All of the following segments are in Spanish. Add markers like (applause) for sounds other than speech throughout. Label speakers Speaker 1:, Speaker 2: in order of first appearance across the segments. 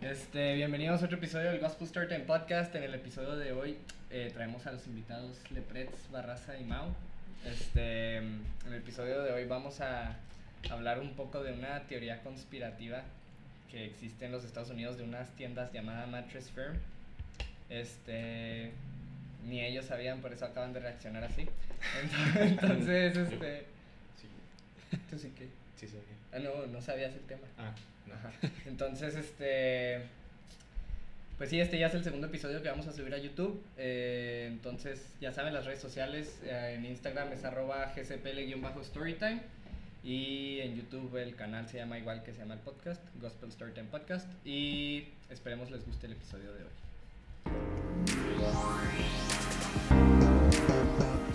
Speaker 1: Este, bienvenidos a otro episodio del Gospel Storytime Podcast. En el episodio de hoy eh, traemos a los invitados Leprets, Barraza y Mau. Este, en el episodio de hoy vamos a hablar un poco de una teoría conspirativa que existe en los Estados Unidos de unas tiendas llamada Mattress Firm. Este, ni ellos sabían, por eso acaban de reaccionar así. (laughs) Entonces, entonces, este,
Speaker 2: Sí,
Speaker 1: tú sí que-
Speaker 2: sí sabía.
Speaker 1: Ah, no, no sabías el tema.
Speaker 2: Ah, no.
Speaker 1: Ajá. Entonces, este. Pues sí, este ya es el segundo episodio que vamos a subir a YouTube. Eh, entonces, ya saben, las redes sociales eh, en Instagram es arroba gcpl-storytime. Y en YouTube el canal se llama igual que se llama el podcast, Gospel Storytime Podcast. Y esperemos les guste el episodio de hoy.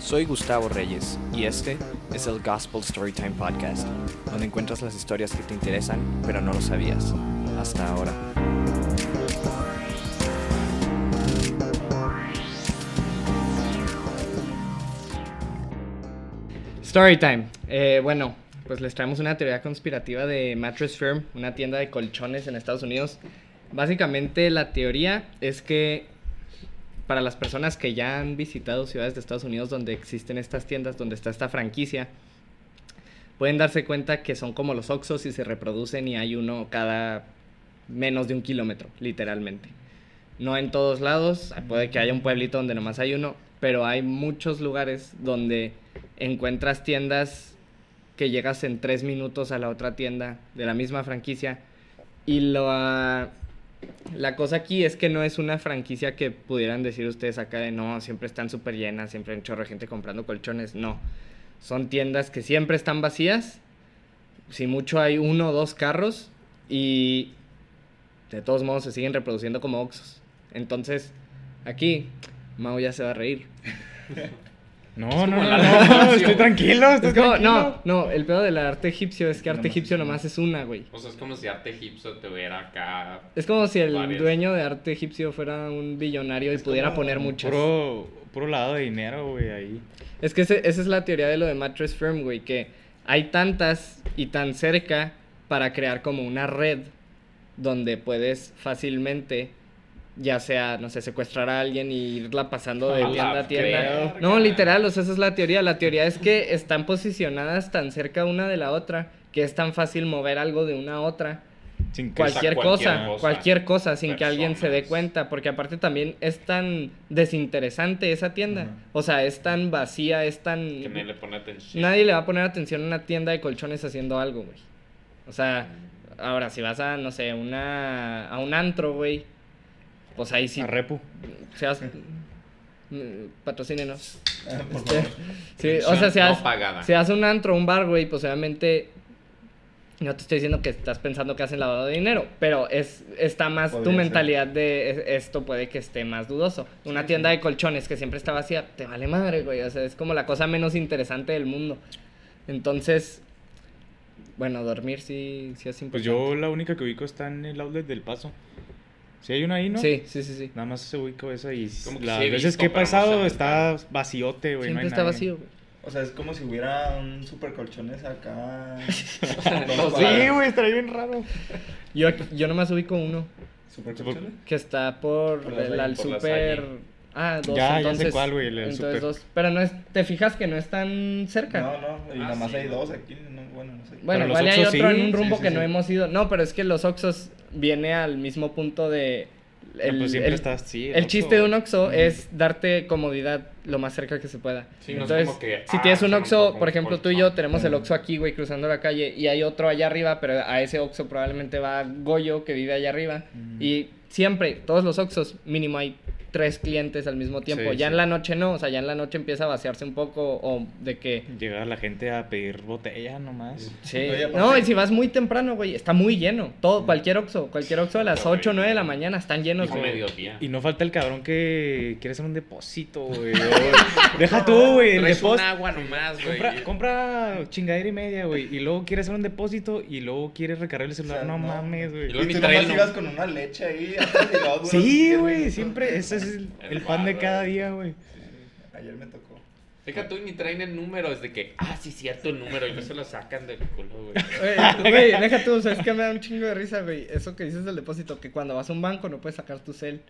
Speaker 3: Soy Gustavo Reyes y este es el Gospel Storytime Podcast, donde encuentras las historias que te interesan pero no lo sabías hasta ahora.
Speaker 1: Storytime. Eh, bueno, pues les traemos una teoría conspirativa de Mattress Firm, una tienda de colchones en Estados Unidos. Básicamente la teoría es que para las personas que ya han visitado ciudades de Estados Unidos donde existen estas tiendas, donde está esta franquicia, pueden darse cuenta que son como los Oxos y se reproducen y hay uno cada menos de un kilómetro, literalmente. No en todos lados, puede que haya un pueblito donde nomás hay uno, pero hay muchos lugares donde encuentras tiendas que llegas en tres minutos a la otra tienda de la misma franquicia. Y lo, ah, la cosa aquí es que no es una franquicia que pudieran decir ustedes acá de no, siempre están súper llenas, siempre hay un chorro de gente comprando colchones. No, son tiendas que siempre están vacías. Si mucho hay uno o dos carros y de todos modos se siguen reproduciendo como Oxos. Entonces, aquí Mau ya se va a reír.
Speaker 4: No, no,
Speaker 2: la
Speaker 4: no,
Speaker 2: ley
Speaker 4: no,
Speaker 2: del vacío,
Speaker 4: estoy
Speaker 2: güey.
Speaker 4: tranquilo, estoy
Speaker 1: Es como, no,
Speaker 4: tranquilo.
Speaker 1: no, el pedo del arte egipcio es que arte
Speaker 4: Nomás
Speaker 1: egipcio
Speaker 4: es una.
Speaker 1: nomás es una, güey.
Speaker 2: O sea, es como si arte egipcio te hubiera acá.
Speaker 1: Es como si el
Speaker 2: Varias.
Speaker 1: dueño de arte egipcio fuera un billonario y pudiera poner muchas.
Speaker 4: Puro, puro lado de dinero, güey, ahí.
Speaker 1: Es que ese- esa es la teoría de lo de Mattress Firm, güey, que hay tantas y tan cerca para crear como una red donde puedes fácilmente, ya sea, no sé, secuestrar a alguien y irla pasando de
Speaker 2: A la
Speaker 1: tienda a tienda.
Speaker 2: verga.
Speaker 1: No, literal, o sea, esa es la teoría. La teoría es que están posicionadas tan cerca una de la otra que es tan fácil mover algo de una a otra.
Speaker 4: Sin que
Speaker 1: cualquier,
Speaker 2: cualquier
Speaker 1: cosa,
Speaker 2: cosa.
Speaker 1: cualquier cosa, sin que alguien se dé
Speaker 2: Personas.
Speaker 1: cuenta, porque aparte también es tan desinteresante esa tienda,
Speaker 4: Ajá.
Speaker 1: o sea, es tan vacía, es tan...
Speaker 2: Que nadie le pone atención.
Speaker 1: Nadie le va a poner atención a una tienda de colchones haciendo algo, güey. O sea, ahora si vas a, no sé, una, a un antro, güey, pues ahí sí...
Speaker 4: A repu.
Speaker 2: (laughs)
Speaker 1: Seas, Mm, patrocínenos. (laughs)
Speaker 4: por
Speaker 1: Este, sí, o
Speaker 2: Atención
Speaker 1: sea, seas,
Speaker 2: No pagada.
Speaker 1: si haces un antro, un bar, güey, pues obviamente no te estoy diciendo que estás pensando que hacen lavado de dinero, pero es está más tu
Speaker 4: Podría ser.
Speaker 1: mentalidad de "Es- esto puede que esté más dudoso. Una tienda de colchones que siempre está vacía, te vale madre, güey, o sea, es como la cosa menos interesante del mundo. Entonces, bueno, dormir sí, sí es
Speaker 4: Pues
Speaker 1: importante.
Speaker 4: yo la única que ubico está en el outlet del paso. Si hay una ahí, ¿no?
Speaker 1: Sí, sí, sí, sí.
Speaker 4: Nada más se ubico esa y
Speaker 2: Como que
Speaker 4: las
Speaker 2: sí he
Speaker 4: veces
Speaker 2: visto,
Speaker 4: que he
Speaker 2: pero no sé
Speaker 4: pasado
Speaker 2: dónde
Speaker 4: está vaciote, güey.
Speaker 1: Siempre
Speaker 4: no hay
Speaker 1: está
Speaker 4: nadie.
Speaker 1: vacío, güey.
Speaker 5: O sea, es como si hubiera un super colchones acá.
Speaker 4: (laughs)
Speaker 2: Los
Speaker 4: Sí, güey, Ah, estaría bien raro.
Speaker 1: Yo, yo nomás ubico uno
Speaker 5: ¿Super colchones?
Speaker 1: que está por,
Speaker 5: Por la
Speaker 1: el
Speaker 5: Salle,
Speaker 1: al
Speaker 2: por la
Speaker 1: super...
Speaker 2: Salle.
Speaker 1: Ah, dos,
Speaker 4: Ya, ya sé
Speaker 1: entonces.
Speaker 4: cuál, güey, el- el
Speaker 1: entonces
Speaker 4: Super.
Speaker 1: dos. Pero no es, te fijas que no están cerca.
Speaker 5: No, no, y
Speaker 2: Ah,
Speaker 5: nada más
Speaker 2: sí,
Speaker 5: hay
Speaker 2: ¿no?
Speaker 5: dos aquí. no, bueno, no sé.
Speaker 1: Bueno,
Speaker 4: Pero los
Speaker 1: igual y hay
Speaker 4: Oxxos
Speaker 1: otro
Speaker 4: sí,
Speaker 1: en un
Speaker 4: sí,
Speaker 1: rumbo
Speaker 4: sí,
Speaker 1: que
Speaker 4: sí.
Speaker 1: no hemos ido. No, pero es que los Oxos viene al mismo punto de.
Speaker 4: El, pues siempre
Speaker 1: el-
Speaker 4: está así.
Speaker 1: el chiste de un Oxo es darte comodidad lo más cerca que se pueda.
Speaker 2: Sí, no es
Speaker 1: Entonces,
Speaker 2: como que,
Speaker 1: si
Speaker 2: ah,
Speaker 1: tienes un
Speaker 2: se me
Speaker 1: Oxo,
Speaker 2: antojó
Speaker 1: por
Speaker 2: un
Speaker 1: ejemplo, tú y
Speaker 2: colchón.
Speaker 1: yo tenemos el Oxo aquí, güey, cruzando la calle, y hay otro allá arriba, pero a ese Oxo probablemente va Goyo, que vive allá arriba. Y siempre, todos los Oxos, mínimo hay tres clientes al mismo tiempo.
Speaker 4: Sí,
Speaker 1: ya
Speaker 4: sí.
Speaker 1: en la noche no, o sea, ya en la noche empieza a vaciarse un poco, o de que.
Speaker 4: Llegar la gente a pedir botella nomás.
Speaker 1: Sí.
Speaker 5: Oye, aparte-
Speaker 1: no, y si vas muy temprano, güey, está muy lleno. Todo, cualquier Oxxo, cualquier Oxxo a las
Speaker 2: Horrible.
Speaker 1: 8 o 9 de la mañana están llenos,
Speaker 2: Dijo
Speaker 1: güey.
Speaker 2: mediodía.
Speaker 4: Y no falta el cabrón que quiere hacer un depósito,
Speaker 1: (laughs)
Speaker 4: güey. o- Deja tú, güey, el
Speaker 2: Traes un
Speaker 4: depósito.
Speaker 2: agua nomás, güey.
Speaker 4: Compra, compra chingadera y media, güey. Y luego quiere hacer un depósito y luego quiere recargar el celular.
Speaker 5: O sea,
Speaker 4: no,
Speaker 5: no.
Speaker 4: mames,
Speaker 2: Y
Speaker 4: güey.
Speaker 2: luego-
Speaker 5: Y
Speaker 2: ni
Speaker 5: tú
Speaker 2: trae
Speaker 5: nomás
Speaker 2: el-
Speaker 5: ibas con una leche ahí. (laughs) atrás y luego duras
Speaker 4: Sí,
Speaker 5: 10
Speaker 4: güey.
Speaker 5: minutos.
Speaker 4: Siempre ese es el,
Speaker 2: El
Speaker 4: el pan de
Speaker 2: barro,
Speaker 4: cada
Speaker 2: güey.
Speaker 4: día, güey.
Speaker 5: Ayer me tocó.
Speaker 2: Deja tú y ni traen el número, es de que, ah, sí, cierto el número, y no se lo sacan del culo, güey.
Speaker 4: (laughs)
Speaker 1: Güey, güey, deja tú, o sea, es que me da un chingo de risa, güey. Eso que dices del depósito, que cuando vas a un banco no puedes sacar tu cel.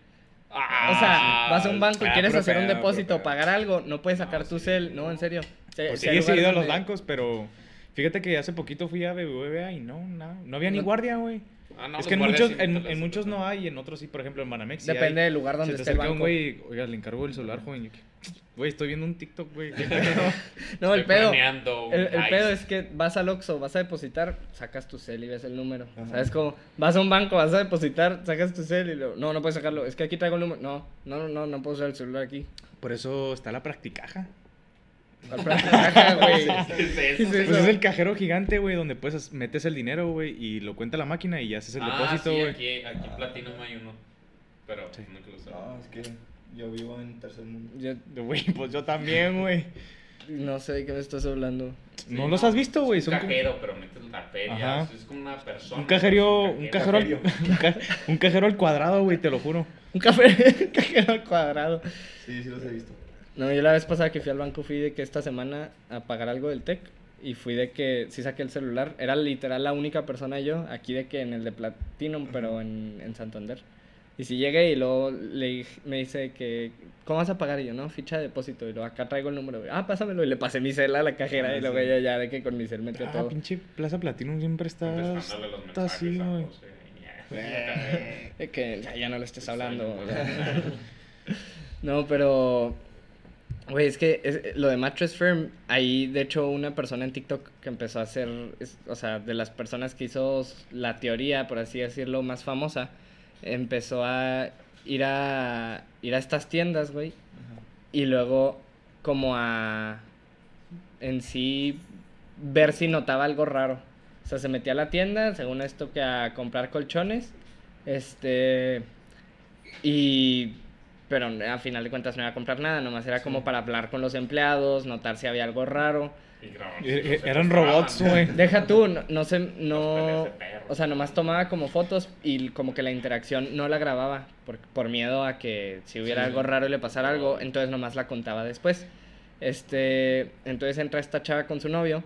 Speaker 2: Ah,
Speaker 1: O sea, vas a un banco y
Speaker 4: ah,
Speaker 1: quieres
Speaker 4: puro
Speaker 1: hacer un
Speaker 4: pedo,
Speaker 1: depósito
Speaker 4: puro
Speaker 1: o pagar algo, no puedes sacar
Speaker 2: No,
Speaker 1: tu
Speaker 2: sí.
Speaker 1: cel, no, en serio. Sí,
Speaker 4: Pues
Speaker 1: sí
Speaker 4: sí,
Speaker 1: hay
Speaker 4: he
Speaker 1: lugares
Speaker 4: ido a los
Speaker 1: donde-
Speaker 4: bancos, pero fíjate que hace poquito fui a BBVA y no, nada, no había ni
Speaker 1: No-
Speaker 4: guardia, güey.
Speaker 2: Ah,
Speaker 4: es
Speaker 2: no, los
Speaker 4: que en
Speaker 2: guardias
Speaker 4: muchos,
Speaker 2: sí
Speaker 4: en,
Speaker 2: te
Speaker 4: en
Speaker 2: los-
Speaker 4: muchos no hay y en otros sí, por ejemplo, en Banamex. sí
Speaker 1: Depende
Speaker 4: hay.
Speaker 1: del lugar donde
Speaker 4: Se te
Speaker 1: esté el
Speaker 4: acerca un
Speaker 1: banco.
Speaker 4: güey, oiga, le encargo el celular, joven. Yo, Güey, estoy viendo un TikTok,
Speaker 1: (laughs)
Speaker 4: güey. (laughs)
Speaker 1: No, el
Speaker 2: Estoy
Speaker 1: pedo.
Speaker 2: planeando un
Speaker 1: El, el
Speaker 2: heist.
Speaker 1: pedo es que vas al Oxxo, vas a depositar, sacas tu cel y ves el número.
Speaker 5: Ajá.
Speaker 1: ¿Sabes cómo? Vas a un banco, vas a depositar, sacas tu cel y luego, no, no puedes sacarlo. Es que aquí traigo el número. No, no, no, no puedo usar el celular aquí.
Speaker 4: Por eso está la practicaja.
Speaker 1: Al frente de la
Speaker 4: (laughs)
Speaker 1: caja, güey.
Speaker 2: (laughs) ¿Qué es eso?
Speaker 1: ¿Qué es
Speaker 4: Pues
Speaker 1: eso?
Speaker 4: es el cajero gigante, güey, donde pues metes el dinero, güey, y lo cuenta la máquina y haces el
Speaker 2: ah,
Speaker 4: depósito,
Speaker 2: sí,
Speaker 4: güey.
Speaker 2: aquí, aquí en Platinum hay uno. Pero no que lo usaba.
Speaker 1: Ah,
Speaker 5: No, es que yo vivo en tercer mundo.
Speaker 1: Yo
Speaker 4: (laughs) Güey, pues yo también,
Speaker 2: (laughs)
Speaker 4: güey.
Speaker 1: no sé de qué me estás hablando.
Speaker 2: Sí,
Speaker 4: ¿No los has visto, güey?
Speaker 2: Es un
Speaker 4: Son como-
Speaker 2: cajero, pero metes la feria.
Speaker 4: Ajá.
Speaker 2: o sea, Es como una persona.
Speaker 4: un cajero,
Speaker 2: es
Speaker 4: un cajero, al- (laughs) un, ca- un cajero al cuadrado, güey, te lo juro.
Speaker 1: Un café, (laughs) un cajero al cuadrado.
Speaker 5: Sí, sí los he visto.
Speaker 1: No, yo la vez pasada que fui al banco fui de que esta semana a pagar algo del TEC y fui de que sí saqué el celular. Era literal la única persona yo aquí de que en el de Platinum, pero en, en Santander. Y si llegué y luego le, dij- me dice que, ¿cómo vas a pagar? Y yo, no, ficha de depósito. Y luego acá traigo el número. güey, ah, pásamelo. Y le pasé mi cel a la cajera
Speaker 5: Ah,
Speaker 1: y luego
Speaker 5: sí.
Speaker 1: ella ya de que con mi cel metió
Speaker 4: Ah,
Speaker 1: todo.
Speaker 4: pinche Plaza Platinum siempre está,
Speaker 2: Contestándole los
Speaker 4: está
Speaker 2: mensajes
Speaker 4: así,
Speaker 2: a
Speaker 4: güey. Eh,
Speaker 2: José, y ya, ya,
Speaker 1: De que ya, ya no le estés hablando.
Speaker 2: ya, ya.
Speaker 4: (laughs)
Speaker 5: (laughs)
Speaker 1: No, pero. Güey, es que es- lo de Mattress Firm, ahí de hecho una persona en TikTok que empezó a hacer, es- o sea, de las personas que hizo s- la teoría, por así decirlo, más famosa, empezó a ir a, ir a estas tiendas, güey, y luego como a en sí ver si notaba algo raro. O sea, se metía a la tienda, según esto, que a comprar colchones. Este. Y. Pero al final de cuentas no iba a comprar nada, nomás era como para hablar con los empleados, notar si había algo raro.
Speaker 2: Y grabaron
Speaker 4: Er-
Speaker 2: sus
Speaker 4: er- Eran
Speaker 2: cosas,
Speaker 4: robots,
Speaker 2: grababan.
Speaker 4: güey.
Speaker 2: (laughs)
Speaker 1: Deja tú, no, no sé, no.
Speaker 2: Los peleas de perro.
Speaker 1: O sea, nomás tomaba como fotos y como que la interacción no la grababa por, por miedo a que si hubiera
Speaker 2: Sí,
Speaker 1: algo
Speaker 2: sí.
Speaker 1: raro y le pasara algo, entonces nomás la contaba después. Este, entonces entra esta chava con su novio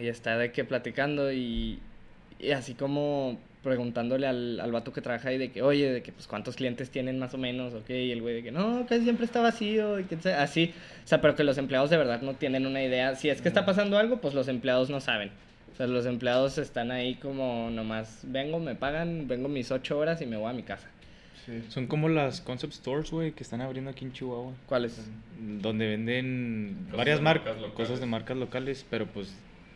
Speaker 1: y está de que platicando y, y así como preguntándole al, al vato que trabaja ahí de que, oye, de que pues cuántos clientes tienen más o menos, ok, y el güey de que no, casi siempre está vacío, y que se- así, o sea, pero que los empleados de verdad no tienen una idea, si es que está pasando algo, pues los empleados no saben, o sea, los empleados están ahí como nomás, vengo, me pagan, vengo mis ocho horas y me voy a mi casa.
Speaker 5: Sí.
Speaker 4: Son como las concept stores, güey, que están abriendo aquí en Chihuahua.
Speaker 1: ¿Cuáles?
Speaker 4: Donde venden
Speaker 2: Cosas
Speaker 4: varias
Speaker 2: de
Speaker 4: marcas,
Speaker 2: marcas locales.
Speaker 4: cosas de marcas locales, pero pues,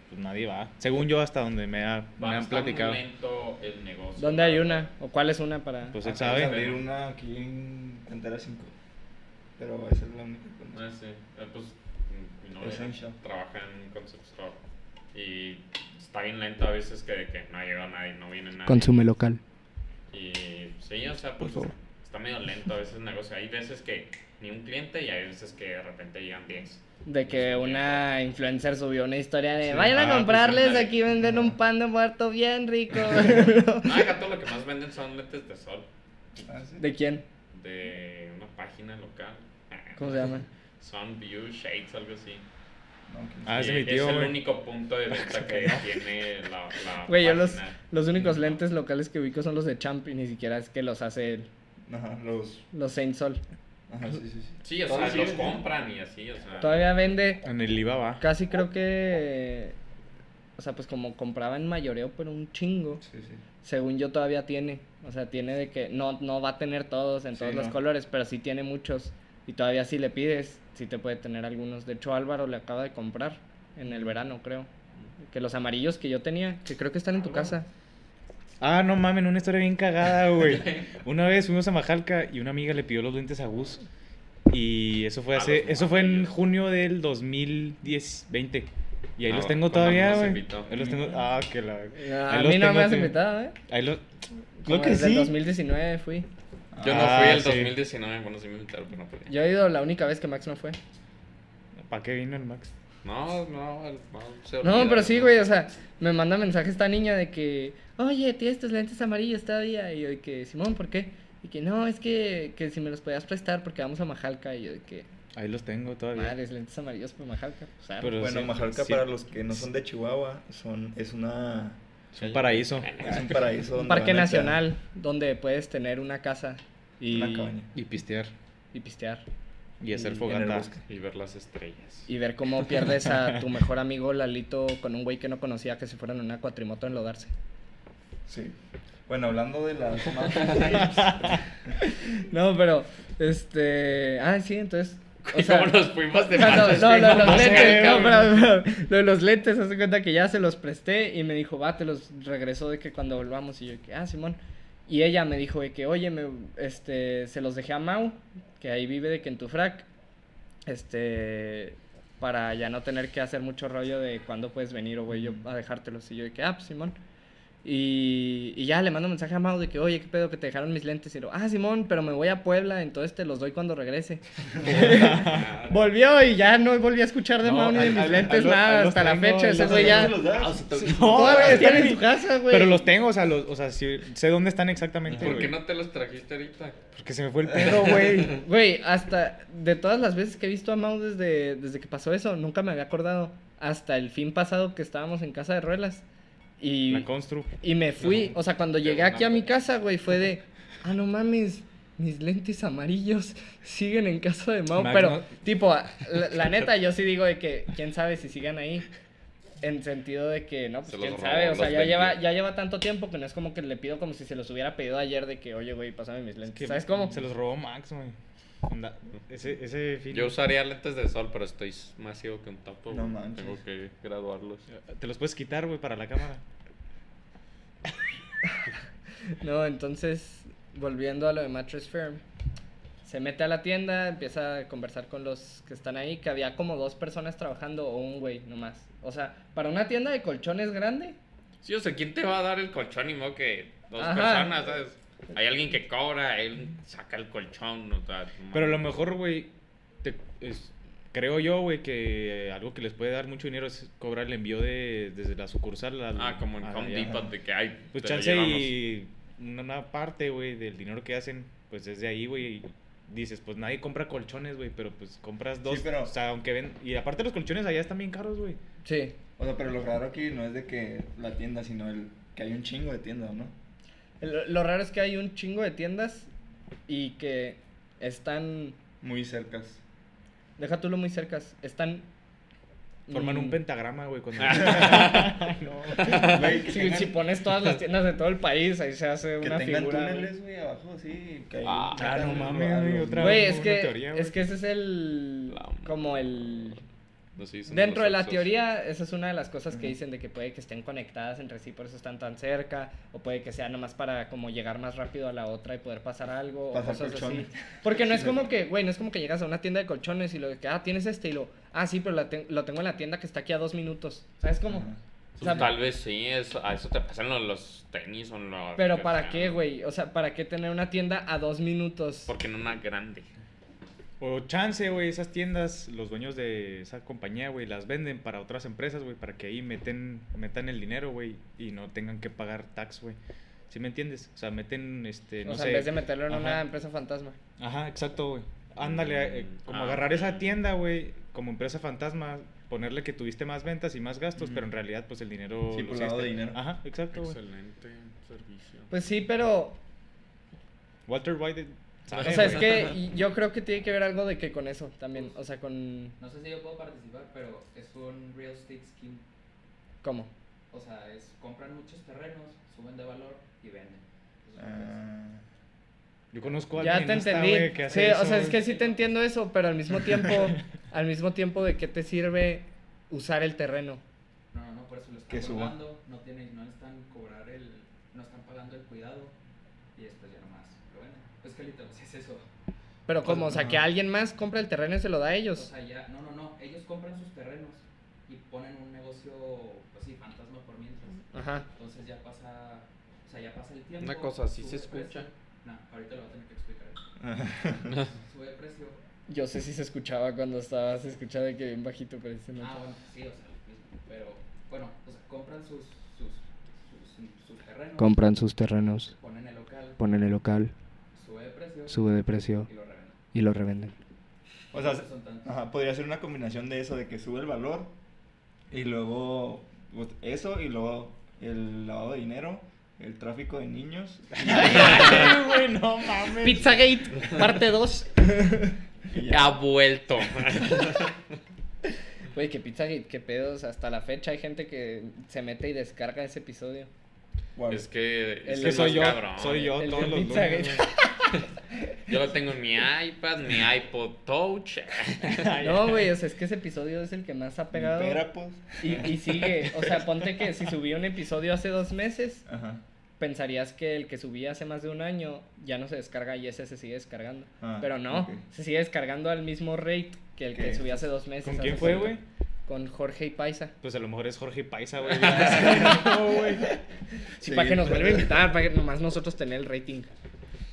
Speaker 4: pues nadie va. Según yo, hasta donde me, ha- me
Speaker 2: Va a
Speaker 4: han
Speaker 2: estar muy
Speaker 4: platicado.
Speaker 2: lento el negocio.
Speaker 1: ¿Dónde hay
Speaker 2: la
Speaker 1: una?
Speaker 2: verdad.
Speaker 1: ¿O cuál es una para...?
Speaker 2: Ah,
Speaker 4: Pues él
Speaker 5: Acaba de
Speaker 4: sabe.
Speaker 5: abrir una aquí en Cantera 5. Pero esa es la única que
Speaker 2: Ah,
Speaker 5: conozco.
Speaker 2: sí. Eh, Pues mi novia
Speaker 5: Essential.
Speaker 2: trabaja en un concept store. Y está bien lento a veces que, de que no llega nadie, no viene nadie.
Speaker 1: local.
Speaker 2: Y sí, o sea,
Speaker 1: Por
Speaker 2: pues
Speaker 1: favor.
Speaker 2: está medio lento a veces el negocio. Hay veces que ni un cliente y hay veces que de repente llegan 10.
Speaker 1: De que una influencer subió una historia de
Speaker 4: Sí.
Speaker 1: vayan
Speaker 4: Ah,
Speaker 1: a
Speaker 4: pues,
Speaker 1: comprarles,
Speaker 2: ándale.
Speaker 1: aquí venden un pan de muerto bien
Speaker 4: (laughs)
Speaker 1: rico.
Speaker 2: No, el gato lo que más venden son lentes de sol
Speaker 5: Ah, sí.
Speaker 1: ¿De quién?
Speaker 2: de una página local.
Speaker 1: ¿Cómo se llama?
Speaker 2: Son View Shades, algo así.
Speaker 5: No, que no.
Speaker 4: Ah, ese
Speaker 2: Y
Speaker 4: es mi tío,
Speaker 2: el
Speaker 4: güey.
Speaker 2: único punto (laughs) de venta que tiene la, la
Speaker 1: Güey, yo los,
Speaker 2: página.
Speaker 1: los únicos lentes locales que ubico son los de Champ y ni siquiera es que los hace él,
Speaker 5: Ajá, los.
Speaker 1: los Saint Sol.
Speaker 5: Ajá, sí, sí, sí.
Speaker 2: Sí, o
Speaker 5: Todavía
Speaker 2: sea, los
Speaker 5: sí.
Speaker 2: compran y así, o
Speaker 4: Ah.
Speaker 2: sea.
Speaker 1: Todavía vende
Speaker 4: En el IVA va.
Speaker 1: casi creo que... O sea, pues como compraba en mayoreo, pero un chingo.
Speaker 5: Sí, sí.
Speaker 1: Según yo todavía tiene. O sea, tiene de que no, no va a tener todos en
Speaker 5: Sí,
Speaker 1: todos los
Speaker 5: no.
Speaker 1: colores, pero sí tiene muchos. Y todavía si le pides, sí te puede tener algunos. De hecho, Álvaro le acaba de comprar en el verano, creo. Que los amarillos que yo tenía, que creo que están en tu casa.
Speaker 4: Ah, no mamen, una historia bien cagada,
Speaker 2: (laughs)
Speaker 4: güey. Una vez fuimos a Majalca y una amiga le pidió los lentes a Gus. Y eso fue
Speaker 2: A
Speaker 4: hace,
Speaker 2: Ah, los
Speaker 4: eso fue en
Speaker 2: morrillos.
Speaker 4: junio del 2010, 20. Y ahí
Speaker 2: Ah,
Speaker 4: los tengo
Speaker 2: cuando
Speaker 4: todavía,
Speaker 2: nos
Speaker 4: güey.
Speaker 2: invitó.
Speaker 4: Ahí los tengo. Ah, que la.
Speaker 1: A
Speaker 4: ahí
Speaker 1: mí
Speaker 4: los
Speaker 1: no
Speaker 4: tengo,
Speaker 1: me has
Speaker 4: sí.
Speaker 1: invitado, ¿eh?
Speaker 4: Ahí los.
Speaker 1: Como
Speaker 4: Creo que
Speaker 1: desde el
Speaker 4: sí.
Speaker 1: 2019 fui.
Speaker 2: Yo no
Speaker 4: Ah,
Speaker 2: fui el
Speaker 4: sí.
Speaker 2: 2019, bueno, sí me invitaron, pero no fui.
Speaker 1: Yo he ido la única vez que Max no fue.
Speaker 4: ¿Para qué vino el Max?
Speaker 2: No, no, el- no, se
Speaker 1: No,
Speaker 2: olvida,
Speaker 1: pero sí, güey, o sea, me manda mensaje esta niña de que, oye, tienes tus lentes amarillos todavía. Y yo de que, Simón, ¿por qué? Y que, no, es que, que si me los podías prestar porque vamos a Majalca. Y yo de que,
Speaker 4: Ahí los tengo todavía.
Speaker 1: Madres, lentes amarillos por Majalca. pues, arre.
Speaker 4: Pero
Speaker 5: bueno,
Speaker 4: sí,
Speaker 5: Majalca,
Speaker 4: sí.
Speaker 5: para los que no son de Chihuahua, son, es una...
Speaker 4: Es un paraíso.
Speaker 5: Es un paraíso.
Speaker 1: un
Speaker 5: donde
Speaker 1: parque
Speaker 5: van a quedar
Speaker 1: nacional donde puedes tener una casa y,
Speaker 5: Una cabaña.
Speaker 4: Y pistear.
Speaker 1: y pistear.
Speaker 4: Y hacer
Speaker 1: Y-
Speaker 5: en el
Speaker 4: fogata.
Speaker 5: bosque.
Speaker 2: Y ver las estrellas.
Speaker 1: Y ver cómo pierdes a tu mejor amigo Lalito con un güey que no conocía que se fueron en una cuatrimoto a
Speaker 5: (laughs)
Speaker 1: enlodarse.
Speaker 5: Sí. Bueno, hablando de las mountain tapes,
Speaker 1: No, pero, este. Ah, sí, entonces. o
Speaker 2: (laughs) ¿Y
Speaker 1: sea,
Speaker 2: cómo nos fuimos de
Speaker 1: no, no,
Speaker 2: Marvel?
Speaker 1: no, lo de los
Speaker 2: sé,
Speaker 1: lentes, no,
Speaker 2: cabrón.
Speaker 1: pero- pero lo de los lentes, hace cuenta que ya se los presté y me dijo, va, te los regreso de que cuando volvamos. Y yo, que, ah, Simón. Y ella me dijo de que, oye, me, este, se los dejé a Mau, que ahí vive de que en tu frac, este, para ya no tener que hacer mucho rollo de cuándo puedes venir o voy yo a dejártelos. Y yo de que, ah, pues, Simón. Y, y ya le mando mensaje a Mau de que, oye, qué pedo que te dejaron mis lentes. Y lo, ah, Simón, pero me voy a Puebla, entonces te los doy cuando
Speaker 4: (laughs)
Speaker 1: regrese. (laughs) Volvió y ya no volví a escuchar de
Speaker 4: No,
Speaker 1: Mau ni de
Speaker 4: ahí-
Speaker 1: mis
Speaker 4: ahí-
Speaker 1: lentes
Speaker 4: ahí lo-
Speaker 1: nada
Speaker 4: ahí los
Speaker 1: hasta la
Speaker 4: tengo,
Speaker 1: fecha.
Speaker 4: ahí
Speaker 1: Ese
Speaker 4: los
Speaker 1: güey Pues ya.
Speaker 5: tengo. Ah, sí,
Speaker 1: Todavía (laughs)
Speaker 4: güey,
Speaker 1: están en
Speaker 4: tienen-
Speaker 1: su casa, güey.
Speaker 4: Pero los tengo, o sea, los, o sea sí- sé dónde están exactamente.
Speaker 2: ¿Por qué
Speaker 4: güey.
Speaker 2: no te los trajiste ahorita?
Speaker 4: Porque se me fue el pedo, güey.
Speaker 1: Güey, hasta de todas las veces que he visto a Mau desde, desde que pasó eso, nunca me había acordado. Hasta el fin pasado que estábamos en casa de ruelas. (laughs) Y,
Speaker 4: La constru.
Speaker 1: y me fui.
Speaker 2: No,
Speaker 1: o sea, cuando
Speaker 2: te
Speaker 1: llegué
Speaker 2: van a
Speaker 1: aquí a mi
Speaker 2: matar.
Speaker 1: casa, güey, fue de. Ah, no mames. Mis lentes amarillos siguen en casa de Mau.
Speaker 4: Max,
Speaker 1: pero,
Speaker 4: ¿no?
Speaker 1: tipo, a- la,
Speaker 2: (laughs)
Speaker 1: la neta, yo sí digo de que quién sabe si sigan ahí. En sentido de que, no, pues
Speaker 2: Se los
Speaker 1: quién
Speaker 2: robó,
Speaker 1: sabe. O sea,
Speaker 2: los
Speaker 1: ya lleva,
Speaker 2: vendió.
Speaker 1: ya lleva tanto tiempo que no es como que le pido como si se los hubiera pedido ayer de que, oye, güey, pásame mis lentes.
Speaker 4: Que
Speaker 1: ¿Sabes cómo?
Speaker 4: Se los robó Max, güey. Onda, Ese, ese fin.
Speaker 2: Yo usaría lentes de sol, pero estoy más ciego que un tapo.
Speaker 5: No
Speaker 2: güey.
Speaker 5: manches.
Speaker 2: Tengo que graduarlos.
Speaker 4: Te los puedes quitar, güey, para la cámara.
Speaker 1: No, entonces, volviendo a lo de Mattress Firm, se mete a la tienda, empieza a conversar con los que están ahí, que había como dos personas trabajando o un güey nomás. O sea, para una tienda de colchones grande,
Speaker 2: Sí, o sea, ¿quién te va a dar el colchón y modo que dos
Speaker 1: Ajá.
Speaker 2: personas, sabes? Hay alguien que cobra, él saca el colchón, o sea, no
Speaker 4: Pero a lo
Speaker 2: mames.
Speaker 4: mejor, güey, te- es- creo yo, güey, que algo que les puede dar mucho dinero es cobrar el envío de, desde la sucursal al-
Speaker 2: Ah, como en
Speaker 4: a-
Speaker 2: Home
Speaker 4: allá.
Speaker 2: Depot, de que hay.
Speaker 4: Pues
Speaker 2: te lo
Speaker 4: chance
Speaker 2: llevamos.
Speaker 4: y una, una parte, güey, del dinero que hacen, pues es de ahí, güey. y Dices, pues nadie compra colchones, güey, pero pues compras dos.
Speaker 5: pero-
Speaker 4: O sea, aunque ven. Y aparte los colchones allá están bien caros, güey.
Speaker 1: sí.
Speaker 5: O sea, pero lo raro aquí no es de que la tienda, sino el que hay un chingo de tiendas, ¿no?
Speaker 1: Lo, lo raro es que hay un chingo de tiendas y que están,
Speaker 5: Muy cercas.
Speaker 1: deja tú lo muy cercas, están...
Speaker 4: Forman un
Speaker 1: mm, (laughs)
Speaker 4: pentagrama, güey. Cuando...
Speaker 5: (laughs) Güey, que
Speaker 1: Si,
Speaker 5: tengan-
Speaker 1: si pones todas las tiendas de todo el país, ahí se hace
Speaker 5: que
Speaker 1: una
Speaker 5: tengan
Speaker 1: figura. güey.
Speaker 5: túneles, güey, abajo, sí. que hay
Speaker 2: Ah,
Speaker 5: un metal
Speaker 4: no
Speaker 5: o
Speaker 4: mames,
Speaker 5: algo.
Speaker 4: güey, otra
Speaker 1: Güey,
Speaker 4: Una
Speaker 1: es que,
Speaker 4: teoría, güey.
Speaker 1: es que ese es el...
Speaker 2: La
Speaker 1: Como el...
Speaker 2: No, sí, son
Speaker 1: Dentro de la
Speaker 2: oxos.
Speaker 1: teoría, esa es una de las cosas que
Speaker 5: Ujú.
Speaker 1: dicen de que puede que estén conectadas entre sí, por eso están tan cerca, o puede que sea nomás para como llegar más rápido a la otra y poder pasar algo,
Speaker 5: Pasar
Speaker 1: o cosas
Speaker 5: colchones.
Speaker 1: así. Porque no es como que, güey, no es como que llegas a una tienda de colchones y lo de que, ah, tienes este y lo, ah, sí, pero la ten- lo tengo en la tienda que está aquí a dos minutos. ¿Sabes cómo?
Speaker 5: Ajá.
Speaker 2: Pues, tal vez sí, eso, a eso te pasan los, los tenis o los.
Speaker 1: Pero
Speaker 2: que
Speaker 1: ¿para
Speaker 2: sea,
Speaker 1: qué,
Speaker 2: ¿no?
Speaker 1: güey? O sea, ¿para qué tener una tienda a dos minutos?
Speaker 2: Porque en una grande.
Speaker 4: O chance, güey, esas tiendas, los dueños de esa compañía, güey, las venden para otras empresas, güey, para que ahí meten, metan el dinero, güey, y no tengan que pagar tax, güey. ¿Sí me entiendes? O sea, meten, este, no
Speaker 1: o sea,
Speaker 4: sé.
Speaker 1: en vez de meterlo en
Speaker 4: Ajá.
Speaker 1: una empresa fantasma.
Speaker 4: Ajá, exacto, güey. Ándale, eh,
Speaker 2: Mm,
Speaker 4: como
Speaker 2: ah,
Speaker 4: agarrar esa
Speaker 2: ok.
Speaker 4: tienda, güey, como empresa fantasma, ponerle que tuviste más ventas y más gastos, pero en realidad, pues el dinero.
Speaker 5: Sí,
Speaker 4: lo
Speaker 5: por lado
Speaker 4: hiciste.
Speaker 5: de dinero.
Speaker 4: Ajá, exacto, güey.
Speaker 2: Excelente servicio.
Speaker 1: Pues sí, pero
Speaker 4: Walter White. sabe,
Speaker 1: O sea, es
Speaker 4: güey.
Speaker 1: que
Speaker 4: (laughs)
Speaker 1: y- yo creo que tiene que ver algo de que con eso también. O sea, con.
Speaker 6: No sé si yo puedo participar, pero es un real estate scheme.
Speaker 1: ¿Cómo?
Speaker 6: O sea, es compran muchos terrenos, suben de valor y venden. Eso es lo que es.
Speaker 5: Ah,
Speaker 4: Yo conozco a
Speaker 1: Ya
Speaker 4: alguien
Speaker 1: te
Speaker 4: esta,
Speaker 1: entendí.
Speaker 4: güey, que
Speaker 1: sí,
Speaker 4: hace eso,
Speaker 1: o sea, es
Speaker 4: güey.
Speaker 1: que sí te entiendo eso, pero al
Speaker 4: (laughs)
Speaker 1: mismo tiempo, al mismo tiempo, ¿de qué te sirve usar el terreno?
Speaker 6: No, no, no, por eso lo
Speaker 5: Que
Speaker 6: están
Speaker 5: suba.
Speaker 6: cobrando, no tienen, no están cobrar el, no están pagando el cuidado y después ya nomás lo venden. Pues que literal, (laughs) si es eso.
Speaker 1: Pero
Speaker 4: Pues,
Speaker 1: como, o sea, que
Speaker 5: ajá.
Speaker 1: alguien más compra el terreno y se lo da a
Speaker 6: O
Speaker 1: ellos.
Speaker 6: sea, ya, no, no, no, ellos compran sus terrenos y ponen un negocio, pues sí, fantasma por mientras.
Speaker 1: Ajá.
Speaker 6: Entonces ya pasa, o sea, ya pasa el tiempo.
Speaker 2: Una cosa, ¿sí
Speaker 6: sube
Speaker 2: se
Speaker 6: el precio.
Speaker 2: escucha?
Speaker 6: No, ahorita lo voy a tener que explicar.
Speaker 5: (laughs)
Speaker 6: Sube el precio.
Speaker 1: Yo sé si se escuchaba cuando estabas escuchando que bien bajito, pero ese no.
Speaker 6: Ah, bueno, sí, o sea, lo mismo. Pero, bueno, o sea, compran sus, sus, sus, sus terrenos.
Speaker 1: sus terrenos,
Speaker 6: Ponen el local,
Speaker 1: ponen el local,
Speaker 6: sube de precio
Speaker 1: sube de precio
Speaker 6: y lo revenden.
Speaker 1: y lo revenden.
Speaker 5: O sea,
Speaker 6: Son tantos.
Speaker 5: ajá, podría ser una combinación de eso, de que sube el valor y luego pues, eso y luego el lavado de dinero, el tráfico
Speaker 1: (laughs)
Speaker 5: de niños (laughs)
Speaker 4: güey, no mames.
Speaker 1: Pizzagate, parte 2.
Speaker 5: y ya.
Speaker 2: Ha vuelto.
Speaker 1: (laughs) Güey, que Pizzagate, qué pedos. Hasta la fecha hay gente que se mete y descarga ese episodio.
Speaker 5: Guau.
Speaker 2: es que,
Speaker 1: Es
Speaker 2: es
Speaker 1: que
Speaker 2: el
Speaker 1: soy
Speaker 2: más
Speaker 4: yo,
Speaker 2: cabrón.
Speaker 4: soy yo.
Speaker 1: El
Speaker 4: todos
Speaker 1: de
Speaker 4: los
Speaker 1: Pizzagate.
Speaker 4: lunes,
Speaker 2: Yo lo tengo en mi iPad, mi iPod Touch.
Speaker 1: No, güey, o sea, es que ese episodio es el que más ha pegado.
Speaker 5: Pera, pues.
Speaker 1: Y, y sigue. O sea, ponte que si subí un episodio hace dos meses,
Speaker 5: Ajá.
Speaker 1: pensarías que el que subí hace más de un año ya no se descarga y ese se sigue descargando.
Speaker 5: Ah,
Speaker 1: Pero no,
Speaker 5: ok.
Speaker 1: se sigue descargando al mismo rate que el que
Speaker 5: Ok.
Speaker 1: subí hace dos meses.
Speaker 4: ¿Con
Speaker 1: hace
Speaker 4: quién fue,
Speaker 1: poquito.
Speaker 4: güey?
Speaker 1: Con Jorge y Paisa.
Speaker 4: Pues a lo mejor es Jorge
Speaker 1: (laughs)
Speaker 4: Paisa, güey. No, güey.
Speaker 1: Sí,
Speaker 5: Sí,
Speaker 1: para que nos
Speaker 5: pero- (laughs)
Speaker 1: vuelva a invitar, para que nomás nosotros tener el rating.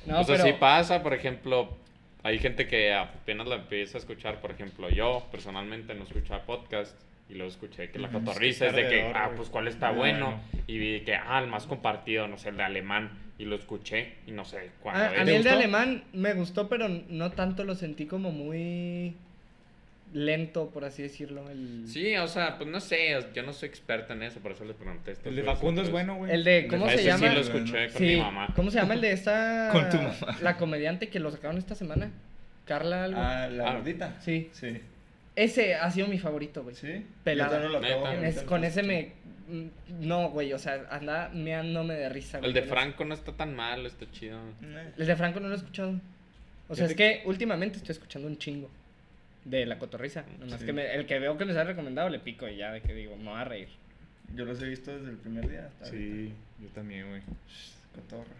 Speaker 1: No,
Speaker 2: o sea,
Speaker 1: pero...
Speaker 2: sí pasa, por ejemplo, hay gente que apenas la empieza a escuchar, por ejemplo, yo personalmente no escuchaba podcast y luego escuché que la
Speaker 5: Ujú,
Speaker 2: cotorriza es
Speaker 4: está
Speaker 2: de que,
Speaker 4: alrededor,
Speaker 2: ah,
Speaker 4: güey.
Speaker 2: pues cuál está
Speaker 4: Muy
Speaker 2: bueno,
Speaker 4: bueno.
Speaker 2: y vi que, ah, el más compartido, no sé, el de alemán, y lo escuché y no sé cuándo.
Speaker 1: Ah,
Speaker 2: era.
Speaker 1: a mí el de
Speaker 4: gustó?
Speaker 1: alemán me gustó, pero no tanto lo sentí como muy lento, por así decirlo. El,
Speaker 2: Sí, o sea, pues no sé, o- yo no soy experto en eso, por eso le pregunté esto. Pues,
Speaker 4: El de Facundo es bueno, güey.
Speaker 1: Pues, el de, ¿cómo se
Speaker 2: ese
Speaker 1: llama?
Speaker 2: sí lo escuché con
Speaker 1: Sí,
Speaker 2: mi mamá.
Speaker 1: ¿Cómo se llama el de esta...
Speaker 5: (laughs) Con tu mamá.
Speaker 1: La comediante que lo sacaron esta semana. Carla algo.
Speaker 5: Ah, la
Speaker 2: Ah.
Speaker 5: gordita.
Speaker 1: Sí.
Speaker 5: Sí.
Speaker 1: Ese ha sido mi favorito, güey.
Speaker 5: Sí.
Speaker 1: Pelada.
Speaker 5: Yo todavía no lo acabo,
Speaker 2: Neta.
Speaker 5: ahorita
Speaker 1: Es-
Speaker 5: lo
Speaker 1: con
Speaker 5: estoy
Speaker 1: ese me... mm, No, güey, o sea, anda meándome de risa, güey.
Speaker 2: El de
Speaker 1: con ese.
Speaker 2: Franco no está tan mal, está chido.
Speaker 5: escuchando. Eh.
Speaker 1: El de Franco no lo he escuchado. O sea, es que últimamente estoy escuchando un chingo de la cotorriza. Nomás
Speaker 5: Sí.
Speaker 1: que me- el que veo que me sale recomendado le pico y ya de que digo, me va a
Speaker 2: (laughs)
Speaker 1: reír.
Speaker 5: Yo los he visto desde el primer día. hasta ahorita.
Speaker 4: Sí, yo también, güey.
Speaker 5: Cotorra.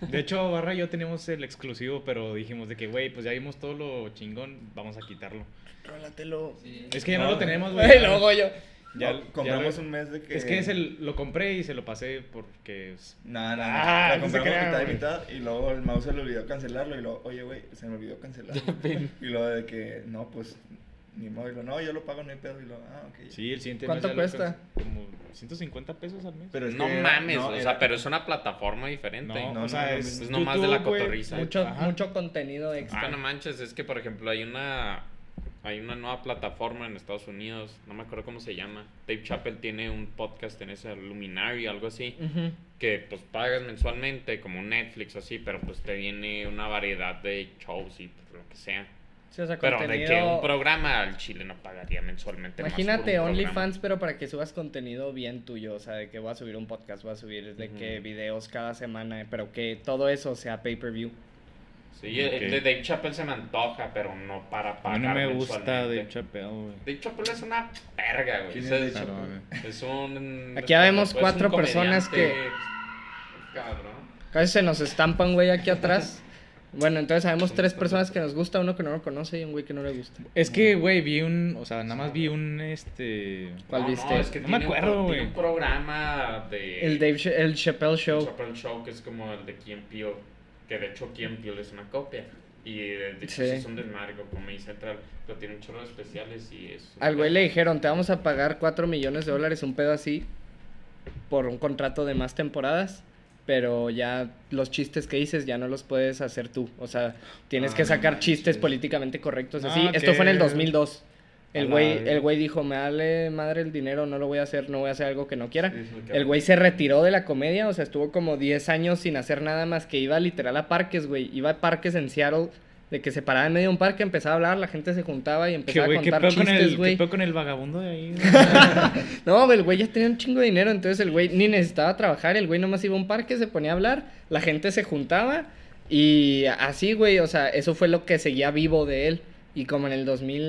Speaker 4: De hecho, Barra y yo teníamos el exclusivo, pero dijimos de que, güey, pues ya vimos todo lo chingón, vamos a quitarlo.
Speaker 1: Rólatelo.
Speaker 6: Sí.
Speaker 4: Es que ya no,
Speaker 5: No,
Speaker 1: (laughs)
Speaker 4: lo tenemos, güey.
Speaker 1: Y luego yo.
Speaker 4: Ya-
Speaker 5: No,
Speaker 4: ya
Speaker 5: compramos
Speaker 4: lo-
Speaker 5: un mes de que.
Speaker 4: Es que es el, lo compré y se lo pasé porque es-
Speaker 5: No, no, no.
Speaker 4: Ah,
Speaker 5: la
Speaker 4: no se
Speaker 5: compramos
Speaker 4: crea,
Speaker 5: mitad y
Speaker 4: güey.
Speaker 5: mitad y luego el mouse se le olvidó cancelarlo y luego, oye, güey, se me olvidó cancelarlo. y luego de que, no, pues, ni modo. Y luego, no, yo lo pago, no hay pedo. Y luego, ah, ok.
Speaker 4: Sí, el siguiente
Speaker 1: ¿Cuánto
Speaker 4: mes ya lo
Speaker 1: cuesta?
Speaker 4: alcanza- Como 150 pesos al mes.
Speaker 5: Pero es
Speaker 2: No
Speaker 5: que era-
Speaker 2: mames,
Speaker 5: no,
Speaker 2: o
Speaker 5: era-
Speaker 2: sea, pero es una plataforma diferente.
Speaker 4: no,
Speaker 5: no,
Speaker 4: o sea,
Speaker 5: no,
Speaker 4: es,
Speaker 2: es nomás de la
Speaker 4: güey.
Speaker 2: cotorriza.
Speaker 1: Mucho,
Speaker 4: Ajá.
Speaker 1: mucho contenido extra.
Speaker 2: Ah, no manches, es que por ejemplo hay una hay una nueva plataforma en Estados Unidos, no me acuerdo cómo se llama. Dave Chappelle tiene un podcast en ese Luminary algo así,
Speaker 1: Ujú.
Speaker 2: que pues pagas mensualmente como un Netflix o así, pero pues te viene una variedad de shows y pues, lo que sea.
Speaker 1: Sí, o sea,
Speaker 2: Pero de que
Speaker 1: contenido-
Speaker 2: un programa al Chile no pagaría mensualmente más por un
Speaker 1: Imagínate
Speaker 2: programa.
Speaker 1: OnlyFans, pero para que subas contenido bien tuyo, o sea, de que voy a subir un podcast, voy a subir de que
Speaker 2: Ujú.
Speaker 1: videos cada semana, pero que todo eso sea pay-per-view.
Speaker 2: Sí, el- el de
Speaker 4: Ok.
Speaker 2: Dave Chappelle se me antoja, pero no para
Speaker 4: A
Speaker 2: pagar
Speaker 4: mí no me gusta
Speaker 2: mensualmente.
Speaker 4: de Chappelle, güey.
Speaker 2: Dave Chappelle es una verga, güey.
Speaker 5: ¿Quién
Speaker 2: O sea,
Speaker 5: es Dave
Speaker 4: Pero,
Speaker 5: Chappelle?
Speaker 4: güey.
Speaker 2: Es un.
Speaker 1: Aquí ya vemos
Speaker 2: es un
Speaker 1: cuatro personas que-
Speaker 2: comediante, Cabrón.
Speaker 1: Casi se nos estampan, güey, aquí atrás. Bueno, entonces sabemos tres personas que nos gusta, uno que no lo conoce y un güey que no le gusta.
Speaker 4: Es que, güey, vi un. O sea, nada más vi un este.
Speaker 1: ¿Cuál
Speaker 2: Ah, No,
Speaker 1: viste?
Speaker 2: No, es que
Speaker 4: No
Speaker 2: tiene
Speaker 4: me
Speaker 2: un
Speaker 4: acuerdo,
Speaker 2: pro-
Speaker 4: güey.
Speaker 2: Tiene un programa de.
Speaker 1: El Dave Ch- el Chappelle
Speaker 2: Dave
Speaker 1: Show.
Speaker 2: Chappelle Show que es como el de Kim Peele. Que de hecho Kim Peele es una copia. Y eh, de hecho
Speaker 1: Sí.
Speaker 2: sí es un desmadre con Comedy Central. Pero tiene un chorro de especiales y es.
Speaker 1: Al güey le dijeron, te vamos a pagar 4 millones de dólares, un pedo así, por un contrato de más temporadas, pero ya los chistes que dices ya no los puedes hacer tú. O sea, tienes
Speaker 5: Ah,
Speaker 1: que
Speaker 5: no
Speaker 1: sacar
Speaker 5: manches.
Speaker 1: chistes políticamente correctos.
Speaker 4: Ah,
Speaker 1: Así, esto fue en el
Speaker 4: que-
Speaker 1: 2002. El
Speaker 4: A
Speaker 1: güey,
Speaker 4: la-
Speaker 1: el güey dijo, me vale madre el dinero, no lo voy a hacer, no voy a hacer algo que no quiera.
Speaker 5: Sí, sí,
Speaker 1: El güey se retiró de la comedia, o sea, estuvo como 10 años sin hacer nada más que iba literal a parques, güey. Iba a parques en Seattle, de que se paraba en medio de un parque, empezaba a hablar, la gente se juntaba y
Speaker 4: Que,
Speaker 1: empezaba
Speaker 4: güey,
Speaker 1: a
Speaker 4: ¿qué
Speaker 1: contar
Speaker 4: pedo con
Speaker 1: chistes,
Speaker 4: el-
Speaker 1: güey.
Speaker 4: qué pedo con el vagabundo de
Speaker 1: (laughs)
Speaker 4: ahí, güey?
Speaker 1: No, güey, el güey ya tenía un chingo de dinero, entonces el güey ni necesitaba trabajar, el güey nomás iba a un parque, se ponía a hablar, la gente se juntaba y así, güey, o sea, eso fue lo que seguía vivo de él. Y como en el 2000...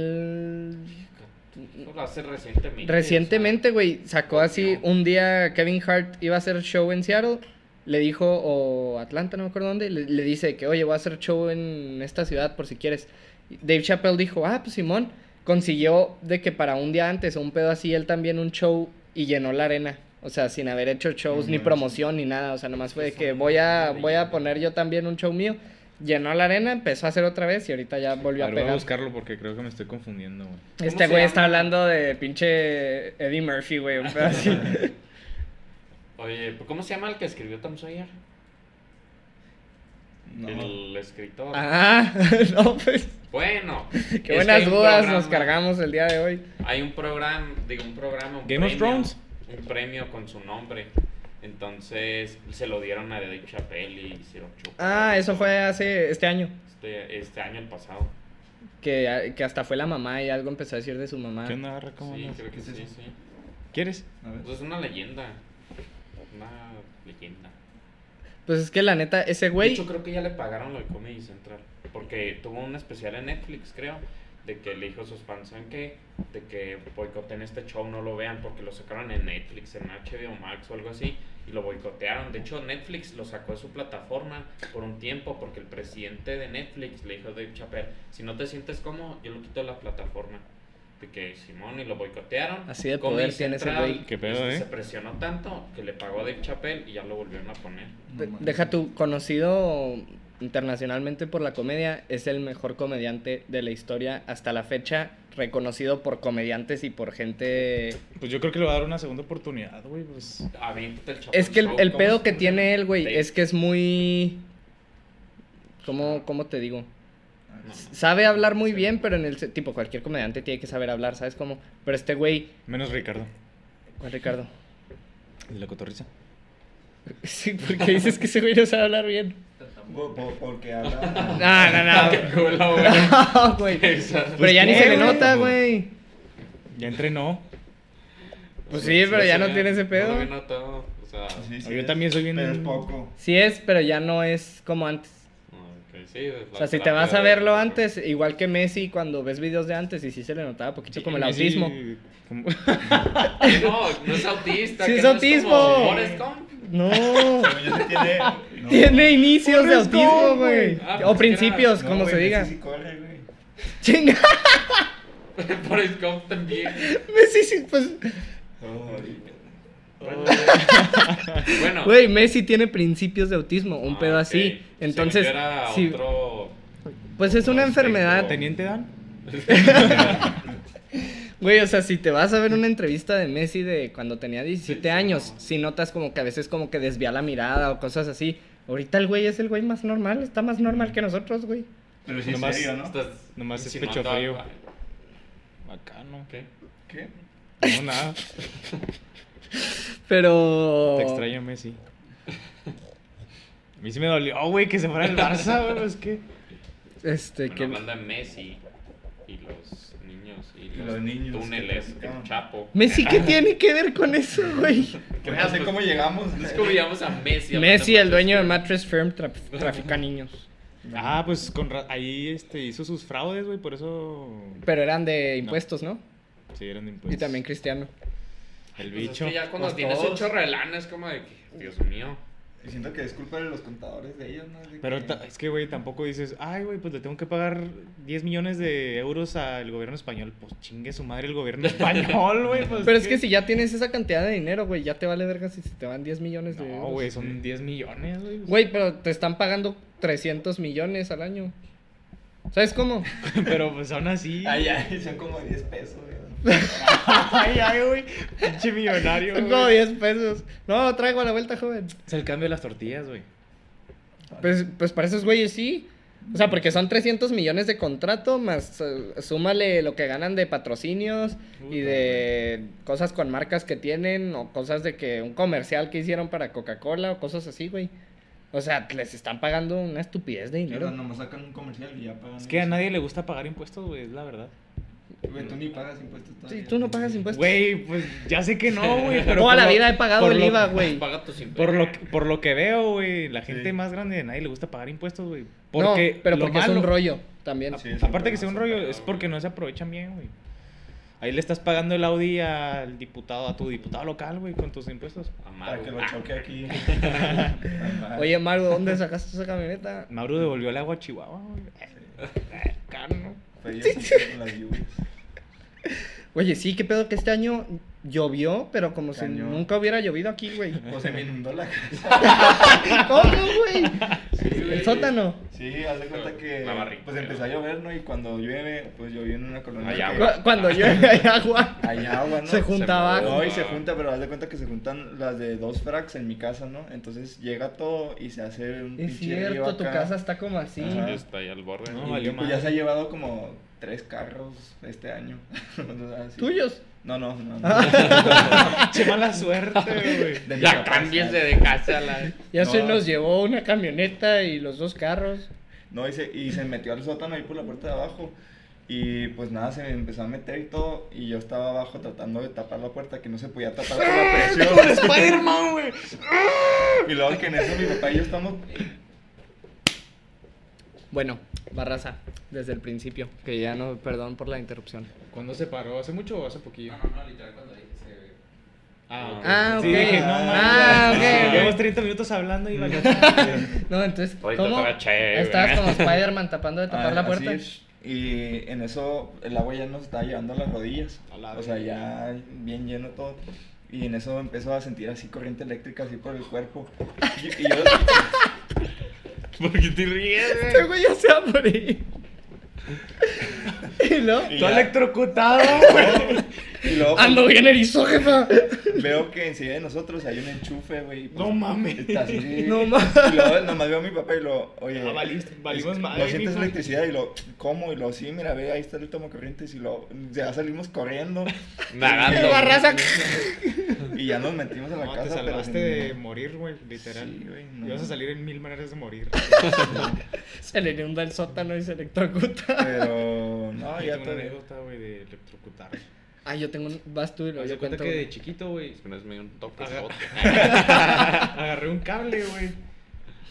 Speaker 2: Eso lo hace recientemente.
Speaker 1: Recientemente, güey, sacó así un día Kevin Hart iba a hacer show en Seattle. Le dijo, o Atlanta, no me acuerdo dónde, le, le dice que, oye, voy a hacer show en esta ciudad por si quieres. Y Dave Chappelle dijo, ah, pues Simón, consiguió de que para un día antes o un pedo así, él también un show y llenó la arena. O sea, sin haber hecho shows
Speaker 5: No
Speaker 1: ni
Speaker 5: manches.
Speaker 1: promoción ni nada. O sea, nomás fue de que voy a, voy a poner yo también un show mío. Llenó la arena, empezó a hacer otra vez y ahorita ya volvió
Speaker 4: A
Speaker 1: a
Speaker 4: ver, voy a
Speaker 1: pegar.
Speaker 4: buscarlo porque creo que me estoy confundiendo, güey.
Speaker 1: Este
Speaker 2: se
Speaker 1: güey
Speaker 2: llama?
Speaker 1: está hablando de pinche Eddie Murphy, güey, un pedo así.
Speaker 2: (laughs)
Speaker 1: (laughs)
Speaker 2: Oye, ¿cómo se llama el que escribió Tom Sawyer?
Speaker 5: No.
Speaker 2: El escritor.
Speaker 1: Ah, (laughs) no, pues.
Speaker 2: Bueno. es que
Speaker 1: (laughs) Qué buenas
Speaker 2: hay un
Speaker 1: dudas
Speaker 2: programa-
Speaker 1: nos cargamos el día de hoy.
Speaker 2: Hay un programa, digo, un programa, un
Speaker 4: Game of
Speaker 2: premio,
Speaker 4: Thrones.
Speaker 2: Un premio con su nombre. Entonces, se lo dieron a Dave Chappelle y se lo chupó.
Speaker 1: Ah, eso fue hace este año.
Speaker 2: Este, este año, el pasado.
Speaker 1: Que, que hasta fue la mamá y algo empezó a decir de su mamá.
Speaker 4: ¿Qué onda, Garra? ¿Cómo
Speaker 2: sí,
Speaker 4: andas?
Speaker 2: creo que
Speaker 5: ¿Qué es
Speaker 2: sí,
Speaker 5: eso?
Speaker 2: sí.
Speaker 4: ¿Quieres?
Speaker 5: A ver.
Speaker 2: Pues es una leyenda. Una leyenda.
Speaker 1: Pues es que la neta, ese
Speaker 2: De
Speaker 1: güey.
Speaker 2: hecho, creo que ya le pagaron lo de Comedy Central. Porque tuvo un especial en Netflix, creo. De que le dijo a sus fans, ¿saben qué? De que boicoteen este show, no lo vean. Porque lo sacaron en Netflix, en HBO Max o algo así. Y lo boicotearon. De hecho, Netflix lo sacó de su plataforma por un tiempo. Porque el presidente de Netflix le dijo a Dave Chappelle, si no te sientes cómodo, yo lo quito de la plataforma. De que Simón y lo boicotearon.
Speaker 1: Así de
Speaker 2: Comedy
Speaker 1: poder tiene ese
Speaker 2: Central,
Speaker 1: güey.
Speaker 4: Qué pedo,
Speaker 2: este,
Speaker 4: ¿eh?
Speaker 2: Se presionó tanto que le pagó a Dave Chappelle y ya lo volvieron a poner.
Speaker 5: No
Speaker 1: de-
Speaker 5: manches.
Speaker 1: deja tu conocido internacionalmente por la comedia, es el mejor comediante de la historia hasta la fecha, reconocido por comediantes y por gente
Speaker 4: Pues yo creo que le va a dar una segunda oportunidad, güey. Pues.
Speaker 2: Aviéntate el Chappelle
Speaker 1: Es que el,
Speaker 2: Show,
Speaker 1: el
Speaker 2: ¿cómo
Speaker 1: pedo
Speaker 2: se
Speaker 1: que
Speaker 2: llama?
Speaker 1: tiene él, güey,
Speaker 2: Dave.
Speaker 1: es que es muy... ¿Cómo, cómo te digo?
Speaker 2: No, no.
Speaker 1: Sabe hablar muy bien, pero en el... se- Tipo, cualquier comediante tiene que saber hablar, ¿sabes cómo? Pero este güey...
Speaker 4: Menos Ricardo.
Speaker 1: ¿Cuál, Ricardo? (laughs)
Speaker 4: El de la cotorriza.
Speaker 1: Sí, porque dices que ese güey no sabe hablar bien.
Speaker 5: Bo- bo- porque habla.
Speaker 1: No, no, no. (laughs)
Speaker 2: Qué culo, güey.
Speaker 1: No,
Speaker 2: (laughs)
Speaker 1: güey. (laughs) Pero ya ni
Speaker 4: ¿Qué,
Speaker 1: se le
Speaker 2: Pues,
Speaker 4: güey?
Speaker 1: nota, güey.
Speaker 4: Ya entrenó.
Speaker 1: Pues sí, pero ya no
Speaker 2: sé,
Speaker 1: tiene ese
Speaker 2: No
Speaker 1: pedo.
Speaker 2: lo había notado, o sea,
Speaker 5: Sí, sí
Speaker 4: Yo
Speaker 5: es,
Speaker 4: también soy bien-
Speaker 5: Pero es
Speaker 1: (laughs)
Speaker 5: poco.
Speaker 1: Sí es, pero ya no es como antes.
Speaker 2: ok, sí, es la
Speaker 1: O sea, si te
Speaker 2: terapia
Speaker 1: vas a
Speaker 2: de-
Speaker 1: verlo
Speaker 2: (laughs)
Speaker 1: antes, igual que Messi, cuando ves videos de antes, y sí se le notaba poquito como el
Speaker 4: Sí,
Speaker 1: autismo.
Speaker 2: (laughs)
Speaker 1: (laughs)
Speaker 4: como-
Speaker 2: No, no es autista.
Speaker 1: Sí
Speaker 2: que
Speaker 1: es
Speaker 2: no
Speaker 1: autismo.
Speaker 2: como Forrest Gump. (laughs)
Speaker 1: No.
Speaker 5: Pero yo sí tiene. no.
Speaker 1: Tiene inicios de autismo, güey. o
Speaker 2: Ah, pues que era-
Speaker 1: principios,
Speaker 5: No,
Speaker 1: como
Speaker 5: güey,
Speaker 1: se
Speaker 5: Messi
Speaker 1: diga.
Speaker 5: sí corre, güey.
Speaker 1: Chinga, (laughs)
Speaker 2: Forrest Gump también.
Speaker 1: Messi sí,
Speaker 2: (laughs)
Speaker 1: pues.
Speaker 2: Bueno,
Speaker 1: Güey, Messi tiene principios de autismo, un
Speaker 2: ah,
Speaker 1: pedo
Speaker 2: ok.
Speaker 1: así.
Speaker 2: Se
Speaker 1: Entonces,
Speaker 2: metió era
Speaker 1: sí,
Speaker 2: otro- (laughs)
Speaker 1: pues es una
Speaker 2: otro aspecto.
Speaker 1: enfermedad.
Speaker 4: ¿Ah, ¿Teniente Dan?
Speaker 1: Güey, o sea, si te vas a ver una entrevista de Messi de cuando tenía 17
Speaker 2: Sí, sí,
Speaker 1: años,
Speaker 2: no.
Speaker 1: si notas como que a veces como que desvía la mirada o cosas así. Ahorita el güey es el güey más normal, está más normal que nosotros, güey.
Speaker 5: Pero sí es
Speaker 4: Nomás-
Speaker 5: serio, ¿no?
Speaker 2: Estás
Speaker 4: Nomás es
Speaker 2: insinuando
Speaker 4: pecho frío.
Speaker 2: algo.
Speaker 4: Acá no.
Speaker 2: ¿Qué?
Speaker 5: ¿Qué?
Speaker 4: No, nada.
Speaker 1: Pero.
Speaker 4: Te extraño, Messi. A mí sí me dolió, oh, güey, que se fuera el Barça, güey. pues, Es que.
Speaker 1: Este,
Speaker 2: Bueno,
Speaker 1: que.
Speaker 2: hablando de Messi y los niños y los,
Speaker 5: los niños que
Speaker 2: túneles, el
Speaker 5: traficaban.
Speaker 2: Chapo.
Speaker 1: Messi, ¿qué tiene que ver con eso, güey?
Speaker 5: Que no sé cómo llegamos. (laughs)
Speaker 2: Descubríamos a Messi.
Speaker 1: Messi, el dueño de
Speaker 2: Manchester.
Speaker 1: Mattress Firm, tra- trafica niños.
Speaker 4: Ah, pues con ra- ahí este, hizo sus fraudes, güey, por eso.
Speaker 1: Pero eran de impuestos, ¿no?
Speaker 4: Siguieron de impuestos.
Speaker 1: Y también cristiano.
Speaker 4: El
Speaker 2: Pues
Speaker 4: bicho.
Speaker 2: Es que ya cuando
Speaker 1: Pues
Speaker 2: tienes
Speaker 1: todos.
Speaker 2: un chorro de lana es como de que, Dios mío.
Speaker 5: Y siento que es culpa de los contadores de ellos, ¿no? De
Speaker 4: Pero
Speaker 5: que-
Speaker 4: ta- es que, güey, tampoco dices, ay, güey, pues le tengo que pagar 10 millones de euros al gobierno español. Pues chingue su madre el gobierno (laughs) español, güey. pues,
Speaker 1: Pero es
Speaker 4: ¿qué?
Speaker 1: que si ya tienes esa cantidad de dinero, güey, ya te vale verga si se te van 10 millones de
Speaker 4: No,
Speaker 1: euros.
Speaker 4: güey, son 10 millones, güey. pues.
Speaker 1: Güey, pero te están pagando 300 millones al año. ¿Sabes cómo?
Speaker 4: (laughs) Pero pues aún así.
Speaker 5: Ay, ay, Ah, (laughs) son como 10 pesos, güey.
Speaker 4: ay, ay, güey. Pinche millonario,
Speaker 1: Son (laughs)
Speaker 4: güey.
Speaker 1: como 10 pesos. No, traigo a la vuelta, joven.
Speaker 4: Es el cambio de las tortillas, güey.
Speaker 1: Pues, pues para esos güeyes sí. O sea, porque son 300 millones de contrato, más eh, súmale lo que ganan de patrocinios y
Speaker 4: Puta,
Speaker 1: de cosas con marcas que tienen o cosas de que un comercial que hicieron para Coca-Cola o cosas así, güey. O sea, les están pagando una estupidez de
Speaker 5: Pero
Speaker 1: dinero.
Speaker 5: nomás sacan un comercial y ya pagan.
Speaker 4: Es que a
Speaker 5: eso.
Speaker 4: nadie le gusta pagar impuestos, güey, es la verdad.
Speaker 5: Güey, tú ni pagas impuestos todavía.
Speaker 1: Sí, tú no pagas impuestos.
Speaker 4: Güey, pues ya sé que
Speaker 1: (laughs)
Speaker 4: no, güey. pero
Speaker 1: Toda
Speaker 4: por
Speaker 1: la
Speaker 4: lo-
Speaker 1: vida he pagado
Speaker 4: por
Speaker 1: el
Speaker 4: lo- Ah,
Speaker 1: IVA, güey.
Speaker 2: Paga tus impuestos.
Speaker 4: Por lo, que- por lo que veo, güey, la gente
Speaker 5: Sí.
Speaker 4: más grande de nadie le gusta pagar impuestos, güey.
Speaker 1: No,
Speaker 4: Porque
Speaker 1: pero
Speaker 4: lo
Speaker 1: porque es un
Speaker 4: malo- Ah,
Speaker 1: rollo también.
Speaker 5: Sí, es un
Speaker 4: Aparte que
Speaker 5: problema,
Speaker 4: sea un
Speaker 5: es
Speaker 4: rollo,
Speaker 2: pedo,
Speaker 4: es
Speaker 2: güey.
Speaker 4: porque no se aprovechan bien, güey. Ahí le estás pagando el Audi al diputado, a tu diputado local, güey, con tus impuestos.
Speaker 5: Para
Speaker 2: Amado. Ah.
Speaker 5: que lo choque
Speaker 1: (laughs)
Speaker 5: aquí.
Speaker 1: Oye, Maru, ¿dónde sacaste esa camioneta?
Speaker 4: Mauro devolvió el agua a Chihuahua, güey. (laughs) Carno.
Speaker 5: Pero ya se con las lluvias.
Speaker 1: Oye, sí, qué pedo que este año llovió, pero como
Speaker 4: Este
Speaker 5: Cañón.
Speaker 1: si nunca
Speaker 4: (laughs)
Speaker 5: Pues
Speaker 1: hubiera llovido aquí, güey.
Speaker 5: O se me inundó la casa.
Speaker 1: ¿Cómo, güey?
Speaker 5: güey.
Speaker 1: sótano.
Speaker 5: Sí, haz de cuenta que
Speaker 2: La barriga.
Speaker 5: pues empezó a llover, ¿no? Y cuando llueve, pues yo vivo en una colonia.
Speaker 2: Hay
Speaker 5: que-
Speaker 2: agua.
Speaker 1: Cu- Cuando llueve hay agua.
Speaker 5: Hay agua, ¿no?
Speaker 1: Se junta abajo.
Speaker 5: No, y se junta, pero haz de cuenta que se juntan las de dos fracs en mi casa, ¿no? Entonces llega todo y se hace un
Speaker 1: Es
Speaker 5: pinche río
Speaker 1: cierto, tu
Speaker 5: acá.
Speaker 1: casa está como así.
Speaker 5: Ajá.
Speaker 2: Ah. Está ahí al borde.
Speaker 4: No,
Speaker 5: Y,
Speaker 4: valió
Speaker 5: pues, ya
Speaker 4: madre.
Speaker 5: se ha llevado como tres carros este año. (laughs) O sea, sí.
Speaker 1: ¿Tuyos?
Speaker 5: No, no, no. no.
Speaker 4: Che mala suerte, güey.
Speaker 5: De
Speaker 2: (laughs)
Speaker 5: mis
Speaker 2: Ya
Speaker 5: papás.
Speaker 2: cámbiense de casa. La...
Speaker 1: Ya se
Speaker 5: No.
Speaker 1: nos llevó una camioneta y los dos carros.
Speaker 5: No, y se, y se metió al sótano ahí por la puerta de abajo. Y pues nada, se me empezó a meter y todo. Y yo estaba abajo tratando de tapar la puerta que no se podía tapar por la presión.
Speaker 2: Spider-Man, güey.
Speaker 5: (laughs) y luego que en eso mi papá y yo estamos.
Speaker 1: Bueno, Barraza, desde el principio, que ya no, perdón por la interrupción.
Speaker 4: ¿Cuándo se paró? ¿Hace mucho o hace poquillo?
Speaker 6: No, no, no, literal cuando dije se...
Speaker 1: Ah, ok.
Speaker 4: Sí, dije, no,
Speaker 1: ah,
Speaker 4: mames.
Speaker 1: ok, ok.
Speaker 4: Llevamos 30 minutos hablando y
Speaker 5: Mm.
Speaker 4: valió
Speaker 5: (laughs)
Speaker 4: madre.
Speaker 1: No, entonces,
Speaker 2: Ahorita
Speaker 1: ¿cómo?
Speaker 2: estaba chévere,
Speaker 1: Estabas
Speaker 2: güey.
Speaker 1: como Spider-Man tapando de tapar
Speaker 5: ah,
Speaker 1: la puerta.
Speaker 5: así, y en eso el agua ya nos estaba llegando a las rodillas.
Speaker 4: A la
Speaker 5: o sea,
Speaker 4: verga.
Speaker 5: ya bien lleno todo. Y en eso empezó a sentir así corriente eléctrica, así por el cuerpo. Y,
Speaker 1: (laughs)
Speaker 5: y yo.
Speaker 2: (laughs) ¿Por qué te ríes, güey?
Speaker 1: Este güey ya se va a morir. (laughs) y luego,
Speaker 5: y
Speaker 4: Todo
Speaker 5: ya- (laughs)
Speaker 4: electrocutado, güey.
Speaker 5: y luego, pues,
Speaker 1: ando bien erizo, jefa.
Speaker 5: Veo que enseguida de nosotros hay un enchufe, güey. y pues,
Speaker 4: No mames.
Speaker 5: está así.
Speaker 1: No mames.
Speaker 5: Y luego nomás veo a mi papá y lo, oye.
Speaker 4: Ah, valiste- valimos
Speaker 5: es-
Speaker 4: madre,
Speaker 5: ¿No sientes
Speaker 4: mijo.
Speaker 5: electricidad? Y lo, ¿cómo? Y lo, sí, mira, ve, ahí está el tomo corrientes. Y lo, ya salimos corriendo.
Speaker 1: El
Speaker 2: Nadando.
Speaker 1: Este Barraza. (laughs)
Speaker 5: Y ya nos metimos a la
Speaker 4: No,
Speaker 5: casa.
Speaker 4: te salvaste
Speaker 5: pero sin-
Speaker 4: de morir, güey, literal.
Speaker 5: Sí, güey, no.
Speaker 4: Y vas a salir en mil maneras de morir.
Speaker 1: se le inunda el sótano y se electrocuta.
Speaker 4: (laughs)
Speaker 5: Pero, (laughs) no,
Speaker 4: Yo
Speaker 5: ya
Speaker 4: tengo una
Speaker 5: todo.
Speaker 4: anécdota, güey, de electrocutar.
Speaker 1: Ah, yo tengo un. Vas tú y luego
Speaker 4: Me
Speaker 1: yo
Speaker 4: cuenta
Speaker 1: cuento.
Speaker 4: que de
Speaker 1: una.
Speaker 4: chiquito, güey,
Speaker 2: Una vez me dio un
Speaker 1: (laughs)
Speaker 2: toque.
Speaker 4: Ajá.
Speaker 2: sote.
Speaker 4: agarré un cable, güey.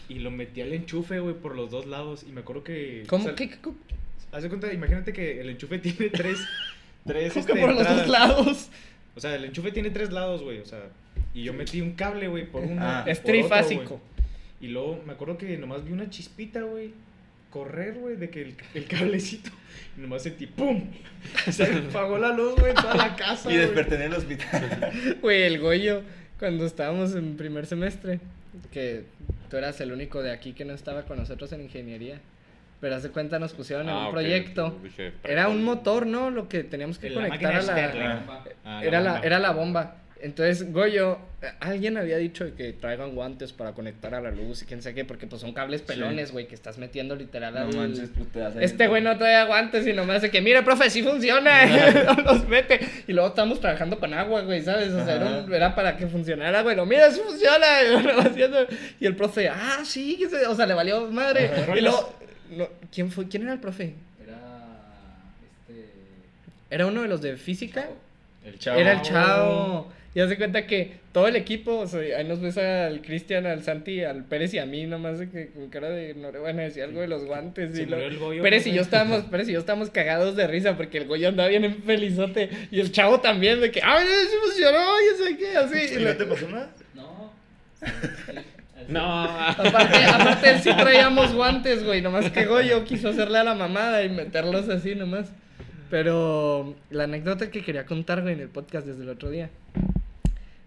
Speaker 4: Y lo metí al enchufe, güey, por los dos lados. Y me acuerdo que.
Speaker 1: ¿Cómo?
Speaker 4: o sea,
Speaker 1: ¿Qué? qué- cómo-
Speaker 4: Haz de cuenta, imagínate que el enchufe (laughs) tiene tres. tres
Speaker 1: ¿Cómo que
Speaker 4: este,
Speaker 1: por los
Speaker 4: entradas.
Speaker 1: dos lados? (laughs)
Speaker 4: O sea, el enchufe tiene tres lados, güey. O sea, y yo metí un cable, güey, por uno.
Speaker 5: Ah.
Speaker 4: y
Speaker 1: Es
Speaker 4: por otro,
Speaker 1: trifásico.
Speaker 4: güey. Y luego me acuerdo que nomás vi una chispita, güey. Correr, güey, de que el, el cablecito. Y nomás sentí ¡pum! (laughs) Se apagó la luz, güey, en toda la casa.
Speaker 5: Y
Speaker 4: güey.
Speaker 5: desperté en el hospital.
Speaker 1: Güey, el Goyo, cuando estábamos en primer semestre, que tú eras el único de aquí que no estaba con nosotros en ingeniería. Pero hace cuenta nos pusieron en
Speaker 2: Ah,
Speaker 1: un
Speaker 2: ok.
Speaker 1: proyecto.
Speaker 2: Dije,
Speaker 1: Era un
Speaker 2: "Perdón".
Speaker 1: motor, ¿no? Lo que teníamos que
Speaker 4: La
Speaker 1: conectar
Speaker 4: máquina
Speaker 1: a
Speaker 4: de Stirling.
Speaker 1: la.
Speaker 5: Ah,
Speaker 4: Ah,
Speaker 1: Era la,
Speaker 4: bomba.
Speaker 1: era la bomba. Entonces, Goyo, eh, alguien había dicho de que traigan guantes para conectar a la luz y quién sabe qué, porque pues son cables pelones, güey, que estás metiendo literal
Speaker 5: No
Speaker 1: al-
Speaker 5: manches, pues te das ahí-
Speaker 1: Este güey no trae guantes y nomás de que, mira, profe, sí funciona, (laughs) no los mete. Y luego estamos trabajando con agua, güey, ¿sabes? O sea, era, un-
Speaker 5: Ajá.
Speaker 1: era para que funcionara, güey, lo mira, sí funciona. (laughs) Y, yo nomás haciendo- y el profe, ah, sí, que se- o sea, le valió madre.
Speaker 4: Ajá.
Speaker 1: Y luego, no, ¿quién fue? ¿Quién era el profe?
Speaker 6: Era... Este...
Speaker 1: ¿Era uno de los de física?
Speaker 4: El
Speaker 1: Era el chao. Y hace cuenta que todo el equipo, o sea, ahí nos ves al Cristian, al Santi, al Pérez y a mí, nomás de que con cara de no le van a decir algo de los guantes.
Speaker 4: Se
Speaker 1: y lo-
Speaker 4: murió el Goyo,
Speaker 1: Pérez
Speaker 4: ¿no,
Speaker 1: y
Speaker 4: güey?
Speaker 1: yo estábamos, Pérez y yo estábamos cagados de risa porque el Goyo andaba bien felizote. Y el chavo también, de que, ay, sí funcionó, yo sé qué, así.
Speaker 5: ¿Y no te pasó nada?
Speaker 6: No.
Speaker 2: No.
Speaker 1: (laughs) Aparte, aparte él sí traíamos guantes, güey. Nomás que Goyo quiso hacerle a la mamada y meterlos así nomás. Pero la anécdota que quería contar, güey, en el podcast desde el otro día.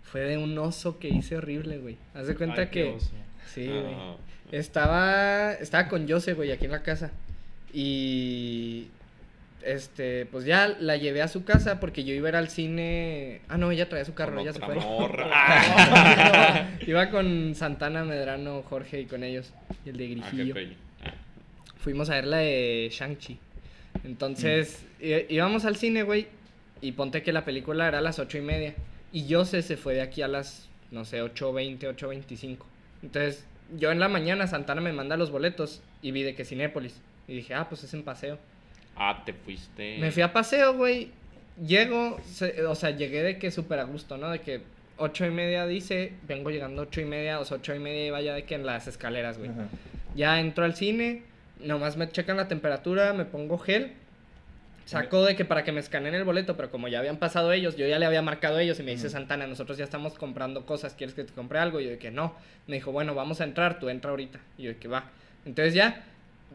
Speaker 1: Fue de un oso que hice horrible, güey. Haz de cuenta
Speaker 4: Ay,
Speaker 1: que.
Speaker 4: Dios.
Speaker 1: Sí, güey.
Speaker 2: Ah,
Speaker 1: Estaba, estaba con Jose, güey, aquí en la casa. Y. Este, pues ya la llevé a su casa porque yo iba a ir al cine. Ah, no, ella traía su carro,
Speaker 2: con
Speaker 1: ella se
Speaker 2: otra
Speaker 1: fue. (laughs) Ah,
Speaker 2: morra. Ah,
Speaker 1: No, iba con Santana, Medrano, Jorge y con ellos. Y el de
Speaker 2: Ah, qué
Speaker 1: Grijillo.
Speaker 2: bello. Ah.
Speaker 1: Fuimos a ver la de Shang-Chi. Entonces, i- íbamos al cine, güey. Y ponte que la película era a las ocho y media. Y yo sé, se fue de aquí a las, no sé, 8.20, 8.25. Entonces, yo en la mañana Santana me manda los boletos y vi de que Cinépolis. Y dije, ah, pues es en paseo.
Speaker 2: Ah, te fuiste.
Speaker 1: Me fui a paseo, güey. Llego, se- o sea, llegué de que súper a gusto, ¿no? De que ocho y media dice, vengo llegando ocho y media, o sea, ocho y media iba ya de que en las escaleras, güey.
Speaker 5: Ajá.
Speaker 1: Ya entro al cine, nomás me checan la temperatura, me pongo gel. Saco de que para que me escaneen el boleto, pero como ya habían pasado ellos, yo ya le había marcado a ellos y me dice
Speaker 5: Ujú.
Speaker 1: Santana, nosotros ya estamos comprando cosas, ¿quieres que te compre algo? Y yo de que no. Me dijo, bueno, vamos a entrar, tú entra ahorita. Y yo de que va. Entonces ya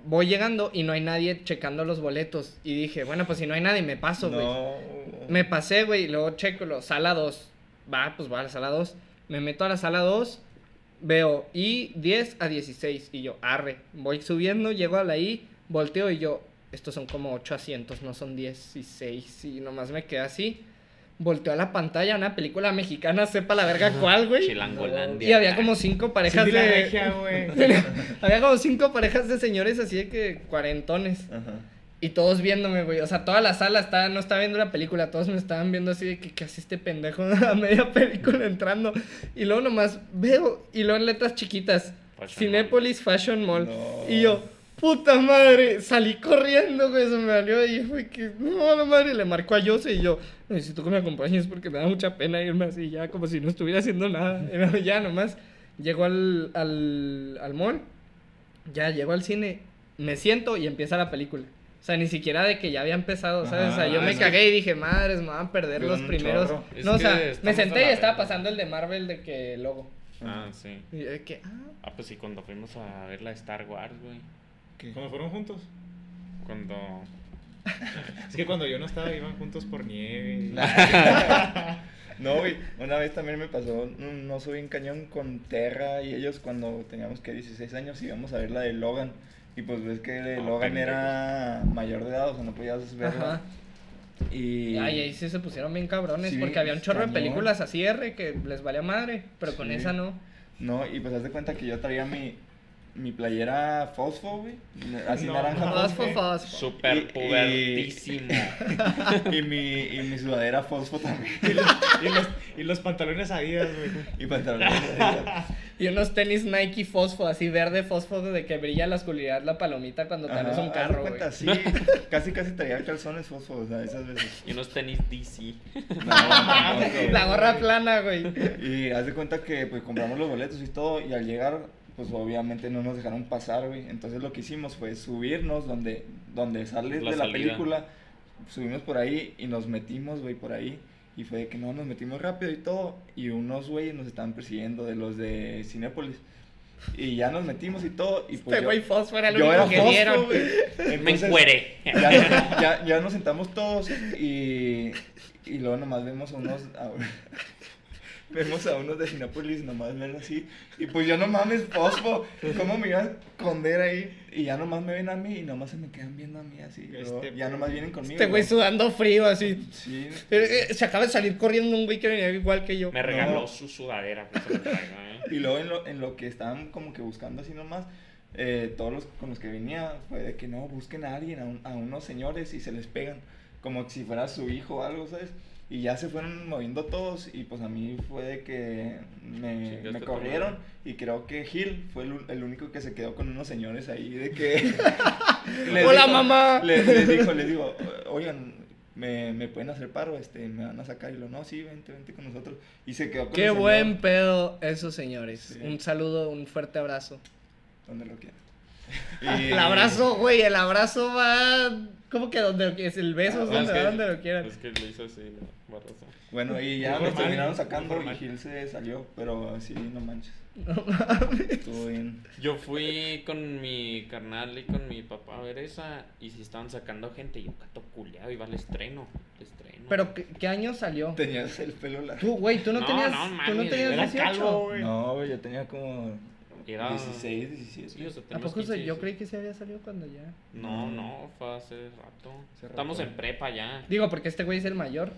Speaker 1: voy llegando y no hay nadie checando los boletos. Y dije, bueno, pues si no hay nadie, me paso, güey.
Speaker 5: No.
Speaker 1: Me pasé, güey, y luego checo, lo, sala 2. Va, pues va a la sala 2. Me meto a la sala 2 veo I 10 a 16 y yo, arre, voy subiendo, llego a la I, volteo y yo, estos son como 8 asientos, no son 16 y nomás me quedé así. Volteo a la pantalla, una película mexicana, sepa la verga cuál, güey.
Speaker 2: Chilangolandia.
Speaker 1: Y había como cinco parejas
Speaker 4: Cindy la
Speaker 1: de...
Speaker 4: regia, güey.
Speaker 1: (laughs) había como cinco parejas de señores así de que cuarentones.
Speaker 5: Ajá.
Speaker 1: Y todos viéndome, güey. O sea, toda la sala estaba, no estaba viendo la película. Todos me estaban viendo así de que, ¿qué hace este pendejo (laughs) a media película entrando? Y luego nomás veo, y luego en letras chiquitas,
Speaker 2: Fashion
Speaker 1: Cinépolis Fashion Mall.
Speaker 5: No.
Speaker 1: Y yo, puta madre, salí corriendo, güey. Se me valió. Y fue que, no, la madre, le marcó a Jose. Y yo, necesito que me acompañes porque me da mucha pena irme así, ya como si no estuviera haciendo nada. Era ya nomás. Llego al, al, al mall, ya llego al cine, me siento y empieza la película. O sea, ni siquiera de que ya había empezado, ¿sabes? o sea, yo
Speaker 5: Ajá,
Speaker 1: me
Speaker 5: sí.
Speaker 1: cagué y dije, madres, me van a perder
Speaker 5: Yo
Speaker 1: los
Speaker 5: un
Speaker 1: primeros.
Speaker 5: chorro.
Speaker 2: Es
Speaker 1: No, o
Speaker 2: que
Speaker 1: sea, me
Speaker 2: estamos a
Speaker 1: senté
Speaker 2: la
Speaker 1: y estaba
Speaker 2: verga.
Speaker 1: pasando el de Marvel de que logo.
Speaker 2: Ah, sí.
Speaker 1: Y yo de que, ah,
Speaker 2: Ah, pues sí, cuando fuimos a ver la Star Wars, güey.
Speaker 4: Cuando fueron juntos.
Speaker 2: Cuando.
Speaker 4: Es que cuando yo no estaba iban juntos por
Speaker 5: (laughs)
Speaker 4: nieve.
Speaker 5: No, güey, una vez también me pasó, no, no soy un cañón con Terra y ellos cuando teníamos que 16 años íbamos a ver la de Logan. Y pues ves que de
Speaker 2: Ah,
Speaker 5: Logan era mayor de edad, o sea, no podías verla.
Speaker 1: ajá.
Speaker 5: Y...
Speaker 1: Y ahí sí se pusieron bien cabrones
Speaker 5: Sí,
Speaker 1: porque había un chorro
Speaker 5: cañón.
Speaker 1: de películas así R que les valía madre, pero con
Speaker 5: Sí.
Speaker 1: esa no.
Speaker 5: No, y pues haz de cuenta que yo traía mi, mi playera fosfo, güey. Así
Speaker 4: No,
Speaker 5: naranja
Speaker 1: Fosfo,
Speaker 5: fosfo.
Speaker 1: fosfo.
Speaker 5: Y-
Speaker 2: Super
Speaker 5: y-
Speaker 2: pubertísimo.
Speaker 5: Y mi, y mi sudadera fosfo también.
Speaker 4: Y los, y los- y los pantalones adidas, güey.
Speaker 5: Y pantalones.
Speaker 1: (laughs)
Speaker 5: así.
Speaker 1: Y unos tenis Nike fosfo, así verde fosfo, de que brilla la oscuridad la palomita cuando tal vez
Speaker 5: Ajá,
Speaker 1: un
Speaker 5: haz de
Speaker 1: carro, güey.
Speaker 5: cuenta, sí,
Speaker 1: (laughs)
Speaker 5: casi casi traía calzones fosfo, o sea, esas veces.
Speaker 2: Y unos tenis DC.
Speaker 5: No, no, no, güey.
Speaker 1: La gorra plana, güey.
Speaker 5: Y haz de cuenta que pues compramos los boletos y todo y al llegar pues obviamente no nos dejaron pasar, güey. Entonces lo que hicimos fue subirnos donde donde sales
Speaker 2: La
Speaker 5: de la
Speaker 2: salida.
Speaker 5: película. Subimos por ahí y nos metimos, güey, por ahí. Y fue de que no, nos metimos rápido y todo. Y unos güeyes nos estaban persiguiendo de los de Cinépolis. Y ya nos metimos y todo. Y pues
Speaker 1: Este
Speaker 5: yo,
Speaker 1: güey fosfo era el
Speaker 5: yo era
Speaker 1: único que
Speaker 5: fosfo,
Speaker 1: vieron.
Speaker 5: güey.
Speaker 2: Me
Speaker 5: Entonces,
Speaker 2: encueré.
Speaker 5: ya, ya, ya nos sentamos todos y, y luego nomás vemos a unos. a- (laughs) vemos a unos de Sinápolis nomás ven así. Y pues yo no mames, fosfo. ¿Cómo me iba a esconder ahí? Y ya nomás me ven a mí y nomás se me quedan viendo a mí así. luego
Speaker 4: Este-
Speaker 5: ya nomás vienen conmigo.
Speaker 1: Este güey
Speaker 5: ¿no?
Speaker 1: sudando frío, así.
Speaker 5: Sí.
Speaker 1: Eh, eh, Se acaba de salir corriendo un güey que venía igual que yo.
Speaker 2: Me regaló
Speaker 5: No.
Speaker 2: su sudadera. pues, se la traigo, ¿eh?
Speaker 5: Y luego en lo, en lo que estaban como que buscando así nomás, eh, todos los con los que venía fue de que no, busquen a alguien, a, un- a unos señores y se les pegan, como si fuera su hijo o algo, ¿sabes? Y ya se fueron moviendo todos y pues a mí fue de que me,
Speaker 2: Chingaste
Speaker 5: me
Speaker 2: tu
Speaker 5: corrieron
Speaker 2: madre.
Speaker 5: y creo que Gil fue el, un- el único que se quedó con unos señores ahí de que...
Speaker 1: (laughs)
Speaker 5: les
Speaker 1: Hola, mamá.
Speaker 5: le- Les, digo, les
Speaker 1: (laughs)
Speaker 5: digo, "O- oigan... Me, me pueden hacer paro, este, me van a sacar y lo no, sí, vente, vente con nosotros. Y se quedó con
Speaker 1: Qué
Speaker 5: el señor
Speaker 1: buen pedo esos señores.
Speaker 5: Sí.
Speaker 1: Un saludo, un fuerte abrazo.
Speaker 5: donde lo (laughs) quieran.
Speaker 1: El abrazo, güey, el abrazo va... ¿Cómo que donde es el beso? es
Speaker 2: Ah, es
Speaker 1: donde,
Speaker 2: que-
Speaker 1: donde Pues, lo quieran.
Speaker 5: Pues
Speaker 2: Es que le hizo así, ¿no? Barroso.
Speaker 5: Bueno, y ya
Speaker 4: Muy
Speaker 5: nos
Speaker 4: formal,
Speaker 5: terminaron
Speaker 4: muy
Speaker 5: sacando y
Speaker 4: formal.
Speaker 5: Gil se salió, pero así no manches. Estuvo bien.
Speaker 2: Yo fui con mi carnal y con mi papá a ver esa. Y si estaban sacando gente, yo cato culeado. Iba al estreno. al estreno.
Speaker 1: Pero, ¿qué, qué año salió?
Speaker 5: Tenías el pelo largo.
Speaker 1: Tú, güey, tú no,
Speaker 2: No,
Speaker 1: tenías...
Speaker 2: no,
Speaker 1: tú no
Speaker 2: mames,
Speaker 1: tenías
Speaker 2: era
Speaker 1: 18.
Speaker 4: calvo, güey.
Speaker 5: No, güey, yo tenía como
Speaker 2: Era-
Speaker 5: 16,
Speaker 2: Sí,
Speaker 5: 17.
Speaker 2: o sea,
Speaker 1: ¿A
Speaker 2: tenemos
Speaker 1: poco se-
Speaker 2: 15,
Speaker 1: yo
Speaker 2: sí.
Speaker 1: creí que se había salido cuando ya?
Speaker 2: No, no, fue hace rato.
Speaker 5: Mm. Hace
Speaker 2: Estamos
Speaker 5: rato.
Speaker 2: en prepa ya.
Speaker 1: Digo, porque este güey es el mayor.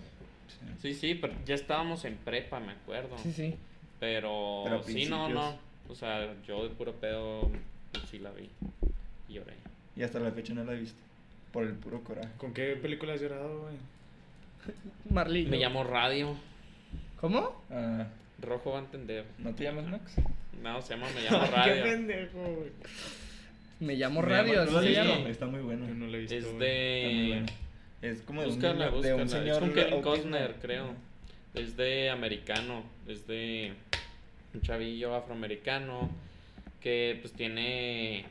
Speaker 2: Sí, sí, pero ya estábamos en prepa, me acuerdo.
Speaker 1: Sí, sí.
Speaker 2: Pero,
Speaker 5: Pero
Speaker 2: sí, no,
Speaker 5: principios.
Speaker 2: no. O sea, yo de puro pedo pues, sí la vi. Y lloré.
Speaker 5: Y hasta la fecha no la he visto. Por el puro coraje.
Speaker 4: ¿Con qué película has llorado,
Speaker 2: (laughs)
Speaker 4: güey?
Speaker 1: Marley.
Speaker 2: Me llamó Radio.
Speaker 1: ¿Cómo?
Speaker 5: Ah,
Speaker 2: Rojo va a entender.
Speaker 5: ¿No te llamas Max?
Speaker 2: No, se llama
Speaker 5: (laughs)
Speaker 2: Me llamo Radio.
Speaker 4: pendejo, güey.
Speaker 1: Me llamó
Speaker 5: Me
Speaker 1: radio.
Speaker 5: llama- ¿No la has
Speaker 1: así se
Speaker 2: sí.
Speaker 5: visto?
Speaker 1: llama.
Speaker 5: Está muy bueno.
Speaker 4: Yo no la he visto.
Speaker 2: es
Speaker 4: güey.
Speaker 5: Está muy
Speaker 2: de.
Speaker 5: bueno. Es como de un,
Speaker 2: Eh, Búscala,
Speaker 5: niño- de
Speaker 2: búscala.
Speaker 5: un
Speaker 2: es
Speaker 5: señor.
Speaker 2: con Kevin
Speaker 5: autista.
Speaker 2: Costner, creo. Es de americano. Es de un chavillo afroamericano que pues tiene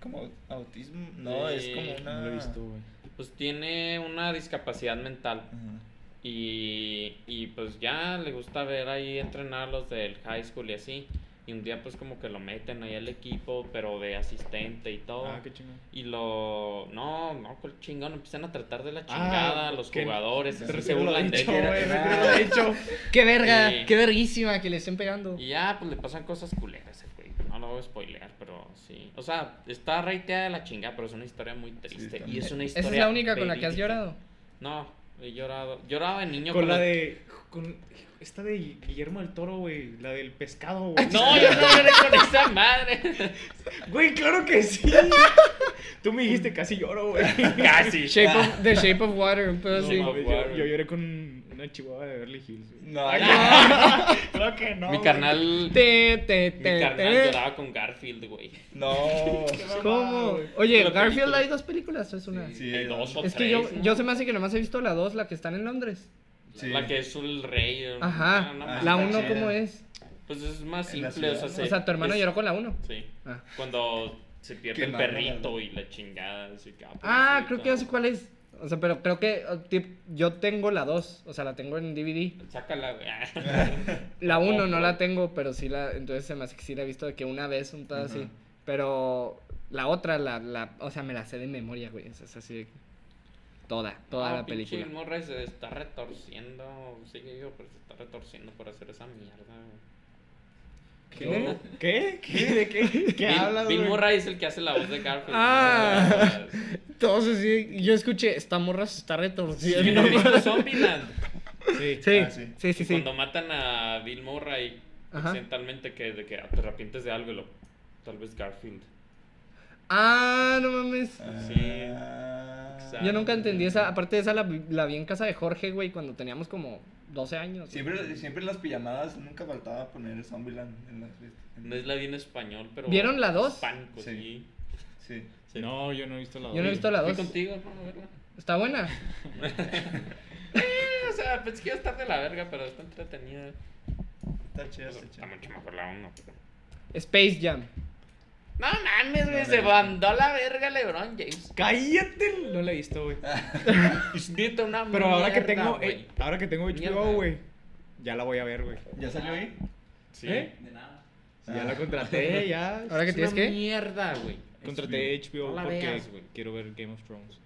Speaker 5: Como autismo. No, es como
Speaker 2: Sí,
Speaker 5: una.
Speaker 4: No la he visto, güey.
Speaker 2: pues tiene una discapacidad mental
Speaker 5: Ajá.
Speaker 2: y, y pues ya le gusta ver ahí entrenar a los del high school y así. Y un día pues como que lo meten ahí al equipo, pero de asistente y todo.
Speaker 4: Ah, qué chingón.
Speaker 2: Y lo. No, no, cuál chingón. Empiezan a tratar de la
Speaker 4: Ah,
Speaker 2: chingada a los
Speaker 4: que-
Speaker 2: jugadores.
Speaker 5: Retiro
Speaker 2: así se burlan de
Speaker 4: dicho,
Speaker 2: ellos.
Speaker 4: güey,
Speaker 5: Ah.
Speaker 4: retiro lo dicho.
Speaker 1: ¡Qué verga!
Speaker 2: Sí.
Speaker 1: ¡Qué verguísima que le estén pegando!
Speaker 2: Y ya, pues le pasan cosas culeras al güey. No lo voy a spoilear, pero sí. O sea, está reiteada de la chingada, pero es una historia muy triste.
Speaker 5: está
Speaker 2: y es una
Speaker 1: ¿Esa
Speaker 2: historia.
Speaker 1: es la única con la que has
Speaker 2: verídica.
Speaker 1: llorado?
Speaker 2: No, he llorado. Lloraba de niño
Speaker 4: Con la
Speaker 2: los-
Speaker 4: de. Con esta de Guillermo del Toro, güey. La del pescado, güey. (laughs)
Speaker 2: No, yo no lloré con esa madre.
Speaker 4: Güey, claro que sí. Tú me dijiste casi lloro, güey.
Speaker 2: (laughs) Casi.
Speaker 1: Shape of, the Shape of Water, un pedo
Speaker 2: No,
Speaker 1: así.
Speaker 2: mames.
Speaker 4: Yo, yo lloré con una chihuahua de Beverly Hills. güey.
Speaker 5: No,
Speaker 4: Claro que no.
Speaker 2: Mi
Speaker 4: güey.
Speaker 2: carnal.
Speaker 1: Te, te,
Speaker 2: Mi
Speaker 1: te,
Speaker 2: carnal
Speaker 1: te.
Speaker 2: lloraba con Garfield, güey.
Speaker 5: no.
Speaker 1: ¿Cómo? Oye,
Speaker 2: Pero
Speaker 1: Garfield
Speaker 2: película.
Speaker 1: hay dos películas, o es una.
Speaker 5: Sí,
Speaker 2: Hay dos o
Speaker 1: Es que
Speaker 2: tres,
Speaker 1: yo,
Speaker 2: ¿no?
Speaker 1: yo se me hace que nomás he visto la dos, la que están en Londres.
Speaker 5: Sí.
Speaker 2: La que es el rey. o-
Speaker 1: Ajá.
Speaker 2: Ah, no
Speaker 5: Ah,
Speaker 2: mames.
Speaker 1: La
Speaker 5: está
Speaker 1: uno,
Speaker 5: chida.
Speaker 1: ¿cómo es?
Speaker 2: Pues es más
Speaker 5: En la
Speaker 2: simple. O sea,
Speaker 5: ciudad,
Speaker 1: O sea, tu hermano
Speaker 2: es-
Speaker 1: lloró con la uno.
Speaker 2: Sí.
Speaker 1: Ah.
Speaker 2: Cuando se pierde
Speaker 5: Que
Speaker 2: el
Speaker 5: matan al-
Speaker 2: perrito y la chingada. Así que, pues,
Speaker 1: Ah,
Speaker 2: pobrecito.
Speaker 1: creo que ya sé cuál es. O sea, pero creo que oh, tip- yo tengo la 2, o sea, la tengo en DVD.
Speaker 2: Sácala, güey.
Speaker 1: La 1 no
Speaker 2: Ojo.
Speaker 1: la tengo, pero sí la, entonces se me hace que sí la he visto de que una vez, un pedo así. Pero la otra, la, la, o sea, me la sé de memoria, güey. Es, es así de que- Toda, toda
Speaker 2: No,
Speaker 1: la
Speaker 2: Ah, pinche
Speaker 1: película.
Speaker 2: morra se está retorciendo. Sigue yo, pero se está retorciendo por hacer esa mierda, güey.
Speaker 4: ¿Qué? ¿Qué? ¿Qué? ¿De qué? ¿Qué
Speaker 2: Bill-
Speaker 4: hablas,
Speaker 2: Bill
Speaker 4: güey?
Speaker 2: Murray es el que hace la voz de Garfield.
Speaker 1: Ah.
Speaker 2: No, no, no,
Speaker 1: Todos así, yo escuché, esta morra se está retorciendo.
Speaker 2: no, no. ¿Vieron
Speaker 1: (laughs)
Speaker 2: visto Zombieland?
Speaker 4: Sí.
Speaker 1: Sí,
Speaker 5: Ah, sí.
Speaker 1: sí, sí, sí.
Speaker 2: Y Cuando matan a Bill Murray
Speaker 1: Ajá.
Speaker 2: accidentalmente que de que te arrepientes de algo, y lo- tal vez Garfield.
Speaker 1: Ah, no mames.
Speaker 2: Sí.
Speaker 5: Ah.
Speaker 2: Exacto.
Speaker 1: Yo nunca entendí esa, aparte de esa la, vi- la vi en casa de Jorge, güey, cuando teníamos como 12 años.
Speaker 5: Siempre, siempre en las pijamadas nunca faltaba poner Zombieland en las fiestas.
Speaker 2: No es la vi en español, pero
Speaker 1: ¿Vieron la dos?
Speaker 2: hispánico,
Speaker 5: Sí.
Speaker 2: sí.
Speaker 5: Sí.
Speaker 2: Sí.
Speaker 4: No, yo no he visto la
Speaker 1: Yo no he visto la
Speaker 2: Fui
Speaker 1: 2.
Speaker 2: contigo, hermano, ¿verdad?
Speaker 1: Está buena.
Speaker 2: O sea, pensé que iba a estar de la verga, pero está entretenida.
Speaker 5: Está chida, está
Speaker 2: Está
Speaker 5: chida.
Speaker 2: mucho mejor la uno. pero-
Speaker 1: Space Jam.
Speaker 2: No mames, güey,
Speaker 5: No,
Speaker 2: se
Speaker 5: no.
Speaker 2: mandó a la verga LeBron James.
Speaker 4: ¡Cállate! No la he visto, güey.
Speaker 2: Dite una
Speaker 4: Pero ahora que
Speaker 2: mierda,
Speaker 4: tengo.
Speaker 2: güey.
Speaker 4: eh, ahora que tengo
Speaker 2: Mierda.
Speaker 4: HBO, güey. Ya la voy a ver, güey.
Speaker 5: ¿Ya salió ahí?
Speaker 2: Sí.
Speaker 4: ¿Eh?
Speaker 6: De nada.
Speaker 4: Si Ya la contraté, ya.
Speaker 1: Ahora que
Speaker 2: Es
Speaker 1: tienes
Speaker 2: una
Speaker 1: que.
Speaker 2: mierda, güey.
Speaker 4: Contraté HBO,
Speaker 2: No la
Speaker 4: porque
Speaker 2: veas, güey.
Speaker 4: quiero ver Game of Thrones.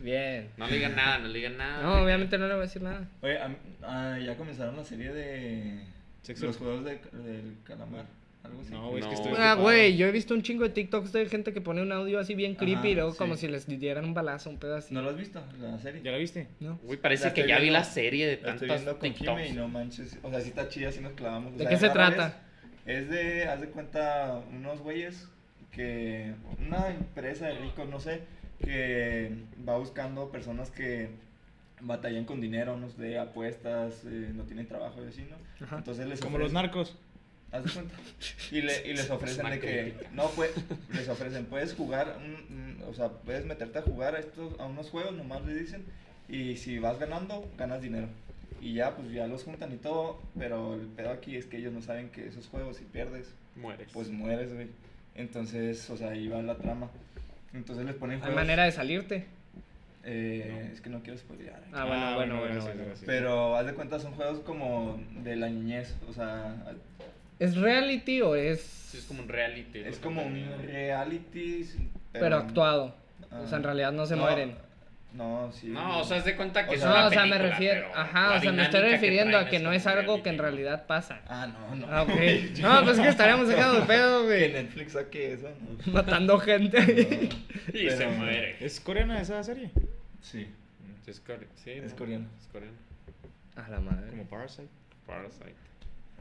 Speaker 1: Bien.
Speaker 2: No le digan nada, no le digan nada.
Speaker 1: No, obviamente no le voy a decir nada.
Speaker 5: Oye, a mí- ah, ya comenzaron la serie de.
Speaker 4: Sexo.
Speaker 5: Los juegos de- del calamar. Algo así.
Speaker 4: No, güey, es que
Speaker 2: No.
Speaker 4: estoy.
Speaker 1: Ah,
Speaker 4: ocupado.
Speaker 1: güey, yo he visto un chingo de TikToks de gente que pone un audio así bien creepy y
Speaker 5: Ajá,
Speaker 1: luego
Speaker 5: sí.
Speaker 1: como si les dieran un balazo, un pedo así.
Speaker 5: ¿No lo has visto? La serie.
Speaker 4: ¿Ya la viste?
Speaker 1: ¿No?
Speaker 2: Güey,
Speaker 5: La
Speaker 2: parece
Speaker 5: estoy
Speaker 2: que ya vi
Speaker 5: viendo-
Speaker 2: la serie de
Speaker 5: La estoy
Speaker 2: tantas
Speaker 5: viendo con
Speaker 2: TikToks.
Speaker 5: Jimmy y no manches. O sea, sí está chida, sí nos clavamos. O
Speaker 1: ¿De
Speaker 5: sea,
Speaker 1: qué se
Speaker 5: es rara
Speaker 1: trata?
Speaker 5: vez. Es de, haz de cuenta, unos güeyes que. Una empresa de ricos, no sé, que va buscando personas que batallan con dinero, no sé, apuestas, eh, no tienen trabajo y así, ¿no?
Speaker 1: Ajá.
Speaker 5: Entonces les
Speaker 4: Como los
Speaker 5: ofrecen-
Speaker 4: narcos.
Speaker 5: Haz de cuenta. Y, le- y les ofrecen
Speaker 2: Una
Speaker 5: de que.
Speaker 2: crítica.
Speaker 5: No, pues. Les ofrecen, puedes jugar. un- un- o sea, puedes meterte a jugar a, estos, a unos juegos, nomás le dicen. Y si vas ganando, ganas dinero. Y ya, pues ya los juntan y todo. Pero el pedo aquí es que ellos no saben que esos juegos, si pierdes,
Speaker 2: Mueres.
Speaker 5: pues mueres, güey. Entonces, o sea, ahí va la trama. Entonces les ponen
Speaker 1: Hay
Speaker 5: juegos.
Speaker 1: manera de salirte.
Speaker 5: eh, Es que no quiero spoilear. eh.
Speaker 1: Ah, bueno, bueno, bueno,
Speaker 4: gracias,
Speaker 1: bueno.
Speaker 4: gracias.
Speaker 5: Pero haz de cuenta, son juegos como de la niñez. O sea,
Speaker 1: ¿Es reality o es.?
Speaker 2: Sí, es como un reality.
Speaker 5: es
Speaker 2: lo
Speaker 5: como
Speaker 2: que
Speaker 5: un
Speaker 2: tenía.
Speaker 5: reality.
Speaker 1: Pero, actuado.
Speaker 5: Ah.
Speaker 1: O sea, en realidad no se
Speaker 5: No,
Speaker 1: mueren.
Speaker 5: No, sí.
Speaker 2: No, o sea, haz de cuenta que
Speaker 5: O
Speaker 2: es
Speaker 5: sea,
Speaker 1: No,
Speaker 2: una
Speaker 1: o sea, me
Speaker 2: película,
Speaker 1: refiero.
Speaker 2: pero
Speaker 1: Ajá,
Speaker 2: la
Speaker 1: o sea, me estoy
Speaker 2: dinámica
Speaker 1: refiriendo
Speaker 2: traen
Speaker 1: a que no
Speaker 2: como
Speaker 1: es algo que
Speaker 2: reality,
Speaker 1: en
Speaker 2: ¿no?
Speaker 1: realidad
Speaker 2: (laughs)
Speaker 1: pasa.
Speaker 5: Ah, no, no.
Speaker 1: Ah, ok.
Speaker 5: (laughs)
Speaker 1: No, pues es que estaríamos sacados de pedo,
Speaker 2: (laughs)
Speaker 5: Que
Speaker 1: güey.
Speaker 5: Netflix saque eso, no. No,
Speaker 1: Matando gente.
Speaker 2: Y se
Speaker 5: pero-
Speaker 2: muere.
Speaker 4: ¿Es coreana esa serie?
Speaker 5: Sí.
Speaker 2: Sí, Es, core- sí,
Speaker 5: Es
Speaker 2: no,
Speaker 5: coreano.
Speaker 2: Es coreano.
Speaker 1: A la madre.
Speaker 4: Como Parasite.
Speaker 2: Parasite.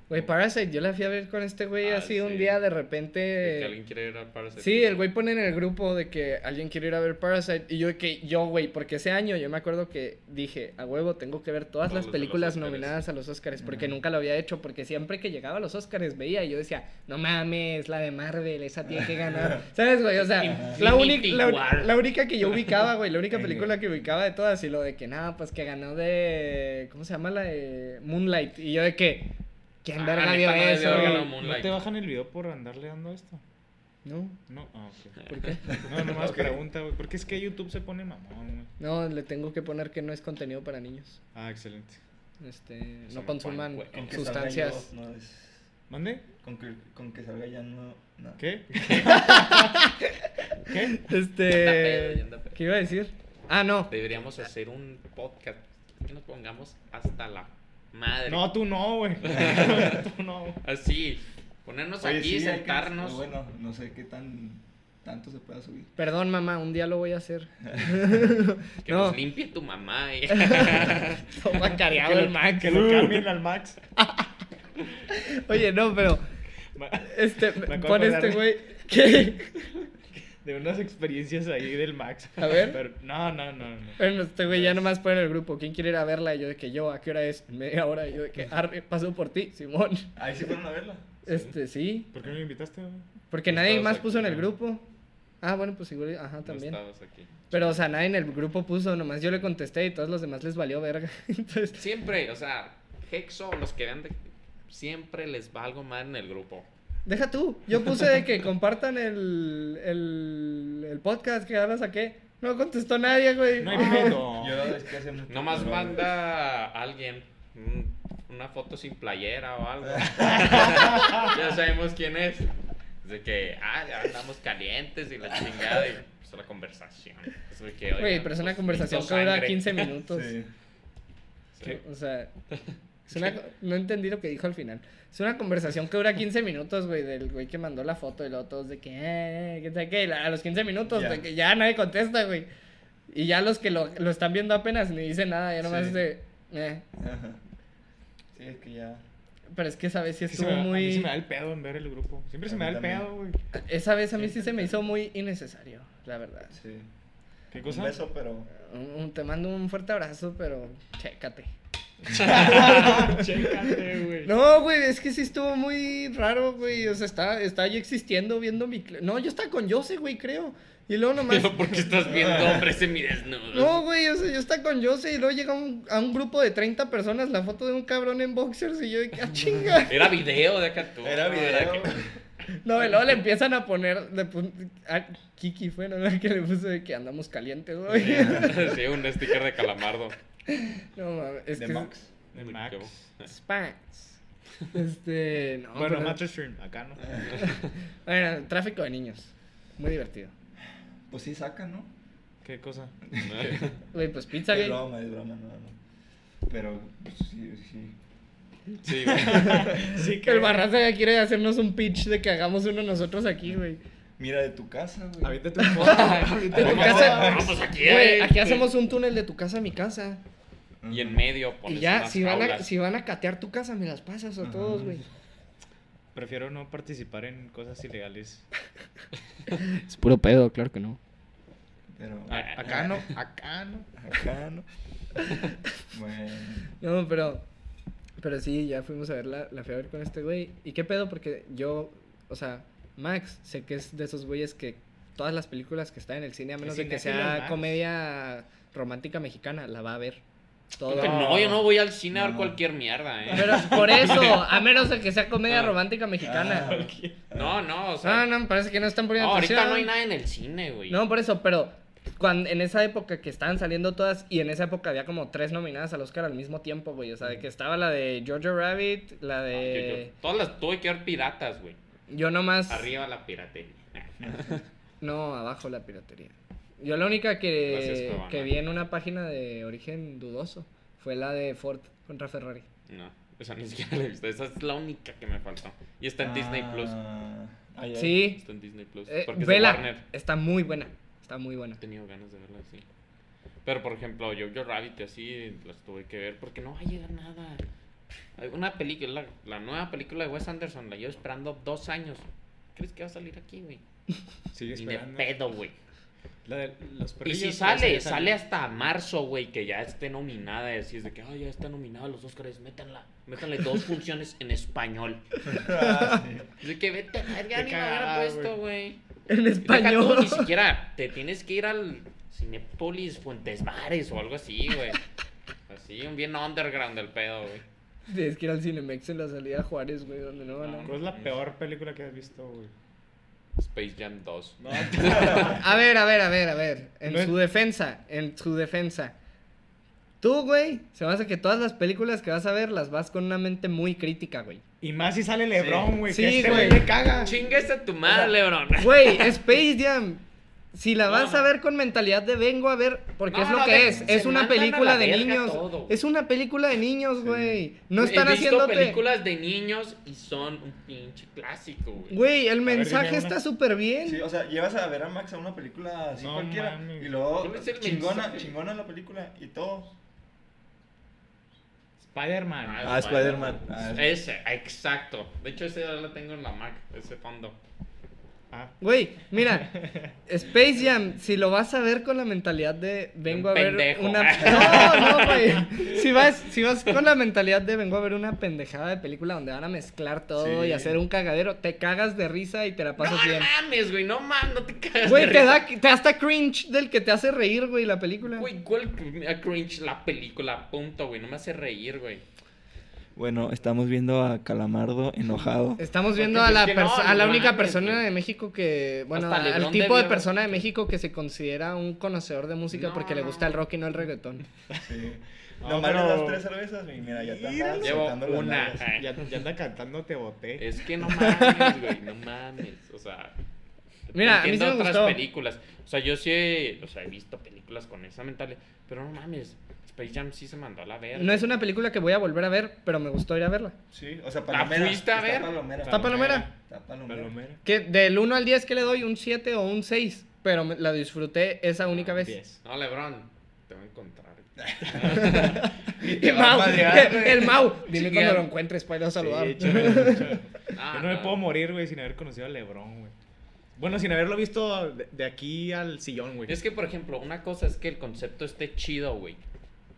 Speaker 1: Güey, Parasite, yo la fui a ver con este güey
Speaker 2: Ah,
Speaker 1: así un
Speaker 2: sí.
Speaker 1: día de
Speaker 2: De que alguien
Speaker 1: repente.
Speaker 2: quiere ir a Parasite.
Speaker 1: Eh, Sí, el güey pone en el grupo de que alguien quiere ir a ver Parasite. Y yo de que yo, güey, porque ese año yo me acuerdo que dije, a huevo, tengo que ver todas las
Speaker 2: Todos los de los
Speaker 1: películas
Speaker 2: Óscares.
Speaker 1: nominadas a los Oscars. Porque
Speaker 5: Ajá.
Speaker 1: nunca lo había hecho, porque siempre que llegaba a los Oscars veía y yo decía, no mames, la de Marvel, esa tiene que
Speaker 2: (laughs)
Speaker 1: ganar. ¿Sabes, güey? O sea, la,
Speaker 2: Infinity
Speaker 1: única- la,
Speaker 2: War.
Speaker 1: la única que yo ubicaba, güey, la única película que ubicaba de todas. Y lo de que, nada, pues que ganó de. ¿Cómo se llama la de Moonlight? Y yo de que. ¿Quién
Speaker 2: Ah,
Speaker 1: verga
Speaker 2: neta,
Speaker 1: vio
Speaker 2: nadie
Speaker 1: eso?
Speaker 2: vio
Speaker 1: güey?
Speaker 2: ganó
Speaker 4: ¿No
Speaker 2: Moonlight.
Speaker 4: te bajan el video por andarle dando esto?
Speaker 1: No,
Speaker 4: No, ah,
Speaker 1: (laughs)
Speaker 4: ok.
Speaker 1: ¿por qué?
Speaker 4: No, nomás
Speaker 5: Ok.
Speaker 4: pregunta, güey. Porque es que YouTube se pone mamón, güey.
Speaker 1: No, le tengo que poner que no es contenido para niños.
Speaker 4: Ah, excelente.
Speaker 1: Este,
Speaker 2: Eso
Speaker 1: no
Speaker 2: no
Speaker 1: consuman
Speaker 2: pueden, güey.
Speaker 5: Con que salga
Speaker 1: sustancias.
Speaker 5: yo, no es-
Speaker 4: ¿Mande?
Speaker 5: Con que, con que salga ya no. no.
Speaker 4: ¿Qué? ¿Qué?
Speaker 1: Este.
Speaker 2: anda pedo.
Speaker 1: ¿Qué iba a decir? Ah, no.
Speaker 2: Deberíamos hacer un podcast. Que nos pongamos hasta la madre.
Speaker 4: No, tú no, güey. tú no.
Speaker 2: Así. Ponernos
Speaker 5: Oye,
Speaker 2: Pues aquí,
Speaker 5: sí, hay que- pues
Speaker 2: sentarnos.
Speaker 5: bueno, no sé qué tan tanto se pueda subir.
Speaker 1: Perdón, mamá, un día lo voy a hacer. (laughs)
Speaker 2: Que
Speaker 1: no,
Speaker 2: nos
Speaker 1: (laughs)
Speaker 2: limpie tu mamá. eh.
Speaker 1: todo
Speaker 4: Que
Speaker 1: macareado el
Speaker 4: lo,
Speaker 1: Max.
Speaker 4: que lo cambien al Max.
Speaker 1: (laughs) Oye, no, pero.
Speaker 4: Ma-
Speaker 1: Este,
Speaker 4: acabo de
Speaker 1: pon
Speaker 4: acordar
Speaker 1: este
Speaker 4: de-
Speaker 1: güey. ¿Qué?
Speaker 4: De unas experiencias ahí del Max.
Speaker 1: A ver.
Speaker 4: Pero, no, no, no. no.
Speaker 1: (laughs) Bueno, este güey ya nomás pone en el grupo. ¿Quién quiere ir a verla? Y yo de que yo, ¿a qué hora es? Media hora. Y yo de que arre, paso por ti, Simón.
Speaker 5: Ahí sí fueron a verla.
Speaker 1: Este, sí.
Speaker 4: ¿Por qué no lo invitaste, güey?
Speaker 1: Porque
Speaker 2: No
Speaker 1: nadie
Speaker 2: estabas
Speaker 1: más puso en
Speaker 2: aquí,
Speaker 1: el
Speaker 2: ¿no?
Speaker 1: grupo. Ah, bueno, pues igual, ajá,
Speaker 2: No
Speaker 1: también.
Speaker 2: estabas aquí.
Speaker 1: Pero, o sea, nadie en el grupo puso, nomás yo le contesté y todos los demás les valió verga. (laughs) Entonces,
Speaker 2: Siempre, o sea, Hexo, los que vean de- Siempre les va algo mal en el grupo.
Speaker 1: deja tú. Yo puse de que compartan el, el, el podcast que ya lo saqué. No contestó nadie, güey.
Speaker 4: No hay
Speaker 1: Ah.
Speaker 4: pedo.
Speaker 5: Yo es que hace mucho.
Speaker 2: (laughs) Nomás
Speaker 5: que no lo veo.
Speaker 2: manda a alguien un- una foto sin playera o algo. ya sabemos quién es. De que, ah, ya andamos calientes y la chingada y pues la conversación. Es de que,
Speaker 1: Güey,
Speaker 2: oigan,
Speaker 1: pero es una
Speaker 2: pues,
Speaker 1: conversación que
Speaker 2: necesito
Speaker 1: dura
Speaker 2: sangre.
Speaker 1: 15 minutos.
Speaker 5: Sí.
Speaker 1: (laughs)
Speaker 2: Sí.
Speaker 1: O sea, es una co- no entendí lo que dijo al final. Es una conversación que dura 15 minutos, güey, del güey que mandó la foto y luego todos de que, eh, que sabe qué, y la- a los 15 minutos,
Speaker 5: Ya.
Speaker 1: de que ya nadie contesta, güey. Y ya los que lo, lo están viendo apenas ni dicen nada, ya nomás
Speaker 5: Sí.
Speaker 1: de, eh.
Speaker 5: Ajá. Sí, es que ya.
Speaker 1: Pero es que esa vez sí
Speaker 4: Sí se me
Speaker 1: estuvo
Speaker 4: da- A mí se
Speaker 1: muy.
Speaker 4: me da el pedo en ver el grupo. Siempre
Speaker 5: A
Speaker 4: se me da
Speaker 5: mí
Speaker 4: el
Speaker 5: también.
Speaker 4: pedo, güey.
Speaker 1: Esa vez a mí sí se me hizo muy innecesario, la verdad.
Speaker 5: Sí.
Speaker 4: ¿Qué (laughs)
Speaker 5: Un
Speaker 4: cosa?
Speaker 5: beso, pero.
Speaker 2: Oh,
Speaker 1: Un- un- te mando un fuerte abrazo, pero chécate.
Speaker 4: Chécate,
Speaker 1: (laughs)
Speaker 4: güey.
Speaker 1: No, güey, es que sí estuvo muy raro, güey. O sea, está, está yo existiendo viendo mi. cl- No, yo estaba con Jose, güey, creo. Y luego
Speaker 4: (laughs)
Speaker 1: nomás.
Speaker 2: Pero porque estás viendo hombres semidesnudos.
Speaker 1: No, güey, o sea, yo estaba con Jose y luego llega un- a un grupo de 30 personas la foto de un cabrón en boxers y yo de que, ah,
Speaker 4: (laughs)
Speaker 1: chinga.
Speaker 2: Era video de acá tú.
Speaker 5: Era
Speaker 2: ¿no? Era
Speaker 5: video.
Speaker 2: que-
Speaker 1: No, y luego le empiezan a poner. le pun- a Kiki fue ¿no? (laughs) la que le puso de que andamos calientes, güey.
Speaker 2: sí, un sticker de calamardo.
Speaker 1: No mames, es
Speaker 5: De
Speaker 1: que.
Speaker 5: Max.
Speaker 4: De
Speaker 2: Qué
Speaker 4: Max.
Speaker 2: bo-
Speaker 1: Spats. Este, no.
Speaker 4: Bueno,
Speaker 1: pero-
Speaker 4: Master Stream, acá no.
Speaker 1: Bueno, tráfico de niños. Muy divertido.
Speaker 5: Pues sí, sacan, ¿no?
Speaker 4: ¿Qué cosa?
Speaker 2: (laughs)
Speaker 1: Güey, pues pizza,
Speaker 5: Es
Speaker 1: güey.
Speaker 5: broma, es broma, no, no. Pero, pues sí, sí.
Speaker 2: Sí, güey.
Speaker 4: Sí
Speaker 1: El Barraza ya quiere hacernos un pitch de que hagamos uno nosotros aquí, güey.
Speaker 5: Mira de tu casa, güey.
Speaker 4: Ahorita tu foto.
Speaker 1: De tu casa.
Speaker 2: Ah, No, pues aquí,
Speaker 1: Güey,
Speaker 2: hay-
Speaker 1: aquí hacemos un túnel de tu casa a mi casa.
Speaker 5: Ajá.
Speaker 2: Y en medio pones
Speaker 1: Y ya,
Speaker 2: unas
Speaker 1: si van, a,
Speaker 2: jaulas.
Speaker 1: si van a catear tu casa, me las pasas a
Speaker 5: Ajá.
Speaker 1: todos, güey.
Speaker 4: Prefiero no participar en cosas ilegales.
Speaker 1: Es puro pedo, claro que no.
Speaker 5: Pero.
Speaker 2: Ah.
Speaker 4: Acá no, acá no.
Speaker 5: Acá,
Speaker 2: (laughs)
Speaker 5: ¿no? bueno.
Speaker 1: No, pero. Pero sí, ya fuimos a ver la, la fui a ver con este güey. ¿Y qué pedo? Porque yo, o sea, Max, sé que es de esos güeyes que todas las películas que están en el cine, a menos de que
Speaker 4: cinéfilo,
Speaker 1: sea
Speaker 4: Max.
Speaker 1: comedia romántica mexicana, la va a ver. Todo.
Speaker 2: Que No, yo no voy al cine a ver
Speaker 5: No.
Speaker 2: cualquier mierda, eh.
Speaker 1: Pero por eso, a menos de que sea comedia
Speaker 2: Ah.
Speaker 1: romántica mexicana.
Speaker 5: Ah.
Speaker 2: No, no, o
Speaker 1: Ah, No,
Speaker 2: sea.
Speaker 1: no, me parece que no están poniendo
Speaker 2: no, ahorita
Speaker 1: atención.
Speaker 2: no hay nada en el cine, güey. Ah,
Speaker 1: No, por eso, pero cuando, en esa época que estaban saliendo todas y en esa época había como tres nominadas al Oscar al mismo tiempo, güey. O sea, de que estaba la de Georgia Rabbit, la
Speaker 2: Yo- yo-
Speaker 1: de...
Speaker 2: todas las tuve que ver piratas, güey.
Speaker 1: Yo nomás...
Speaker 2: Ah, Arriba la piratería.
Speaker 1: No, abajo la piratería. Yo la única que,
Speaker 2: Gracias, Cuevana.
Speaker 1: que vi en una página de origen dudoso fue la de Ford contra Ferrari.
Speaker 2: No, esa ni (laughs) siquiera la he visto. Esa es la única que me faltó. Y está en Disney Plus.
Speaker 5: Ah, ay, ay.
Speaker 1: Sí.
Speaker 2: Está en Disney Plus.
Speaker 1: Eh,
Speaker 2: porque es de Warner.
Speaker 1: vela. Está muy buena. Está muy buena.
Speaker 2: He tenido ganas de verla así. Pero por ejemplo, yo, yo Rabbit y así las tuve que ver porque no va a llegar nada. Hay Una película, la, la nueva película de Wes Anderson, la llevo esperando dos años. ¿Crees que va a salir aquí, güey?
Speaker 4: Sigue
Speaker 2: Ni de
Speaker 4: esperando.
Speaker 2: pedo, güey.
Speaker 4: La de los
Speaker 2: Y
Speaker 4: perrillos.
Speaker 2: si
Speaker 4: ya
Speaker 2: sale,
Speaker 4: salió.
Speaker 2: sale hasta marzo, güey, que ya esté nominada. Y así es de que, ay, ya está nominada a los Oscars, métanla. Métanle dos funciones
Speaker 4: (laughs)
Speaker 2: en español.
Speaker 5: (laughs) Ah, sí.
Speaker 2: Es de que vete a la verga,
Speaker 4: Qué
Speaker 2: ni me hubiera
Speaker 4: cagada,
Speaker 2: puesto, güey.
Speaker 1: En
Speaker 2: Deja
Speaker 1: (laughs)
Speaker 2: tú,
Speaker 1: español.
Speaker 2: ni siquiera te tienes que ir al Cinepolis Fuentes Bares o algo así, güey. Así, un bien underground el pedo, güey.
Speaker 1: Tienes que ir al Cinemex en la salida Juárez, güey, donde no
Speaker 2: Ah.
Speaker 1: van a...
Speaker 4: ¿Cuál es la peor película que has visto, güey?
Speaker 2: Space Jam 2.
Speaker 4: No,
Speaker 1: A ver, a ver, a ver, a ver. En
Speaker 4: No es-
Speaker 1: su defensa, en su defensa. Tú, güey, se me hace que todas las películas que vas a ver las vas con una mente muy crítica, güey.
Speaker 4: Y más si sale Lebron, güey.
Speaker 1: Sí,
Speaker 4: que este
Speaker 1: güey.
Speaker 4: güey le caga.
Speaker 2: Chingues a Ah, tu madre, Lebron.
Speaker 4: (laughs)
Speaker 1: Güey, Space Jam. Si la vas a ver con mentalidad de vengo a ver, porque
Speaker 2: No,
Speaker 1: es lo
Speaker 2: no,
Speaker 1: que
Speaker 2: de-
Speaker 1: es.
Speaker 2: se
Speaker 1: Es una
Speaker 2: mandan a la
Speaker 1: película de
Speaker 2: verga
Speaker 1: niños.
Speaker 2: todo.
Speaker 1: Es una película de niños, güey. No
Speaker 2: He
Speaker 1: están
Speaker 2: visto
Speaker 1: haciéndote.
Speaker 2: películas de niños y son un pinche clásico, güey.
Speaker 1: Güey, el
Speaker 4: ver,
Speaker 1: mensaje
Speaker 4: dime una.
Speaker 1: está súper bien.
Speaker 5: Sí, o sea, llevas a ver a Max a una película así
Speaker 4: No
Speaker 5: cualquiera
Speaker 4: mames.
Speaker 5: y luego
Speaker 2: ¿Cuál es el
Speaker 5: chingona,
Speaker 2: mensaje?
Speaker 5: chingona la película y todo.
Speaker 4: Spider-Man.
Speaker 2: Ah,
Speaker 5: Ah, Spider-Man. Ah,
Speaker 2: Ese, exacto. De hecho, ese ya la tengo en la Mac, ese fondo.
Speaker 4: Ah,
Speaker 1: Güey, mira,
Speaker 2: (laughs)
Speaker 1: Space Jam, si lo vas a ver con la mentalidad de vengo
Speaker 2: Un
Speaker 1: a ver
Speaker 2: pendejo. (laughs)
Speaker 1: una No, no, güey. Si vas, si vas con la mentalidad de vengo a ver una pendejada de película donde van a mezclar todo
Speaker 5: Sí.
Speaker 1: y hacer un cagadero, te cagas de risa y te la
Speaker 2: No
Speaker 1: pasas bien.
Speaker 2: mames, güey, no mames, no te cagas.
Speaker 1: Güey,
Speaker 2: de
Speaker 1: te
Speaker 2: risa.
Speaker 1: da te da hasta cringe del que te hace reír, güey, la película.
Speaker 2: Güey, ¿cuál cr- cringe la película? Punto, güey. No me hace reír, güey.
Speaker 5: Bueno, estamos viendo a Calamardo enojado.
Speaker 1: Estamos viendo
Speaker 2: Porque
Speaker 1: a la,
Speaker 2: es que no,
Speaker 1: perso- a la
Speaker 2: no
Speaker 1: única
Speaker 2: mames,
Speaker 1: persona
Speaker 2: güey.
Speaker 1: de México que, bueno,
Speaker 2: Hasta
Speaker 1: a-
Speaker 2: Lebrón
Speaker 1: al tipo de
Speaker 2: debió-
Speaker 1: persona de México que se considera un conocedor de música
Speaker 2: No,
Speaker 1: porque le
Speaker 2: no.
Speaker 1: gusta el rock y no el reggaetón.
Speaker 5: Sí.
Speaker 4: No,
Speaker 5: Nomás le
Speaker 4: pero-
Speaker 5: das tres cervezas y mira, ya te andas
Speaker 2: Llevo
Speaker 5: soltando las
Speaker 2: una. eh,
Speaker 5: nalgas.
Speaker 2: Ay,
Speaker 4: ya, ya anda cantando Te Boté.
Speaker 2: Es que no mames, güey, no mames. O sea,
Speaker 1: Mira, a mí sí
Speaker 2: entiendo
Speaker 1: me
Speaker 2: otras
Speaker 1: gustó.
Speaker 2: películas. O sea, yo sí he, o sea, he visto películas con esa mentalidad. Pero no mames, Space Jam sí se mandó a la verga.
Speaker 1: No es una película que voy a volver a ver, pero me gustó ir a verla.
Speaker 5: Sí, o sea, palomera.
Speaker 2: fuiste a
Speaker 5: está
Speaker 2: ver?
Speaker 5: Palomera.
Speaker 1: Está palomera.
Speaker 5: Está palomera.
Speaker 4: Palomera.
Speaker 1: Que del 1 al 10 que le doy un 7 o un 6, pero me- la disfruté esa
Speaker 2: Ah,
Speaker 1: única vez.
Speaker 4: Diez.
Speaker 2: No, Lebron, te voy a
Speaker 4: (laughs)
Speaker 2: encontrar. Ah,
Speaker 5: Y
Speaker 1: Y
Speaker 5: te va a
Speaker 1: Mau, (laughs) (laughs)
Speaker 5: madrear,
Speaker 1: el,
Speaker 5: güey.
Speaker 1: el Mau, dime
Speaker 2: Chingado.
Speaker 1: cuando lo encuentres para ir a saludar.
Speaker 4: Sí, échale, échale.
Speaker 2: Ah,
Speaker 4: (laughs) Yo no me puedo morir, güey, sin haber conocido a Lebron, güey. Bueno, sin haberlo visto de, de aquí al sillón, güey.
Speaker 2: Es que, por ejemplo, una cosa es que el concepto esté chido, güey.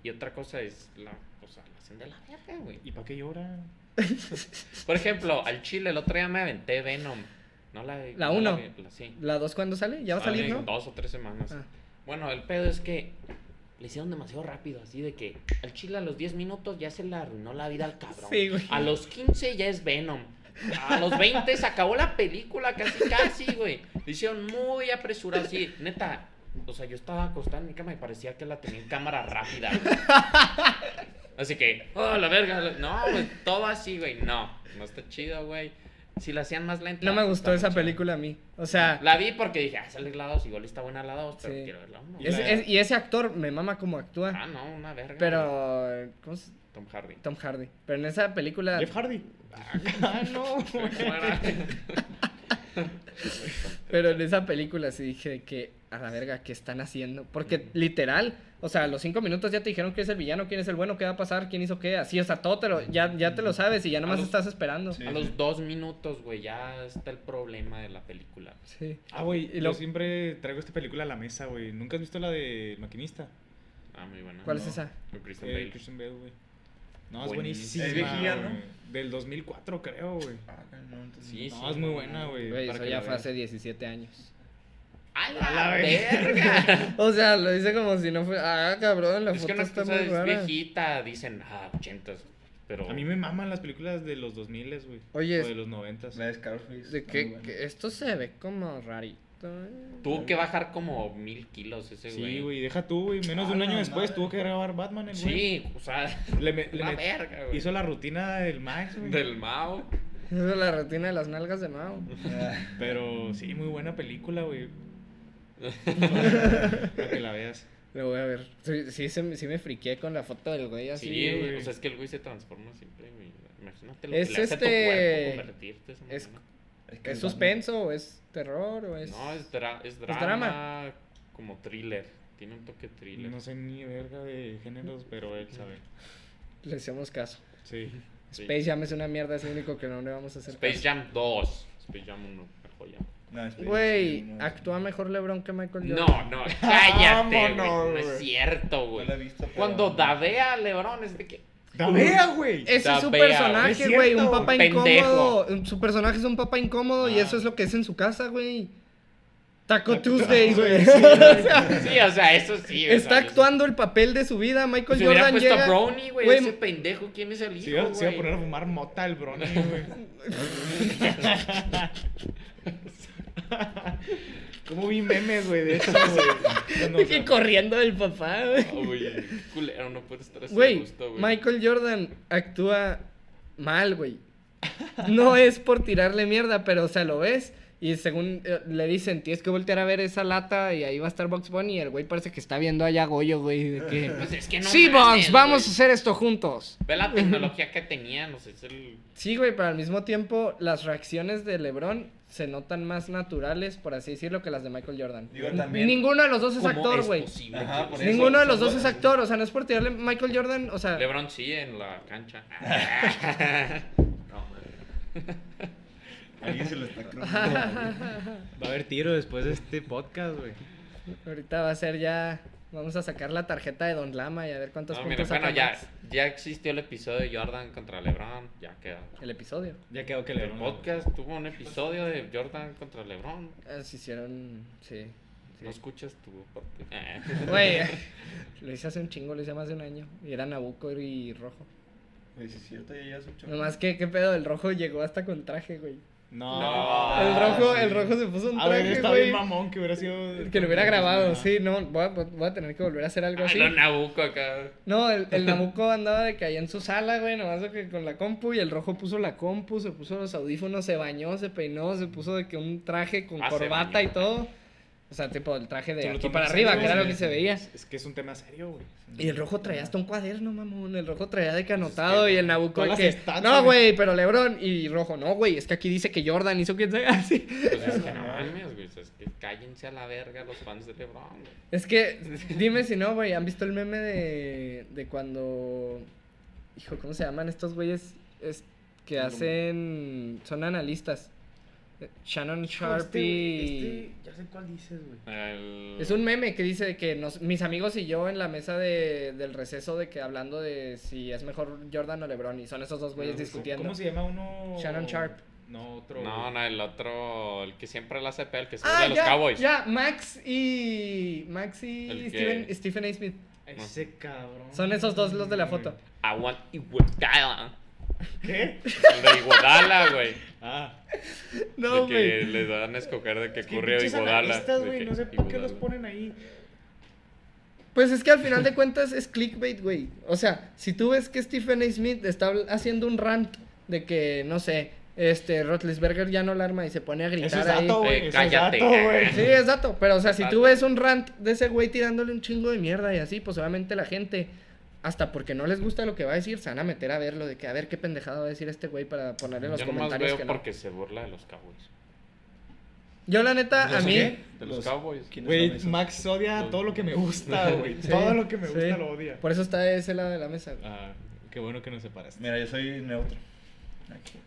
Speaker 2: Y otra cosa es la, o sea, la hacen de la verga, güey.
Speaker 4: ¿Y para qué llora?
Speaker 2: Por ejemplo, al chile, el otro día me aventé Venom. No la
Speaker 1: La
Speaker 2: no
Speaker 1: uno.
Speaker 2: vi- la- sí.
Speaker 1: ¿La 2 cuándo sale? Ya va a
Speaker 2: Sale
Speaker 1: salir,
Speaker 2: en
Speaker 1: ¿no?
Speaker 2: Dos o tres semanas.
Speaker 1: Ah.
Speaker 2: Bueno, el pedo es que le hicieron demasiado rápido, así de que al chile a los 10 minutos ya se le arruinó la vida al cabrón.
Speaker 1: Sí, güey.
Speaker 2: A los 15 ya es Venom. A los 20 se acabó la película, casi, casi, güey. Le hicieron muy apresurado, así, neta. O sea, yo estaba acostado en mi cama y parecía que la tenía en cámara rápida. güey. Así que, oh, la verga. la- No, güey, todo así, güey. No, no está chido, güey. Si la hacían más lenta.
Speaker 1: No me gustó
Speaker 2: estaba
Speaker 1: esa
Speaker 2: chido.
Speaker 1: película a mí. O sea,
Speaker 2: La vi porque dije, ah, sale la 2, igual está buena la 2, pero
Speaker 1: Sí.
Speaker 2: quiero ver la 1.
Speaker 1: es- es- y ese actor me mama como actúa.
Speaker 2: Ah, no, una verga. güey.
Speaker 1: Pero, ¿cómo se-
Speaker 2: Tom Hardy. (laughs)
Speaker 1: Tom Hardy. Pero en esa película.
Speaker 4: Jeff Hardy. Ah, (laughs) no, güey.
Speaker 2: (laughs)
Speaker 1: Pero en esa película sí dije que a la verga, ¿qué están haciendo? Porque literal, o sea, a los cinco minutos ya te dijeron quién es el villano, quién es el bueno, qué va a pasar, quién hizo qué, así, o sea, todo te lo, ya, ya te lo sabes y ya nomás
Speaker 2: los-
Speaker 1: estás esperando.
Speaker 5: Sí.
Speaker 2: A los dos minutos, güey, ya está el problema de la película.
Speaker 1: Sí.
Speaker 4: Ah, güey,
Speaker 1: Y
Speaker 4: y
Speaker 1: lo-
Speaker 4: yo siempre traigo esta película a la mesa, güey. ¿Nunca has visto la de El Maquinista?
Speaker 2: Ah, muy buena.
Speaker 1: ¿Cuál
Speaker 5: No.
Speaker 1: es esa?
Speaker 2: Con Christian
Speaker 4: Eh,
Speaker 2: Bale.
Speaker 4: Christian Bale, güey. No, es
Speaker 2: Buenísima.
Speaker 4: buenísima.
Speaker 5: Es viejilla, ¿no?
Speaker 4: güey. Del 2004, creo, güey.
Speaker 5: Ah, no, entonces-
Speaker 2: Sí,
Speaker 4: No, es muy buena, güey.
Speaker 1: Güey,
Speaker 4: para
Speaker 1: eso
Speaker 4: que
Speaker 1: ya
Speaker 4: la
Speaker 1: fue
Speaker 4: veas.
Speaker 1: hace 17 años.
Speaker 2: ¡A la,
Speaker 4: A la
Speaker 1: (laughs)
Speaker 2: verga!
Speaker 1: O sea, lo dice como si no fuera. Ah, cabrón, la
Speaker 2: es que
Speaker 1: foto
Speaker 2: una
Speaker 1: está
Speaker 2: cosa
Speaker 1: muy
Speaker 2: es
Speaker 1: rara.
Speaker 2: viejita, dicen, ah, ochentas. Pero.
Speaker 4: A mí me maman las películas de los 2000, güey.
Speaker 1: Oye,
Speaker 4: O de los 90.
Speaker 5: La de Scarface.
Speaker 1: De
Speaker 5: está muy
Speaker 1: que,
Speaker 5: buena.
Speaker 1: que esto se ve como rarito. ¿eh?
Speaker 2: Tuvo que bajar como mil kilos ese, güey.
Speaker 4: Sí, güey, deja tú, güey. Menos de un
Speaker 5: Ah,
Speaker 4: año
Speaker 5: la
Speaker 4: después
Speaker 5: madre.
Speaker 4: tuvo que grabar Batman, el güey.
Speaker 2: Sí, o sea,
Speaker 4: Le me- le
Speaker 2: la
Speaker 4: met-
Speaker 2: verga, güey.
Speaker 4: Hizo la rutina del Max, güey.
Speaker 2: Del Mao.
Speaker 1: Esa es la retina de las nalgas de Mao.
Speaker 5: (laughs) Ah,
Speaker 4: Pero sí, muy buena película,
Speaker 2: (laughs)
Speaker 4: güey. Para que la veas.
Speaker 1: Lo voy a ver. Sí, sí, se me- sí me friqué con la foto del güey así.
Speaker 2: Sí,
Speaker 1: güey.
Speaker 2: güey. O sea, es que el güey se transforma siempre, güey. Imagínate lo
Speaker 1: Es
Speaker 2: que le hace
Speaker 1: este-
Speaker 2: a tu cuerpo convertirte. esa
Speaker 1: es-
Speaker 2: mamona.
Speaker 5: que
Speaker 1: ¿Es
Speaker 5: el Batman-
Speaker 1: suspenso o es terror o es.?
Speaker 2: No, es, dra- es drama.
Speaker 1: drama.
Speaker 2: Como thriller. Tiene un toque thriller.
Speaker 4: No sé ni verga de géneros, pero él sabe.
Speaker 1: Le hacemos caso.
Speaker 4: Sí.
Speaker 2: Sí.
Speaker 1: Space Jam es una mierda, es lo único que no le vamos a hacer
Speaker 2: Space
Speaker 1: caso.
Speaker 2: Jam 2. Space Jam 1. la joya.
Speaker 5: No, espera,
Speaker 1: Güey,
Speaker 5: sí, no,
Speaker 1: actúa mejor LeBron que Michael Jordan.
Speaker 2: No,
Speaker 1: (laughs)
Speaker 2: no, cállate, güey.
Speaker 4: Vámonos,
Speaker 2: No es
Speaker 4: güey.
Speaker 2: cierto,
Speaker 5: No
Speaker 2: güey.
Speaker 5: la he visto. pero-
Speaker 2: Cuando dabea a Lebron es de que.
Speaker 4: ¡Damea, güey!
Speaker 1: Ese es su
Speaker 2: Tapea,
Speaker 4: es
Speaker 1: personaje,
Speaker 4: cierto,
Speaker 1: güey, un papá
Speaker 2: pendejo.
Speaker 1: incómodo. Su personaje es un papá incómodo y
Speaker 4: Ah.
Speaker 1: eso es lo que es en su casa, güey. Taco
Speaker 4: Taco
Speaker 1: Tuesday, güey.
Speaker 4: Tuesday,
Speaker 1: (laughs) O sea,
Speaker 2: Sí, o sea, eso sí. o
Speaker 1: Está
Speaker 2: sea,
Speaker 1: actuando el papel de su vida.
Speaker 2: Si
Speaker 1: Michael
Speaker 2: hubiera
Speaker 1: Jordan
Speaker 2: puesto
Speaker 1: llega.
Speaker 2: a Brownie, güey.
Speaker 1: Güey,
Speaker 2: Ese pendejo, ¿quién es el hijo?
Speaker 4: Se iba, se iba a
Speaker 2: güey?
Speaker 4: poner a fumar mota el
Speaker 2: (laughs)
Speaker 4: Brony, güey. ¿Cómo vi memes, güey, de eso, güey?
Speaker 2: (laughs)
Speaker 4: Cuando, o sea,
Speaker 1: Y (laughs) corriendo del papá, güey.
Speaker 2: No, güey, culero, no puedes estar así a
Speaker 1: Güey,
Speaker 2: gusto, güey.
Speaker 1: Michael Jordan actúa mal, güey.
Speaker 2: (laughs)
Speaker 1: No es por tirarle mierda, pero o sea, lo ves. Y según eh, le dicen, tienes que voltear a ver esa lata y ahí va a estar Box Bunny. Y el güey parece que está viendo allá a Goyo, güey. De que,
Speaker 2: (laughs) Pues es que no
Speaker 1: sí, Box,
Speaker 2: mames,
Speaker 1: vamos a
Speaker 2: güey.
Speaker 1: hacer esto juntos. (laughs)
Speaker 2: Ve la tecnología que tenían, o sea, es el...
Speaker 1: Sí, güey, pero al mismo tiempo las reacciones de LeBron se notan más naturales, por así decirlo, que las de Michael Jordan.
Speaker 5: Digo, también.
Speaker 1: Ninguno de los dos es
Speaker 2: ¿cómo
Speaker 1: actor,
Speaker 2: es
Speaker 1: güey.
Speaker 2: posible
Speaker 5: Ajá,
Speaker 2: que-
Speaker 5: por eso.
Speaker 1: Ninguno de los
Speaker 5: son
Speaker 1: dos es
Speaker 5: buenos.
Speaker 1: actor, o sea, no es por tirarle Michael Jordan, o sea,
Speaker 2: LeBron sí en la
Speaker 1: (laughs)
Speaker 2: cancha. no,
Speaker 5: Alguien se lo está
Speaker 1: (laughs)
Speaker 5: cruzando.
Speaker 4: Va a haber tiro después de este podcast, güey.
Speaker 1: ahorita va a ser ya, vamos a sacar la tarjeta de Don Lama y a ver cuántos
Speaker 2: no Ah, mira,
Speaker 1: puntos
Speaker 2: bueno,
Speaker 1: saca
Speaker 2: ya,
Speaker 1: Max.
Speaker 2: ya existió el episodio de Jordan contra LeBron, ya queda.
Speaker 1: el episodio.
Speaker 4: Ya quedó que
Speaker 2: El
Speaker 4: le
Speaker 2: podcast tuvo un episodio de Jordan contra LeBron.
Speaker 1: Ah, Se hicieron, sí. sí.
Speaker 2: No escuchas tu Eh. parte.
Speaker 1: Güey, (laughs) lo hice hace un chingo, lo hice más de un año. Y era Nabucco y Rojo.
Speaker 5: Güey, sí es cierto, ya llevas ocho.
Speaker 1: Nomás que, qué pedo, el Rojo llegó hasta con traje, güey.
Speaker 4: No.
Speaker 2: No.
Speaker 1: El
Speaker 2: Ah,
Speaker 1: Rojo,
Speaker 2: sí.
Speaker 1: el Rojo se puso un
Speaker 4: A ver,
Speaker 1: traje,
Speaker 4: está bien
Speaker 1: güey.
Speaker 4: mamón que hubiera sido.
Speaker 1: Que lo hubiera grabado, sí, no, voy a, voy a tener que volver a hacer algo así.
Speaker 2: Lo nabuco acá.
Speaker 1: No, el,
Speaker 4: (laughs)
Speaker 1: el Nabucco andaba de que ahí en su sala, güey, nomás de que con la compu y el rojo puso la compu, se puso los audífonos, se bañó, se peinó, se puso de que un traje con
Speaker 2: Ah, se
Speaker 1: corbata
Speaker 2: bañó.
Speaker 1: y todo. O sea, tipo el traje
Speaker 4: Tú
Speaker 1: de
Speaker 4: lo
Speaker 1: aquí
Speaker 4: tomas
Speaker 1: para
Speaker 4: en
Speaker 1: arriba,
Speaker 4: serio,
Speaker 1: que era lo
Speaker 4: güey.
Speaker 1: que se veía.
Speaker 4: Es que es un tema serio, güey.
Speaker 1: Y el rojo traía hasta un cuaderno, mamón. El rojo traía de que anotado y el Nabucco de
Speaker 4: todas
Speaker 1: que.
Speaker 4: las stats,
Speaker 1: no,
Speaker 4: güey".
Speaker 1: güey, pero Lebrón. Y rojo, no, güey. Es que aquí dice que Jordan hizo que. (laughs) Así.
Speaker 2: Pues es que no mames, güey. o sea, Es que cállense a la verga los fans de LeBron, güey.
Speaker 1: Es que, dime si no, güey, ¿han visto el meme de, de cuando... Hijo, ¿cómo se llaman estos güeyes es, que hacen... son analistas? Eh, Shannon Sharpie...
Speaker 4: Este, ya sé cuál dices, güey.
Speaker 2: El-
Speaker 1: Es un meme que dice que nos- mis amigos y yo en la mesa de, del receso de que hablando de si es mejor Jordan o LeBron y son esos dos güeyes discutiendo.
Speaker 4: ¿Cómo se llama uno?
Speaker 1: Shannon Sharp.
Speaker 4: No, otro.
Speaker 2: No, no, el otro, el que siempre la hace pedo, el que se burla
Speaker 1: Ah,
Speaker 2: de los
Speaker 1: ya,
Speaker 2: Cowboys.
Speaker 1: ya, Max y... Max y
Speaker 2: El que-
Speaker 1: Stephen, Stephen A. Smith.
Speaker 4: Ese cabrón.
Speaker 1: Son esos dos los de la foto.
Speaker 2: I want Iguodala.
Speaker 4: ¿Qué?
Speaker 2: El de Iguodala, güey.
Speaker 4: Ah.
Speaker 2: de que le dan a escoger de que ocurrió
Speaker 4: pinches
Speaker 2: Iguodala.
Speaker 4: analistas,
Speaker 2: de
Speaker 4: güey,
Speaker 2: que
Speaker 4: No sé por qué los
Speaker 2: Iguodala.
Speaker 4: ponen ahí.
Speaker 1: Pues es que al final de cuentas es clickbait, güey. O sea, si tú ves que Stephen A. Smith está habl- haciendo un rant de que, no sé, este, Rotlisberger ya no la arma y se pone a gritar
Speaker 4: Eso es
Speaker 1: ahí.
Speaker 4: dato,
Speaker 2: Eh,
Speaker 4: güey. Eso es
Speaker 2: cállate.
Speaker 4: dato, güey.
Speaker 1: Sí, es dato, pero o sea, si tú
Speaker 2: Dato.
Speaker 1: ves un rant de ese güey tirándole un chingo de mierda y así, pues obviamente la gente, hasta porque no les gusta lo que va a decir, se van a meter a verlo de que a ver qué pendejada va a decir este güey para ponerle en los
Speaker 2: Yo nomás
Speaker 1: comentarios
Speaker 2: veo
Speaker 1: que no.
Speaker 2: porque se burla de los Cowboys.
Speaker 1: Yo la neta, a
Speaker 4: ¿Los
Speaker 1: mí...
Speaker 4: qué?
Speaker 2: De los,
Speaker 5: Los-
Speaker 2: Cowboys.
Speaker 5: ¿Quiénes son
Speaker 4: Güey,
Speaker 5: esos?
Speaker 4: Max odia todo lo que me gusta, güey.
Speaker 1: Sí,
Speaker 4: todo lo que me gusta
Speaker 1: sí.
Speaker 4: lo odia.
Speaker 1: Por eso está de ese lado de la mesa. güey.
Speaker 4: Ah, qué bueno que nos separaste.
Speaker 5: Mira, yo soy neutro.
Speaker 1: (laughs)
Speaker 5: Aquí.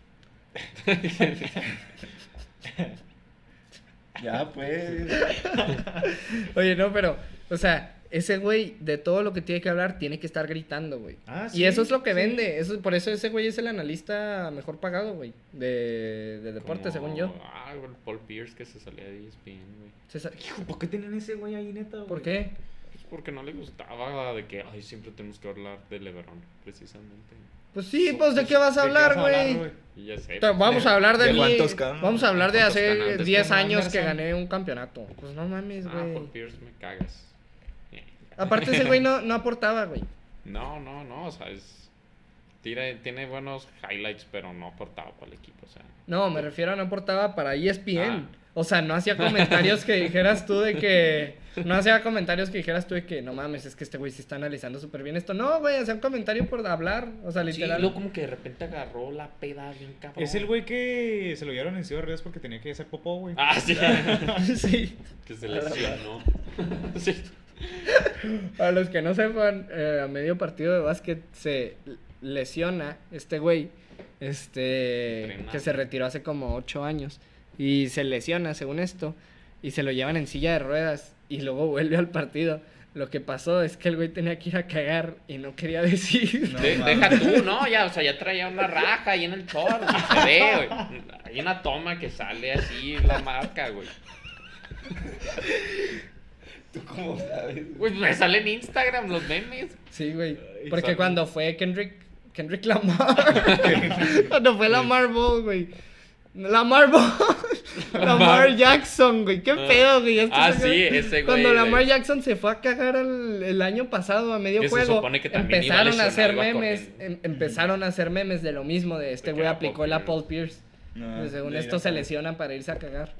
Speaker 5: ya, pues.
Speaker 1: Oye, no, pero, o sea, ese güey de todo lo que tiene que hablar tiene que estar gritando, güey.
Speaker 4: Ah,
Speaker 1: y
Speaker 4: sí,
Speaker 1: eso es lo que
Speaker 4: sí.
Speaker 1: vende. Eso, por eso ese güey es el analista mejor pagado, güey. De, de deporte,
Speaker 2: Como-
Speaker 1: según yo.
Speaker 2: Ah, güey, Paul Pierce que se salía de E ESPN, güey.
Speaker 1: Se sa-
Speaker 4: Hijo, ¿por qué tienen ese güey ahí, neta, güey?
Speaker 1: ¿Por qué?
Speaker 2: Pues porque no le gustaba de que, ay, siempre tenemos que hablar de LeBron, precisamente.
Speaker 1: Pues sí, pues de qué vas a hablar,
Speaker 4: vas a
Speaker 1: güey.
Speaker 2: Y ya sé.
Speaker 1: Te- Vamos a hablar de,
Speaker 5: ¿De
Speaker 1: mí.
Speaker 5: cuántos ganan?
Speaker 1: Vamos a hablar de
Speaker 2: ¿Cuántos
Speaker 1: hace
Speaker 2: ganan? ¿De
Speaker 1: 10
Speaker 4: Stan
Speaker 1: años que
Speaker 4: Anderson?
Speaker 1: gané un campeonato. Pues no mames,
Speaker 2: Ah, Paul
Speaker 1: güey.
Speaker 2: Pierce, me cagas.
Speaker 1: Aparte ese güey no, no aportaba, güey.
Speaker 2: No, no, no, o sea, es... Tira, tiene buenos highlights, pero no aportaba para el equipo, o sea...
Speaker 1: No, me refiero a no aportaba para E ESPN.
Speaker 2: Ah.
Speaker 1: O sea, no hacía comentarios que dijeras tú de que. No hacía comentarios que dijeras tú de que no mames, es que este güey sí está analizando súper bien esto. No, güey, hacía un comentario por hablar. O sea,
Speaker 2: Sí,
Speaker 1: literal.
Speaker 2: luego como que de repente agarró la peda bien cabrón.
Speaker 4: Es el güey que se lo llevaron en Ciudad Redes porque tenía que hacer popó, güey.
Speaker 2: Ah,
Speaker 4: (laughs)
Speaker 2: sí.
Speaker 1: (laughs) sí.
Speaker 2: que se lesionó. (laughs) sí.
Speaker 1: Para los que no sepan, eh, a medio partido de básquet se lesiona este güey, este,
Speaker 2: Entrenado.
Speaker 1: que se retiró hace como ocho años, y se lesiona según esto, y se lo llevan en silla de ruedas, y luego (laughs) vuelve al partido. Lo que pasó es que el güey tenía que ir a cagar y no quería (laughs) decir.
Speaker 5: No,
Speaker 2: De-
Speaker 5: mames.
Speaker 2: deja tú, ¿no? Ya, o sea, ya traía una raja ahí en el short, y se ve, güey. Hay una toma que sale así la marca, güey.
Speaker 5: ¿Tú cómo sabes?
Speaker 2: Güey, me sale en Instagram los memes.
Speaker 1: Sí, güey.
Speaker 2: Ay,
Speaker 1: Porque
Speaker 2: sabe.
Speaker 1: cuando fue Kendrick, Kendrick (laughs)
Speaker 2: (laughs)
Speaker 1: Lamar, cuando fue Lamar Ball, güey. Lamar Ball Lamar Jackson, güey. ¿Qué
Speaker 2: Ah.
Speaker 1: pedo, güey? Ya está
Speaker 2: Ah,
Speaker 1: sacado-
Speaker 2: sí, ese güey,
Speaker 1: Cuando Lamar
Speaker 2: güey.
Speaker 1: Jackson se fue a cagar al- el año pasado a medio
Speaker 2: Que se
Speaker 1: juego,
Speaker 2: supone que también iba
Speaker 1: empezaron a hacer
Speaker 2: lesionado, iba
Speaker 1: memes.
Speaker 2: corriendo.
Speaker 1: em- empezaron a hacer memes de lo mismo: de este
Speaker 2: De que
Speaker 1: güey
Speaker 2: era
Speaker 1: aplicó
Speaker 2: Paul
Speaker 1: la
Speaker 2: Pierce.
Speaker 1: Paul Pierce.
Speaker 5: No,
Speaker 1: Pues, según
Speaker 5: de
Speaker 1: esto se
Speaker 5: Irak.
Speaker 1: lesionan para irse a cagar.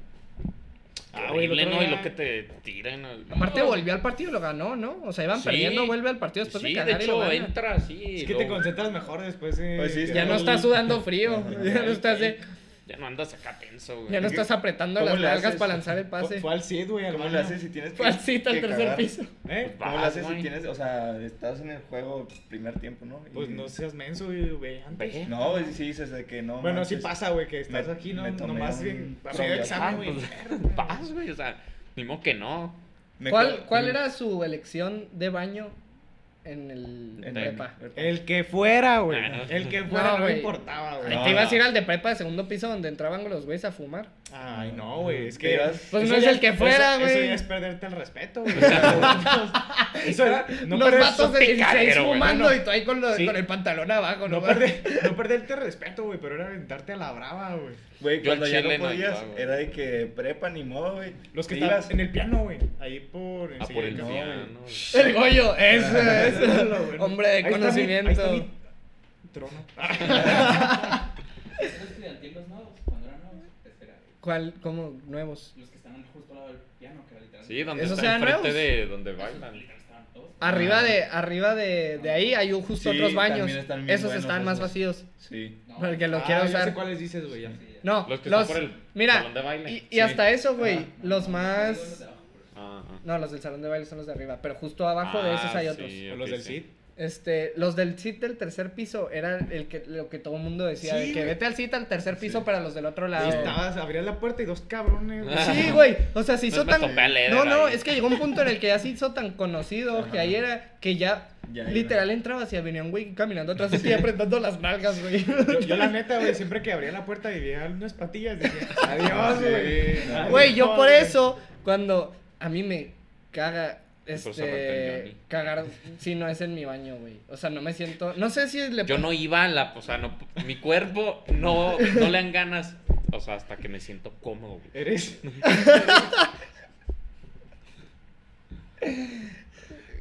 Speaker 2: Ah,
Speaker 4: güey, el
Speaker 2: horrible,
Speaker 4: otro
Speaker 2: ¿no? Y
Speaker 4: día-
Speaker 2: lo que te tiran. al-
Speaker 1: Aparte,
Speaker 2: No,
Speaker 1: volvió al partido y lo ganó, ¿no? O sea, iban
Speaker 2: Sí.
Speaker 1: perdiendo, vuelve al partido después de
Speaker 2: Sí, de
Speaker 1: cagar y lo
Speaker 2: hecho,
Speaker 1: gana.
Speaker 2: entra así.
Speaker 4: Es que te
Speaker 2: luego-
Speaker 4: concentras mejor después de...
Speaker 5: Pues sí,
Speaker 1: Ya no estás sudando frío, ya no estás, de-
Speaker 2: Ya no andas acá tenso, güey.
Speaker 1: ya no estás apretando
Speaker 5: ¿Cómo
Speaker 1: las
Speaker 5: le
Speaker 1: nalgas
Speaker 5: haces?
Speaker 1: para lanzar el pase.
Speaker 4: Fue, fue al Cid, güey, al
Speaker 5: ¿Cómo
Speaker 4: baño.
Speaker 5: le haces Pues, si tienes
Speaker 1: (laughs) Falsita al tercer
Speaker 5: cagar?
Speaker 1: piso. Ah,
Speaker 4: ¿Eh?
Speaker 5: ¿Cómo
Speaker 2: Vas,
Speaker 5: le haces
Speaker 2: güey.
Speaker 5: si tienes, o sea, estás en el juego primer tiempo, ¿no? Y-
Speaker 4: Pues no seas menso, güey, güey, antes.
Speaker 2: Ve.
Speaker 5: No, güey, sí dices de que no.
Speaker 4: Bueno, sí
Speaker 5: manches.
Speaker 4: pasa, güey, que estás
Speaker 5: Me-
Speaker 4: aquí, ¿no?
Speaker 5: me tomé
Speaker 4: Nomás
Speaker 5: un
Speaker 4: bien, a
Speaker 5: zombiazo.
Speaker 4: medio
Speaker 2: Ah,
Speaker 4: examen,
Speaker 2: pues,
Speaker 4: güey.
Speaker 2: vas, güey. O sea, ni modo que no.
Speaker 5: Me
Speaker 1: ¿Cuál,
Speaker 5: co-
Speaker 1: cuál
Speaker 5: Mm.
Speaker 1: era su elección de baño en el
Speaker 5: En
Speaker 1: prepa?
Speaker 5: el-
Speaker 4: El que fuera, güey.
Speaker 2: Ah, no.
Speaker 4: El que fuera
Speaker 1: No,
Speaker 4: no, me
Speaker 1: güey.
Speaker 4: importaba,
Speaker 1: Ay,
Speaker 4: güey.
Speaker 5: No,
Speaker 1: te ibas a
Speaker 5: no.
Speaker 1: ir al de prepa de segundo piso donde entraban los güeyes a fumar.
Speaker 4: Ay, no, güey. Es que.
Speaker 5: Te ibas-
Speaker 1: Pues
Speaker 4: eso
Speaker 1: no es
Speaker 4: ya-
Speaker 1: el que
Speaker 4: eso-
Speaker 1: fuera,
Speaker 4: Eso
Speaker 1: güey.
Speaker 4: ya es perderte el respeto,
Speaker 5: (laughs)
Speaker 4: güey. eso era. No
Speaker 1: los
Speaker 4: perder-
Speaker 1: vatos de 16
Speaker 2: picadero, güey.
Speaker 1: fumando
Speaker 4: Bueno,
Speaker 1: y tú ahí con, lo-
Speaker 4: sí.
Speaker 1: con el pantalón abajo, ¿no?
Speaker 4: No, perder- no perderte el respeto, güey, pero era aventarte a la brava, güey.
Speaker 5: Güey,
Speaker 2: Yo al
Speaker 5: cuando ya
Speaker 2: chile
Speaker 5: no
Speaker 2: no
Speaker 5: podías,
Speaker 2: iba, güey.
Speaker 5: era de que prepa ni modo, güey.
Speaker 4: Los que
Speaker 5: Te
Speaker 4: estaban
Speaker 5: ibas.
Speaker 4: en el piano, güey. Ahí por.
Speaker 2: Ah, por el
Speaker 4: no,
Speaker 5: (laughs)
Speaker 2: piano.
Speaker 4: güey.
Speaker 2: güey.
Speaker 1: El Goyo, eso es.
Speaker 4: Eso, güey.
Speaker 1: Hombre de
Speaker 4: Ahí está mi-
Speaker 1: conocimiento.
Speaker 4: ahí está mi Trono.
Speaker 6: Esos estudiantiles los nuevos, cuando eran nuevos, espera,
Speaker 1: ¿Cuál? ¿Cómo? Nuevos.
Speaker 6: los que estaban justo al lado del piano, que era literalmente.
Speaker 2: Sí, donde
Speaker 1: ¿Esos
Speaker 2: está
Speaker 1: eran
Speaker 2: enfrente
Speaker 1: nuevos?
Speaker 2: de donde
Speaker 6: Esos
Speaker 2: bailan.
Speaker 6: literal estaban todos.
Speaker 1: Arriba de, arriba de, de ahí hay un- justo
Speaker 5: Sí,
Speaker 1: otros baños.
Speaker 5: también están bien
Speaker 1: Esos
Speaker 5: buenos
Speaker 1: están más
Speaker 5: esos.
Speaker 1: vacíos.
Speaker 5: Sí.
Speaker 6: No,
Speaker 1: Para el que lo
Speaker 4: Ah,
Speaker 1: quiera
Speaker 4: ya
Speaker 1: usar.
Speaker 4: sé cuáles dices, güey. ya.
Speaker 6: sí, ya.
Speaker 1: No,
Speaker 2: Los que
Speaker 1: los.
Speaker 2: están por el salón de
Speaker 1: mira,
Speaker 2: baile.
Speaker 1: y, y
Speaker 2: Sí.
Speaker 1: hasta eso, güey.
Speaker 5: Ah,
Speaker 1: los
Speaker 6: No, los de
Speaker 1: más.
Speaker 6: abajo, por eso.
Speaker 2: Ah, ah.
Speaker 1: No, los del salón de baile son los de arriba. Pero justo abajo de esos
Speaker 2: Ah,
Speaker 1: hay
Speaker 2: sí,
Speaker 1: otros.
Speaker 2: ok,
Speaker 4: O los del
Speaker 2: sí.
Speaker 4: Cid.
Speaker 1: Este, los del sit del tercer piso era el que, lo que todo el mundo decía. de
Speaker 4: Sí,
Speaker 1: que
Speaker 4: güey.
Speaker 1: vete al sit al tercer piso para los del otro lado.
Speaker 4: Ahí estabas, abrías la puerta y dos cabrones. güey.
Speaker 1: Sí, güey. O sea, se hizo
Speaker 2: Pues me
Speaker 1: tan.
Speaker 2: topé al Eder
Speaker 1: No, no,
Speaker 2: ahí.
Speaker 1: es que llegó un punto en el que ya se hizo tan conocido que ahí era que ya.
Speaker 5: Ya
Speaker 1: literal entrabas y venía un güey caminando atrás de ti apretando las nalgas, güey.
Speaker 4: Yo, yo la neta, güey, siempre que abría la puerta y veía unas
Speaker 1: (laughs)
Speaker 4: patillas, decía, adiós,
Speaker 5: Sí,
Speaker 4: güey.
Speaker 5: no.
Speaker 4: Adiós,
Speaker 1: Güey, yo por
Speaker 4: güey.
Speaker 1: eso, cuando a mí me caga
Speaker 2: Pues, aparte,
Speaker 1: este
Speaker 2: Johnny. (laughs)
Speaker 1: cagar si no es en mi baño, güey. O sea, no me siento, no sé si le
Speaker 2: Yo no iba a la. O sea, no, mi cuerpo no, no le dan ganas. O sea, hasta que me siento cómodo, güey.
Speaker 4: Eres.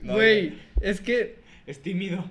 Speaker 5: No,
Speaker 1: güey, es que
Speaker 4: Es tímido.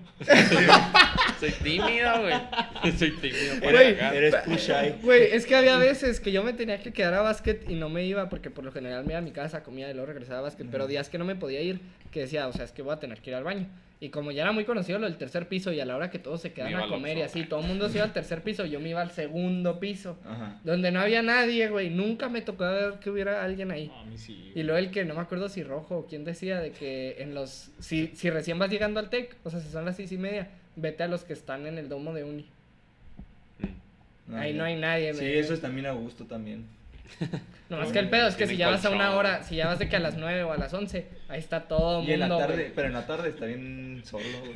Speaker 2: Soy tímido, güey. (laughs) Soy tímido. para
Speaker 1: Güey,
Speaker 2: cagar.
Speaker 5: Eres push ahí.
Speaker 1: Güey, es que había veces que yo me tenía que quedar a básquet y no me iba porque por lo general me iba a mi casa, comía y luego regresaba a básquet, pero días que no me podía ir, que decía, o sea, es que voy a tener que ir al baño. Y como ya era muy conocido lo del tercer piso y a la hora que todos se quedaban
Speaker 2: iba
Speaker 1: a
Speaker 2: al
Speaker 1: comer y
Speaker 2: Oxxo.
Speaker 1: así, todo el mundo se iba al tercer piso, yo me iba al segundo piso,
Speaker 5: Ajá.
Speaker 1: donde no había nadie, güey, nunca me tocó ver que hubiera alguien ahí.
Speaker 4: No, a mí sí.
Speaker 1: Y luego el que no me acuerdo si rojo o quién decía de que en los. Si, si recién vas llegando al TEC, o sea, si son las seis y media, vete a los que están en el domo de uni.
Speaker 2: Mm.
Speaker 1: Ahí no hay nadie,
Speaker 5: Ah, Sí,
Speaker 1: me-
Speaker 5: eso es también a gusto también.
Speaker 1: No, más que el pedo es que si
Speaker 2: Tienen
Speaker 1: ya vas a una
Speaker 2: colchón.
Speaker 1: hora, si ya vas de que a las 9 o a las 11, ahí está todo
Speaker 5: Y en la
Speaker 1: mundo.
Speaker 5: tarde,
Speaker 1: güey.
Speaker 5: pero en la tarde está bien solo, güey.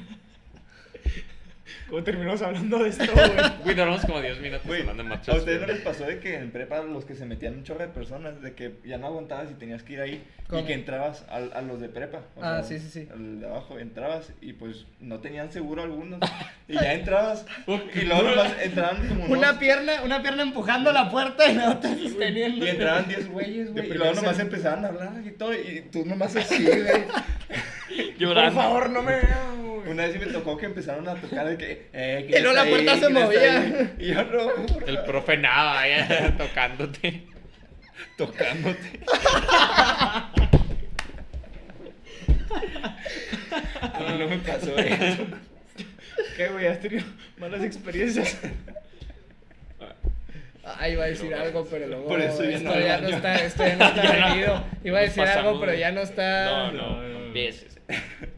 Speaker 4: ¿Cómo terminamos hablando de esto, güey?
Speaker 2: Güey, duramos como 10 minutos
Speaker 5: Güey,
Speaker 2: hablando de machos.
Speaker 5: ¿A ustedes no
Speaker 2: güey.
Speaker 5: les pasó de que en prepa los que se metían un chorro de personas, de que ya no aguantabas y tenías que ir ahí
Speaker 1: ¿Cómo?
Speaker 5: y que entrabas a, a los de prepa? o
Speaker 1: Ah, sí, sí, sí.
Speaker 5: Al de abajo, entrabas y pues no tenían
Speaker 1: (laughs)
Speaker 5: seguro algunos. y ya entrabas y luego nomás entraban como unos-
Speaker 1: Una pierna, una pierna empujando la puerta y la otra (laughs) sosteniendo.
Speaker 5: Y entraban 10 güeyes, güey. Y
Speaker 4: primer
Speaker 5: luego nomás
Speaker 4: ser-
Speaker 5: empezaban a hablar y todo. Y tú nomás así, güey.
Speaker 4: Por
Speaker 2: (laughs) Llorando.
Speaker 4: favor, no me vean, güey.
Speaker 5: Una vez sí me tocó que empezaron a tocar de que. Eh,
Speaker 1: Y luego la puerta se movía.
Speaker 5: movía. Y yo no, por
Speaker 2: El
Speaker 5: favor".
Speaker 2: profe nada, ahí (laughs) tocándote.
Speaker 5: tocándote. A mí no me (laughs) pasó eso.
Speaker 4: ¿Qué, güey? ¿Has tenido malas experiencias?
Speaker 1: Este, Ah, iba a decir algo, pero luego.
Speaker 5: Por eso ya
Speaker 1: esto
Speaker 5: no hay
Speaker 1: ya no
Speaker 5: baño.
Speaker 1: está, esto ya no
Speaker 5: (laughs)
Speaker 1: está
Speaker 2: Ya no.
Speaker 1: reñido. Iba a
Speaker 2: Nos
Speaker 1: decir algo,
Speaker 2: pasamos,
Speaker 1: pero
Speaker 2: güey.
Speaker 1: ya no está.
Speaker 2: No, no, no empieces.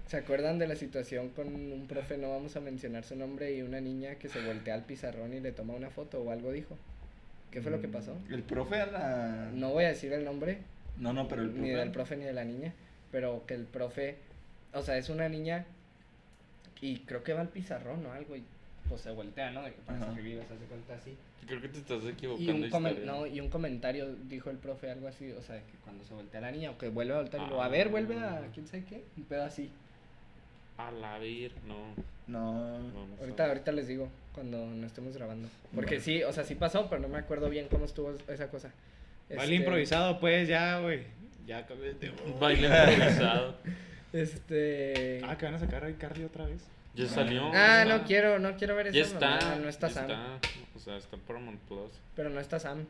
Speaker 1: ¿Se acuerdan de la situación con un profe, no vamos a mencionar su nombre, y una niña que se voltea al pizarrón y le toma una foto o algo dijo? ¿Qué fue lo
Speaker 5: Mm.
Speaker 1: que pasó?
Speaker 5: El profe a la.
Speaker 1: No voy a decir el nombre,
Speaker 5: no, no, pero el profe.
Speaker 1: ni del profe ni de la niña, pero que el profe, o sea, es una niña y creo que va al pizarrón o algo y pues se voltea, ¿no? De que para
Speaker 5: Ajá.
Speaker 1: escribir, o sea, se cuenta así.
Speaker 2: Creo que te estás
Speaker 1: Y
Speaker 2: equivocando.
Speaker 1: un,
Speaker 2: historia.
Speaker 1: comen- no, y un comentario dijo el profe algo así, o sea, de que cuando se voltea la niña o que vuelve a voltear
Speaker 5: Ah.
Speaker 1: y luego, a ver, vuelve a quién sabe qué, un pedo así.
Speaker 2: A la vir, no.
Speaker 5: No.
Speaker 2: no, no
Speaker 1: Ahorita,
Speaker 2: sabe.
Speaker 1: ahorita les digo cuando no estemos grabando. Porque sí, o sea, sí pasó, pero no me acuerdo bien cómo estuvo esa cosa. Este,
Speaker 4: Baile improvisado, pues, ya, güey.
Speaker 1: eh.
Speaker 4: Ya acabé de...
Speaker 5: (laughs)
Speaker 2: Baile improvisado.
Speaker 1: Este.
Speaker 4: Ah, que van a sacar a Carly otra vez.
Speaker 2: Ya salió.
Speaker 1: Ah,
Speaker 2: ya-
Speaker 1: no quiero, no quiero ver eso.
Speaker 2: Ya está.
Speaker 1: No está
Speaker 2: ya
Speaker 1: Sam.
Speaker 2: está. O sea, está Paramount Plus.
Speaker 1: Pero no está Sam.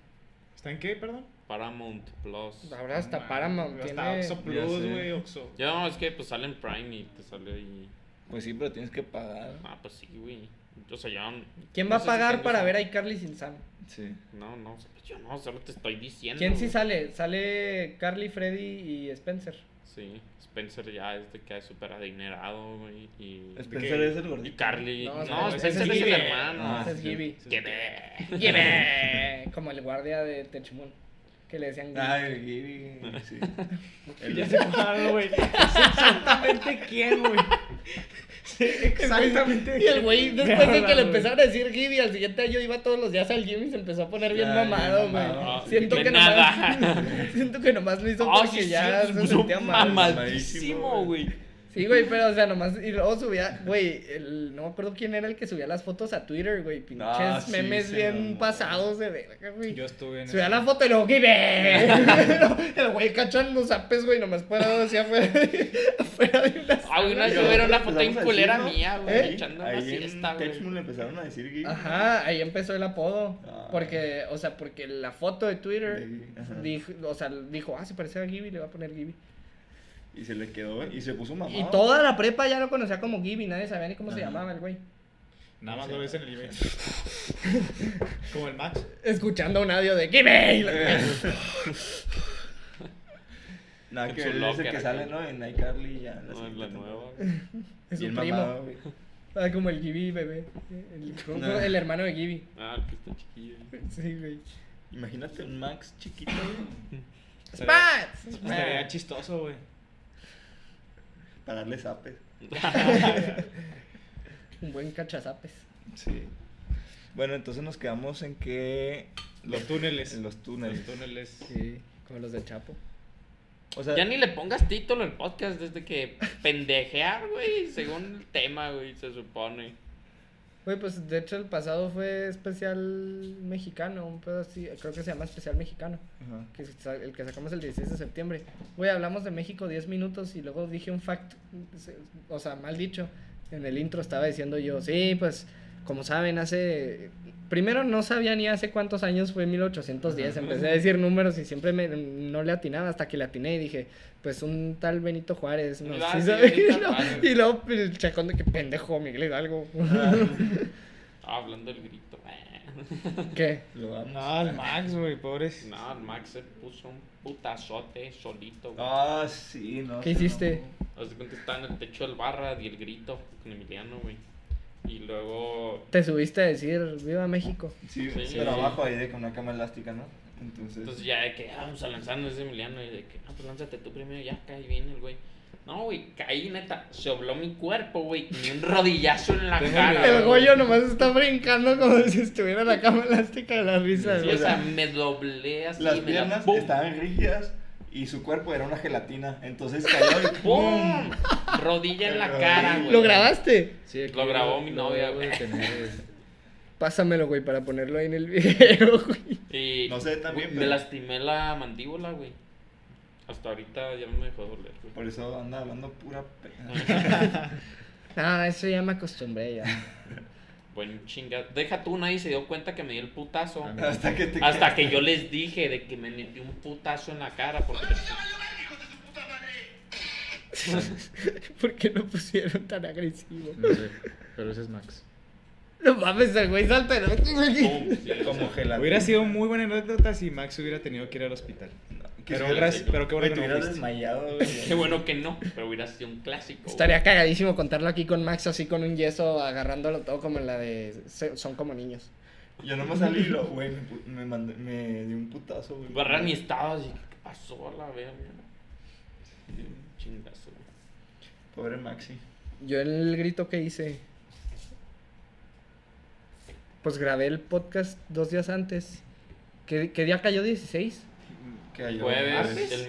Speaker 4: ¿Está en qué, perdón?
Speaker 2: Paramount Plus.
Speaker 1: Ahora hasta
Speaker 2: Ah,
Speaker 4: Man,
Speaker 1: Paramount tiene.
Speaker 4: Hasta Oxo
Speaker 5: Ya
Speaker 4: Plus,
Speaker 5: sé.
Speaker 4: güey, Oxo.
Speaker 2: Ya no, es que pues sale en Prime y te sale ahí.
Speaker 5: Pues sí, pero tienes que pagar.
Speaker 2: Ah, pues sí, güey. O sea, ya.
Speaker 1: ¿Quién
Speaker 2: no
Speaker 1: va
Speaker 2: sé
Speaker 1: a
Speaker 2: si
Speaker 1: pagar
Speaker 2: tengo
Speaker 1: para
Speaker 2: Sam.
Speaker 1: ver a iCarly sin Sam?
Speaker 5: Sí.
Speaker 2: No, no, yo no, solo te estoy diciendo.
Speaker 1: ¿Quién sí
Speaker 2: güey.
Speaker 1: sale? Sale Carly, Freddy y Spencer.
Speaker 2: Sí, Spencer ya es de que es súper adinerado, güey. Y,
Speaker 5: Spencer
Speaker 4: qué?
Speaker 5: es el
Speaker 2: y
Speaker 5: gordito.
Speaker 2: Carly.
Speaker 1: No,
Speaker 2: No,
Speaker 1: no, ese
Speaker 2: Spencer
Speaker 1: es
Speaker 2: es el
Speaker 1: Gibby.
Speaker 2: hermano.
Speaker 5: Ah,
Speaker 1: Ese es
Speaker 5: sí.
Speaker 1: Gibby.
Speaker 2: Que ve.
Speaker 1: Lleve. Como el guardia de Techmoon. Que le decían.
Speaker 5: Ay, el Giri. Sí.
Speaker 4: (laughs)
Speaker 5: El-
Speaker 4: Ya se pagaron, güey.
Speaker 1: exactamente quién, güey. Exactamente. Y el
Speaker 4: (laughs)
Speaker 1: güey, después de que le empezaron a decir Gibby, al siguiente año iba todos los días al Gibby y se empezó a poner bien
Speaker 5: Ya, bien
Speaker 1: mamado, güey.
Speaker 5: mamado.
Speaker 1: (laughs) Siento
Speaker 2: De
Speaker 1: que
Speaker 2: nada.
Speaker 1: nomás. (laughs) siento que nomás lo hizo
Speaker 2: Oh,
Speaker 1: porque
Speaker 2: sí,
Speaker 1: ya
Speaker 2: sí,
Speaker 1: se
Speaker 2: puso
Speaker 1: sentía mal.
Speaker 2: mamadísimo,
Speaker 1: (laughs)
Speaker 2: güey.
Speaker 1: Sí, güey, pero o sea, nomás. Y luego subía, güey, el- no me acuerdo quién era el que subía las fotos a Twitter, güey. Pinches
Speaker 5: Ah, sí,
Speaker 1: memes
Speaker 5: se
Speaker 1: bien
Speaker 5: mamó.
Speaker 1: pasados de verga, güey.
Speaker 4: Yo estuve en...
Speaker 1: Subía
Speaker 4: ese-
Speaker 1: la foto y luego Gibby. (laughs) el güey cachando zapes, güey, nomás parado así afuera, (laughs) afuera de una
Speaker 2: Ah, güey, una, yo
Speaker 5: Yo-
Speaker 2: era una
Speaker 5: empezamos
Speaker 2: foto
Speaker 5: a
Speaker 2: en
Speaker 5: decir,
Speaker 2: culera
Speaker 5: ¿no?
Speaker 2: mía, güey,
Speaker 1: ¿Eh?
Speaker 2: echando una
Speaker 5: Ahí en
Speaker 2: siesta, güey.
Speaker 5: Techmoon le empezaron a decir Giri.
Speaker 1: Ajá, ahí empezó el apodo.
Speaker 5: Ah.
Speaker 1: Porque, o sea, porque la foto de Twitter
Speaker 5: De- ajá.
Speaker 1: dijo, o sea, dijo, ah, se parece a Gibby, le va a poner Gibby.
Speaker 5: Y se le quedó y se puso mamado.
Speaker 1: Y toda la prepa ya lo conocía como Gibby, nadie sabía ni cómo se
Speaker 5: Ajá.
Speaker 1: llamaba el güey.
Speaker 4: Nada más lo ves en el (laughs) nivel. Como el Max.
Speaker 1: Escuchando un audio de Gibby. y la-
Speaker 5: Nada
Speaker 2: En
Speaker 5: que
Speaker 2: su
Speaker 5: ver, es el
Speaker 2: locker
Speaker 5: que
Speaker 2: acá.
Speaker 5: sale, ¿no? En iCarly ya.
Speaker 2: No, es
Speaker 5: siguiente
Speaker 2: la
Speaker 5: temporada.
Speaker 2: nueva.
Speaker 1: Es su
Speaker 5: Bien
Speaker 1: primo.
Speaker 5: mamado, güey.
Speaker 1: Ah, como el Gibby bebé. El, como
Speaker 5: No.
Speaker 1: el hermano de Gibby.
Speaker 2: Ah, el que está chiquillo.
Speaker 1: Sí, güey.
Speaker 5: Imagínate un Max chiquito, güey,
Speaker 1: (laughs) ¡Spats!
Speaker 4: Estaría chistoso, güey.
Speaker 5: Para darle zapes.
Speaker 1: Un buen cachazapes.
Speaker 5: Sí. Bueno, entonces nos quedamos en que.
Speaker 4: Los túneles.
Speaker 5: En los túneles.
Speaker 4: Los túneles.
Speaker 1: Sí, como los del Chapo.
Speaker 5: O sea,
Speaker 2: Ya ni le pongas título al podcast desde que pendejear, güey, según el tema, güey, se supone.
Speaker 1: Güey, pues de hecho el pasado fue especial mexicano, un pedo así, creo que se llama especial mexicano,
Speaker 5: ajá.
Speaker 1: que sa- el que sacamos el 16 de septiembre. Güey, hablamos de México 10 minutos y luego dije un fact, se- o sea, mal dicho, en el intro estaba diciendo yo, sí, pues como saben, hace, primero no sabía ni hace cuántos años fue 1810, empecé a decir números y siempre me, no le atinaba hasta que le atiné y dije, pues un tal Benito Juárez, no,
Speaker 2: Ah,
Speaker 1: sí
Speaker 2: sí,
Speaker 1: sabe-
Speaker 2: Benito
Speaker 1: (laughs) y luego-
Speaker 2: Juárez.
Speaker 1: y luego pues, el chacón de que pendejo, Miguel Hidalgo.
Speaker 2: Ah, hablando del grito.
Speaker 1: (laughs)
Speaker 2: (laughs)
Speaker 1: ¿Qué?
Speaker 5: Lo amo.
Speaker 1: (laughs)
Speaker 4: No, el Max, güey, pobres.
Speaker 2: No, el Max se puso un putazote solito, güey.
Speaker 5: Ah, sí, no.
Speaker 1: ¿Qué
Speaker 5: se
Speaker 1: hiciste?
Speaker 5: mamó.
Speaker 2: Haz de cuenta que estaba en el techo del barra y el grito con Emiliano, güey. Y luego
Speaker 1: Te subiste a decir viva México.
Speaker 5: Sí,
Speaker 2: Sí.
Speaker 5: pero abajo ahí de con una cama elástica, ¿no? Entonces.
Speaker 2: Entonces ya de que ah, vamos a lanzarnos ese Emiliano y de que ah, pues lánzate tú primero, ya caí bien el güey. No, güey, caí neta, se dobló mi cuerpo, güey, ni un rodillazo en la
Speaker 4: Tengo
Speaker 2: cara.
Speaker 1: El
Speaker 2: güey.
Speaker 1: Goyo nomás está brincando como si estuviera en la cama elástica de la risa.
Speaker 2: Sí,
Speaker 1: güey.
Speaker 2: o sea, me doblé así,
Speaker 5: Las
Speaker 2: me da
Speaker 5: piernas
Speaker 2: ¡pum!
Speaker 5: estaban rígidas y su cuerpo era una gelatina. Entonces
Speaker 2: (laughs)
Speaker 5: cayó y
Speaker 2: ¡Pum!
Speaker 5: ¡pum!
Speaker 2: Rodilla en la
Speaker 5: Pero
Speaker 2: cara,
Speaker 5: ahí-
Speaker 2: güey.
Speaker 1: ¿Lo grabaste?
Speaker 7: Sí, aquí
Speaker 2: Lo grabó mi novia,
Speaker 7: debo de
Speaker 2: güey.
Speaker 7: tener, es-
Speaker 1: Pásamelo, güey, para ponerlo ahí en el (laughs) video, güey.
Speaker 2: Y
Speaker 5: No sé, también,
Speaker 2: me
Speaker 5: pero-
Speaker 2: lastimé la mandíbula, güey. Hasta ahorita ya no me dejó doler, güey.
Speaker 5: Por eso anda hablando pura pe-
Speaker 1: Ah, eso ya me acostumbré ya.
Speaker 2: Buen chinga. Deja tú, nadie se dio cuenta que me dio el putazo.
Speaker 5: (laughs) Hasta que te
Speaker 2: Ah. Hasta que yo les dije de que me metí un putazo en la cara porque
Speaker 1: (laughs) ¿Por qué lo pusieron tan agresivo?
Speaker 7: no sé, pero ese es Max.
Speaker 1: No mames, el güey salta. ¿no?
Speaker 2: pum, (laughs) sí, o
Speaker 5: como
Speaker 2: sea,
Speaker 5: gelatina.
Speaker 4: Hubiera sido muy buena anécdota si Max hubiera tenido que ir al hospital. Pero,
Speaker 2: hubiera
Speaker 4: gracias,
Speaker 2: sido.
Speaker 4: pero qué
Speaker 5: Güey,
Speaker 4: bueno que
Speaker 5: te
Speaker 4: no
Speaker 5: hubieras
Speaker 4: fuiste. (laughs)
Speaker 5: desmayado,
Speaker 2: Qué
Speaker 5: güey.
Speaker 2: bueno que no, pero hubiera sido un clásico. güey.
Speaker 1: Estaría cagadísimo contarlo aquí con Max así con un yeso agarrándolo todo como en la de se- son como niños.
Speaker 5: Yo nomás salí y lo, güey, me, pu- me, mandé, me dio un putazo, güey.
Speaker 2: Barra ni estaba así. ¿Qué pasó a la verga? Chingazo. güey.
Speaker 5: Pobre Maxi.
Speaker 1: Yo en el grito que hice. Pues grabé el podcast dos días antes. ¿Qué, qué día cayó? (laughs) ¿16?
Speaker 5: Que ayudó.
Speaker 2: Jueves,
Speaker 4: ¿Martes?
Speaker 2: el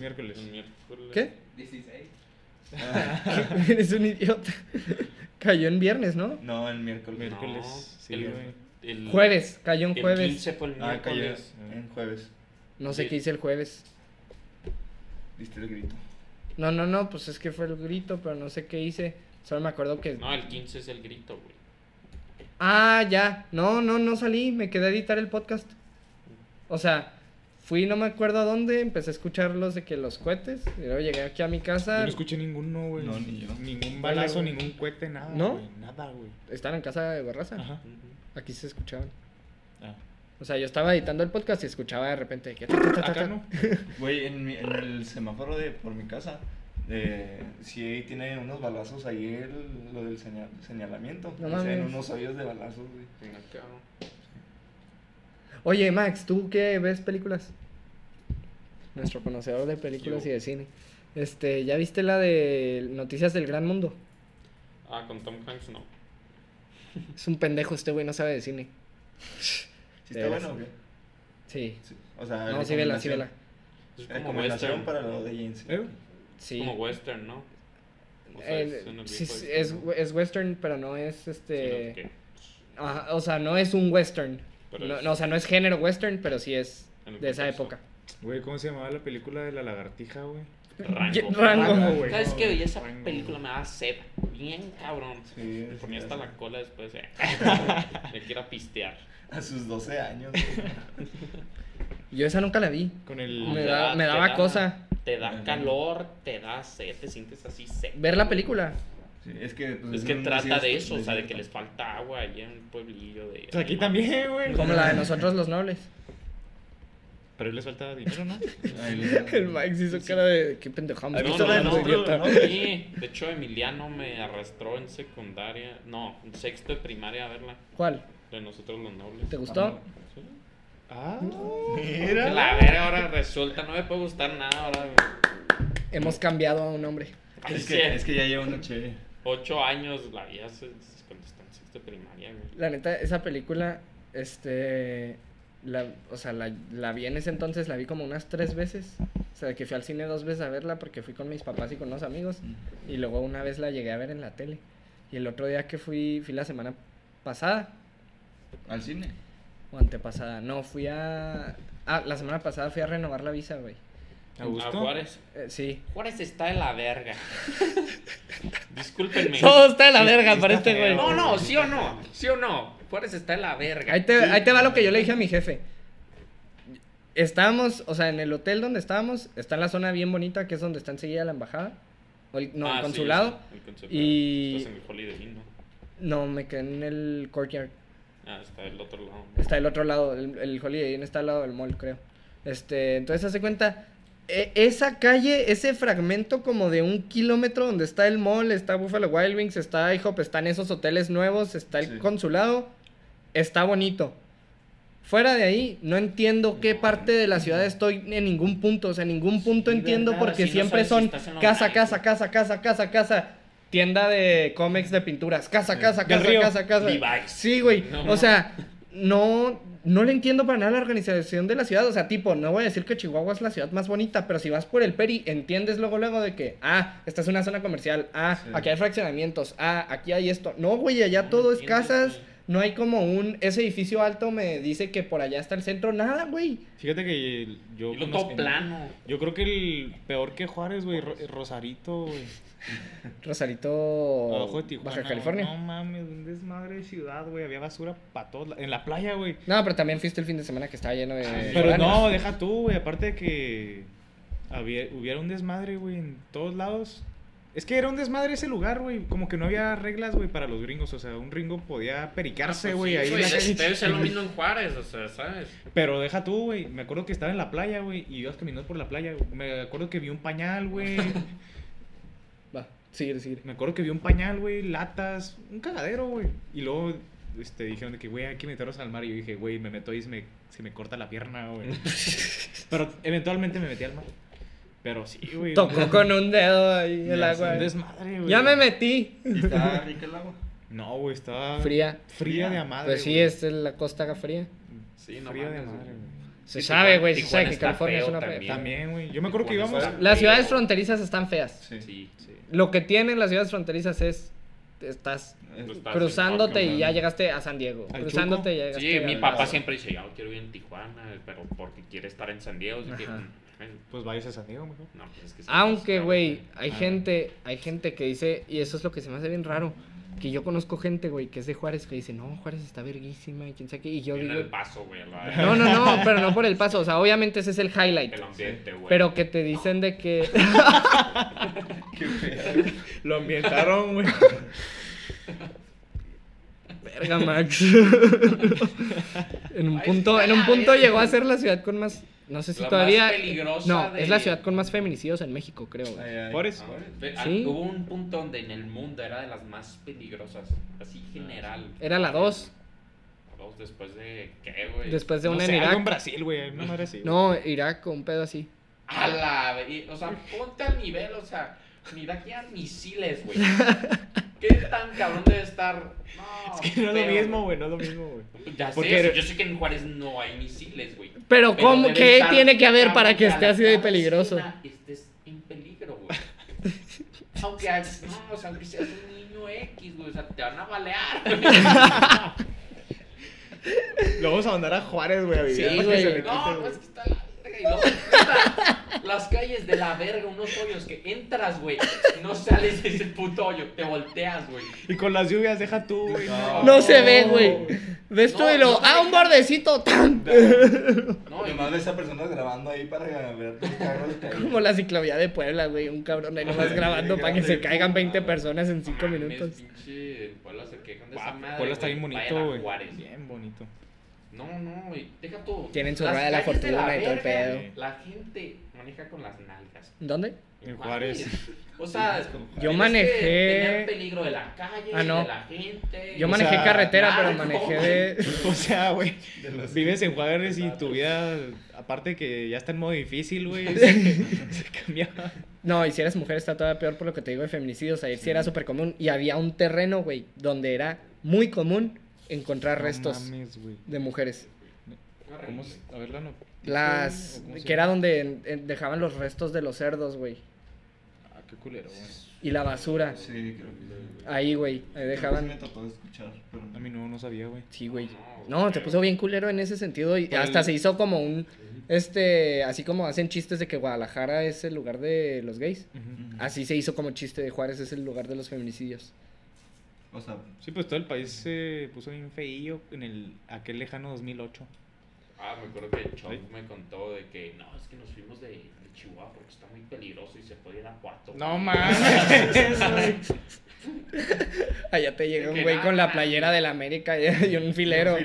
Speaker 4: Miércoles, miércoles.
Speaker 2: El miércoles.
Speaker 1: ¿Qué?
Speaker 6: 16.
Speaker 5: Ah,
Speaker 1: Eres un idiota. cayó en viernes, ¿no?
Speaker 5: No, el miércoles.
Speaker 2: No,
Speaker 4: Miércoles, sí,
Speaker 2: el,
Speaker 4: güey.
Speaker 2: el-
Speaker 1: Jueves, cayó en
Speaker 2: El
Speaker 1: jueves.
Speaker 2: 15 fue el
Speaker 5: Ah, cayó
Speaker 2: miércoles.
Speaker 5: en jueves.
Speaker 1: No sé
Speaker 2: Sí.
Speaker 1: qué hice el jueves.
Speaker 5: Diste el grito.
Speaker 1: No, no, no, pues es que fue el grito, pero no sé qué hice. Solo me acuerdo que...
Speaker 2: No, el 15 es el grito, güey.
Speaker 1: Ah, ya. No, no, no salí. Me quedé a editar el podcast. O sea, fui, no me acuerdo a dónde. Empecé a escuchar los de que los cohetes. Y luego llegué aquí a mi
Speaker 4: Yo
Speaker 1: casa.
Speaker 4: no escuché ninguno, güey.
Speaker 5: No, ni yo.
Speaker 4: Ningún balazo,
Speaker 1: Vale, güey.
Speaker 4: ningún cohete, nada.
Speaker 1: ¿No?
Speaker 4: güey, Nada, güey.
Speaker 1: Estaban en casa de Barraza.
Speaker 4: Ajá.
Speaker 2: Ujú.
Speaker 1: Aquí se escuchaban.
Speaker 4: Ah.
Speaker 1: O sea, yo estaba editando el podcast y escuchaba de repente. Que...
Speaker 4: Acá no.
Speaker 5: Güey, en, mi- en el semáforo de por mi casa, eh, sí tiene unos balazos ahí el- lo del señal- señalamiento.
Speaker 1: No
Speaker 5: o sea, en
Speaker 1: mames.
Speaker 5: unos hoyos de balazos, güey.
Speaker 2: Venga, cabrón.
Speaker 1: Oye, Max, ¿tú qué ves películas? Nuestro conocedor de películas
Speaker 2: Yo.
Speaker 1: y de cine. Este, ¿ya viste la de Noticias del Gran Mundo?
Speaker 2: Ah, con Tom Hanks no.
Speaker 1: Es un pendejo este güey, no sabe de cine.
Speaker 5: ¿Sí
Speaker 1: De
Speaker 5: está
Speaker 1: veras.
Speaker 5: bueno o qué?
Speaker 1: Sí.
Speaker 5: Sí. O sea,
Speaker 1: No, sí vela, sí
Speaker 5: recomendación- Eh,
Speaker 1: vela.
Speaker 2: Es Eh, como
Speaker 5: Recomendación
Speaker 2: western.
Speaker 5: para lo de James.
Speaker 4: ¿Eh?
Speaker 1: Sí.
Speaker 2: Como western, ¿no? O sea,
Speaker 1: Eh,
Speaker 2: en el
Speaker 1: sí,
Speaker 2: viejo
Speaker 1: sí,
Speaker 2: este,
Speaker 1: es,
Speaker 2: ¿no?
Speaker 1: we- es western, pero no es
Speaker 2: Sino
Speaker 1: este.
Speaker 2: que
Speaker 1: ajá, o sea, no es un western.
Speaker 2: Pero
Speaker 1: No-
Speaker 2: es-
Speaker 1: no, o sea, no es género western, pero sí es
Speaker 2: En el
Speaker 1: de esa
Speaker 2: contexto.
Speaker 1: época.
Speaker 4: Güey, ¿cómo se llamaba la película de la lagartija, güey?
Speaker 2: Rango.
Speaker 1: Rango.
Speaker 4: Rango,
Speaker 5: Pues,
Speaker 4: güey.
Speaker 2: ¿Sabes qué? Y esa
Speaker 4: Rango.
Speaker 2: película me daba sed. Bien cabrón.
Speaker 5: Sí,
Speaker 2: Me
Speaker 5: sí,
Speaker 2: ponía hasta
Speaker 5: sí.
Speaker 2: la cola después. eh.
Speaker 5: (laughs)
Speaker 2: Me quiera pistear.
Speaker 5: A sus 12
Speaker 2: (laughs)
Speaker 5: años. güey.
Speaker 1: Yo esa nunca la vi.
Speaker 4: Con
Speaker 1: Me
Speaker 4: el.
Speaker 2: Hombre.
Speaker 1: da-
Speaker 2: da-
Speaker 1: me
Speaker 2: te
Speaker 1: daba
Speaker 2: da-
Speaker 1: cosa
Speaker 2: Te da
Speaker 5: Ajá.
Speaker 2: calor, te da sed, te sientes así seco.
Speaker 1: ver la película.
Speaker 5: Sí, es que, pues,
Speaker 2: Es que
Speaker 5: un
Speaker 2: trata de
Speaker 5: desierto,
Speaker 2: eso, o sea, de
Speaker 5: desierto.
Speaker 2: que les falta agua allá en un pueblillo de...
Speaker 4: O
Speaker 5: Pues
Speaker 4: sea, Pues aquí también, güey.
Speaker 1: Como la de nosotros los (laughs) nobles.
Speaker 4: Pero les faltaba dinero, ¿no?
Speaker 2: (laughs)
Speaker 5: Ahí les-
Speaker 1: Max hizo cara de qué pendejamos.
Speaker 5: ¿Has
Speaker 2: No,
Speaker 5: visto
Speaker 2: no,
Speaker 5: la de
Speaker 2: no,
Speaker 5: nosotros,
Speaker 2: no,
Speaker 5: no?
Speaker 2: sí. De hecho, Emiliano me arrastró en secundaria, no, en sexto de primaria a verla,
Speaker 1: ¿Cuál?
Speaker 2: de nosotros los nobles.
Speaker 1: ¿Te gustó?
Speaker 2: Sí.
Speaker 4: Ah.
Speaker 5: Mira.
Speaker 2: La verga ahora resulta, no me puede gustar nada ahora.
Speaker 1: Hemos cambiado a un hombre.
Speaker 2: Ay,
Speaker 5: Es
Speaker 2: sí.
Speaker 5: que, es que ya lleva una chévere.
Speaker 2: Ocho años la vi hace cuando está en sexto de primaria, güey.
Speaker 1: La neta, esa película, este. La, o sea, la, la vi en ese entonces, la vi como unas tres veces. O sea, que fui al cine dos veces a verla porque fui con mis papás y con unos amigos. Y luego una vez la llegué a ver en la tele. Y el otro día que fui, fui la semana pasada
Speaker 5: Al cine.
Speaker 1: o antepasada. No, fui a. Ah, la semana pasada fui a renovar la visa, güey.
Speaker 4: ¿A
Speaker 2: A
Speaker 4: gusto?
Speaker 2: Juárez.
Speaker 1: Eh, sí.
Speaker 2: Juárez está de
Speaker 1: (laughs)
Speaker 2: la verga. Discúlpenme.
Speaker 1: Todo está de la verga para este güey.
Speaker 2: No, no, sí o no, sí o no. Juárez está de la verga.
Speaker 1: Ahí te, ahí te va lo que yo le dije a mi jefe. Estábamos, o sea, en el hotel donde estábamos, está la zona bien bonita que es donde está enseguida la embajada. O el- no,
Speaker 2: Ah,
Speaker 1: el
Speaker 2: sí,
Speaker 1: consulado.
Speaker 2: está, el consulado.
Speaker 1: y-
Speaker 2: Estás en el Holiday Inn, ¿no?
Speaker 1: No, me quedé en el courtyard.
Speaker 2: Ah, está del otro lado.
Speaker 1: Está del otro lado, el, el Holiday Inn está al lado del mall, creo. Este, entonces hace cuenta, e- esa calle, ese fragmento como de un kilómetro donde está el mall, está Buffalo Wild Wings, está IHOP, están esos hoteles nuevos, está el
Speaker 5: Sí.
Speaker 1: consulado, está bonito. Fuera de ahí, no entiendo qué
Speaker 2: No.
Speaker 1: parte de la ciudad estoy en ningún punto, o sea, en ningún punto
Speaker 2: Sí,
Speaker 1: entiendo
Speaker 2: ¿verdad?
Speaker 1: porque
Speaker 2: Si no
Speaker 1: siempre
Speaker 2: sabes si
Speaker 1: son
Speaker 2: estás en los
Speaker 1: casa,
Speaker 2: Nike.
Speaker 1: casa, casa, casa, casa, casa. Tienda de cómics de pinturas, casa, casa,
Speaker 4: Del
Speaker 1: casa,
Speaker 4: Río.
Speaker 1: casa, casa.
Speaker 2: Levi's.
Speaker 1: Sí, güey.
Speaker 2: No,
Speaker 1: o
Speaker 2: no.
Speaker 1: sea, no, no le entiendo para nada la organización de la ciudad. O sea, tipo, no voy a decir que Chihuahua es la ciudad más bonita, pero si vas por el Peri, entiendes luego, luego de que, ah, esta es una zona comercial, ah,
Speaker 5: Sí.
Speaker 1: aquí hay fraccionamientos, ah, aquí hay esto. No, güey, allá
Speaker 2: No
Speaker 1: todo es
Speaker 2: entiendes,
Speaker 1: casas.
Speaker 2: güey.
Speaker 1: No hay como un. Ese edificio alto me dice que por allá está el centro. Nada, güey.
Speaker 4: Fíjate que el- yo.
Speaker 2: Y lo
Speaker 4: conozco-
Speaker 2: todo plano.
Speaker 4: Yo creo que el peor que Juárez, güey, Ro- Rosarito, güey.
Speaker 1: Rosarito.
Speaker 4: Abajo de Tijuana.
Speaker 1: Oh, Baja California.
Speaker 4: güey. No mames, un desmadre de ciudad, güey. Había basura para todos. la- En la playa, güey.
Speaker 1: No, pero también fuiste el fin de semana que estaba lleno de.
Speaker 4: Pero
Speaker 1: foráneos.
Speaker 4: no, deja tú, güey. Aparte de que había, hubiera un desmadre, güey, en todos lados. Es que era un desmadre ese lugar, güey. Como que no había reglas, güey, para los gringos. O sea, un gringo podía
Speaker 2: Ah,
Speaker 4: pericarse,
Speaker 2: pues
Speaker 4: güey, ahí en la calle.
Speaker 2: Debe ser lo mismo en Juárez, o sea, ¿sabes?
Speaker 4: Pero deja tú, güey. Me acuerdo que estaba en la playa, güey. Y ibas caminando por la playa. güey. Me acuerdo que vi un pañal,
Speaker 2: (laughs)
Speaker 4: güey.
Speaker 1: Va, sigue, sigue.
Speaker 4: Me acuerdo que vi un pañal, güey, latas, un cagadero, güey. Y luego este, dijeron de que, güey, hay que meternos al mar. Y yo dije, güey, me meto ahí y se me, se me corta la
Speaker 1: (laughs)
Speaker 4: pierna, güey. Pero eventualmente me metí al mar. Pero sí, güey.
Speaker 1: Tocó
Speaker 4: (laughs)
Speaker 1: con un dedo ahí el
Speaker 5: Ya,
Speaker 1: agua.
Speaker 4: un desmadre, güey.
Speaker 1: Ya me metí.
Speaker 5: ¿Y está rica el agua?
Speaker 4: No, güey, estaba.
Speaker 1: Fría.
Speaker 4: Fría de a madre.
Speaker 1: Pues sí,
Speaker 4: güey.
Speaker 1: esta es la costa fría.
Speaker 2: Sí, no
Speaker 4: Fría de
Speaker 2: mames,
Speaker 4: madre,
Speaker 2: güey.
Speaker 4: güey.
Speaker 1: Se
Speaker 2: Y
Speaker 1: sabe,
Speaker 2: Tijuana-
Speaker 1: güey. Se
Speaker 2: Tijuana
Speaker 1: sabe que
Speaker 2: está
Speaker 1: California es
Speaker 2: feo
Speaker 1: una
Speaker 2: también.
Speaker 1: playa.
Speaker 4: También, güey. Yo me acuerdo que
Speaker 2: Tijuana
Speaker 4: íbamos.
Speaker 2: está-
Speaker 1: Las ciudades
Speaker 2: Feo.
Speaker 1: fronterizas están feas.
Speaker 5: Sí.
Speaker 2: Sí, sí.
Speaker 1: Lo que tienen las ciudades fronterizas es estás
Speaker 2: Tú Pues estás en
Speaker 1: cruzándote y ya
Speaker 2: Oakland.
Speaker 1: llegaste a San Diego.
Speaker 4: ¿Al
Speaker 1: Cruzándote y ya
Speaker 2: Sí,
Speaker 1: llegaste
Speaker 2: mi
Speaker 1: al-
Speaker 2: papá siempre dice, yo quiero ir en Tijuana, pero porque quiere estar en San Diego. así que,
Speaker 1: Ajá.
Speaker 2: mm,
Speaker 4: Pues vayas a San Diego, mejor.
Speaker 2: no, pues es que sí,
Speaker 1: Aunque,
Speaker 2: está,
Speaker 1: güey, hay
Speaker 4: Ah.
Speaker 1: gente, hay gente que dice, y eso es lo que se me hace bien raro, que yo conozco gente, güey, que es de Juárez, que dice, no, Juárez está verguísima y quién sabe qué, y yo
Speaker 2: En
Speaker 1: digo...
Speaker 2: el paso, güey. a
Speaker 1: (laughs)
Speaker 2: la-
Speaker 1: No, no, no, pero no por el paso, o sea, obviamente ese es el highlight,
Speaker 2: (laughs) El ambiente, güey.
Speaker 1: pero que te dicen de que...
Speaker 5: Qué feo.
Speaker 4: Lo ambientaron, güey.
Speaker 1: Verga,
Speaker 2: (laughs)
Speaker 1: Max. en un punto, en un punto llegó a ser la ciudad con más... No sé si
Speaker 2: La más
Speaker 1: todavía...
Speaker 2: peligrosa
Speaker 1: no, es la
Speaker 2: de-
Speaker 1: ciudad con más feminicidios en México, creo. güey.
Speaker 5: Ay, ay.
Speaker 4: Por eso.
Speaker 2: Ah, ve- ah,
Speaker 1: Sí.
Speaker 2: Hubo un punto donde en el mundo era de las más peligrosas, así general.
Speaker 1: Era la 2,
Speaker 2: La dos después de qué, güey.
Speaker 1: después de
Speaker 4: No
Speaker 1: una
Speaker 4: sé,
Speaker 1: en
Speaker 4: algo en
Speaker 1: Irak.
Speaker 4: Brasil, güey. No madre así.
Speaker 1: No, Irak, un pedo así.
Speaker 2: A la, ve- o sea, ponte al nivel, o sea, mira que eran
Speaker 1: (laughs)
Speaker 2: misiles, güey. ¿Qué tan cabrón debe estar? No,
Speaker 4: güey. (laughs) Que no es lo
Speaker 2: pero-
Speaker 4: mismo, güey. No es lo mismo, güey.
Speaker 2: Ya
Speaker 4: Porque-
Speaker 2: sé, yo sé que en Juárez no hay misiles, güey.
Speaker 1: Pero,
Speaker 2: Pero
Speaker 1: ¿cómo,
Speaker 2: debe
Speaker 1: ¿qué
Speaker 2: estar
Speaker 1: tiene que haber para que
Speaker 2: cabrón,
Speaker 1: esté
Speaker 2: a la
Speaker 1: así de
Speaker 2: cada
Speaker 1: peligroso?
Speaker 2: esquina Estés en peligro,
Speaker 1: (laughs)
Speaker 2: güey. aunque, no, o sea, aunque seas un niño X, güey, o sea, te van
Speaker 1: (laughs)
Speaker 2: a balear. güey.
Speaker 4: Lo vamos a mandar a Juárez, güey, a vivir.
Speaker 1: Sí,
Speaker 4: para que
Speaker 1: güey.
Speaker 4: se le
Speaker 2: No,
Speaker 4: quite,
Speaker 2: no,
Speaker 4: güey.
Speaker 2: es que está la verga. Y luego, puta, las calles de la verga, unos hoyos que entras, güey, no sales de ese puto hoyo, te volteas, güey.
Speaker 4: Y con las lluvias, deja tú, güey.
Speaker 5: No.
Speaker 1: No se ve, güey. Ves tú
Speaker 2: No,
Speaker 1: y lo.
Speaker 2: no
Speaker 1: ¡Ah, un
Speaker 2: deja-
Speaker 1: bordecito! ¡Tan!
Speaker 2: No, y-
Speaker 5: Nomás de esa persona grabando ahí para ver tus carros caer.
Speaker 1: Como la ciclovía de Puebla, güey. Un cabrón ahí nomás grabando para que se caigan 20 personas en 5
Speaker 2: mames,
Speaker 1: minutos.
Speaker 2: pinche, Puebla se quejan de esa
Speaker 4: Guau,
Speaker 2: madre,
Speaker 4: Puebla está bien
Speaker 2: güey,
Speaker 4: bonito,
Speaker 2: vayan a
Speaker 4: güey.
Speaker 2: Juárez.
Speaker 4: Bien bonito. (laughs)
Speaker 2: No, no, güey, deja todo.
Speaker 1: Tienen su
Speaker 2: Las
Speaker 1: rueda de la
Speaker 2: calles
Speaker 1: fortuna y todo el
Speaker 2: verga,
Speaker 1: pedo.
Speaker 4: Sí.
Speaker 2: La gente maneja con las nalgas.
Speaker 1: ¿Dónde?
Speaker 4: En Juárez.
Speaker 2: O sea,
Speaker 1: Yo
Speaker 2: tienes
Speaker 1: manejé-
Speaker 2: que tener peligro de la calle,
Speaker 1: Ah, no.
Speaker 2: de la gente.
Speaker 1: Yo
Speaker 4: O
Speaker 1: manejé
Speaker 4: sea,
Speaker 1: carretera, pero
Speaker 2: narco,
Speaker 1: manejé
Speaker 2: güey.
Speaker 1: de.
Speaker 4: O sea, güey,
Speaker 5: De los-
Speaker 4: vives en Juárez y tu vida, aparte que ya está en modo difícil, (laughs) güey, se, se cambia.
Speaker 1: No, y si eres mujer está todavía peor por lo que te digo de feminicidios. Ayer sí era súper común. Y había un terreno, güey, donde era muy común encontrar (laughs) restos
Speaker 4: No mames, güey.
Speaker 1: de mujeres.
Speaker 4: ¿Cómo es? A ver, la no-
Speaker 1: Las.
Speaker 4: ¿Cómo se
Speaker 1: Que era
Speaker 4: llama?
Speaker 1: donde en- en- dejaban los restos de los cerdos, güey.
Speaker 4: Ah, qué culero, güey.
Speaker 1: Y la basura.
Speaker 5: Sí, creo que
Speaker 1: Ahí, güey. Ahí
Speaker 5: Sí me
Speaker 1: dejaban.
Speaker 5: tocó escuchar, pero
Speaker 4: A mí no, no sabía, güey.
Speaker 1: Sí, güey.
Speaker 2: No,
Speaker 1: No, te puso bien culero en ese sentido. Y
Speaker 4: Por
Speaker 1: hasta
Speaker 4: el-
Speaker 1: se hizo como un. Este. Así como hacen chistes de que Guadalajara es el lugar de los gays.
Speaker 4: Ujú.
Speaker 1: Así se hizo como chiste de Juárez es el lugar de los feminicidios.
Speaker 5: O sea,
Speaker 4: Sí, pues todo el país se puso bien feillo en el aquel lejano 2008.
Speaker 2: Ah, me acuerdo que Choc
Speaker 4: Sí.
Speaker 2: me contó de que no, es que nos fuimos de, de Chihuahua porque está muy peligroso y se puede ir a Puerto.
Speaker 4: No mames, güey.
Speaker 1: Allá Ah, te llega un
Speaker 2: Que
Speaker 1: güey con
Speaker 2: nada.
Speaker 1: la playera de la América y y un filero.
Speaker 2: Sí,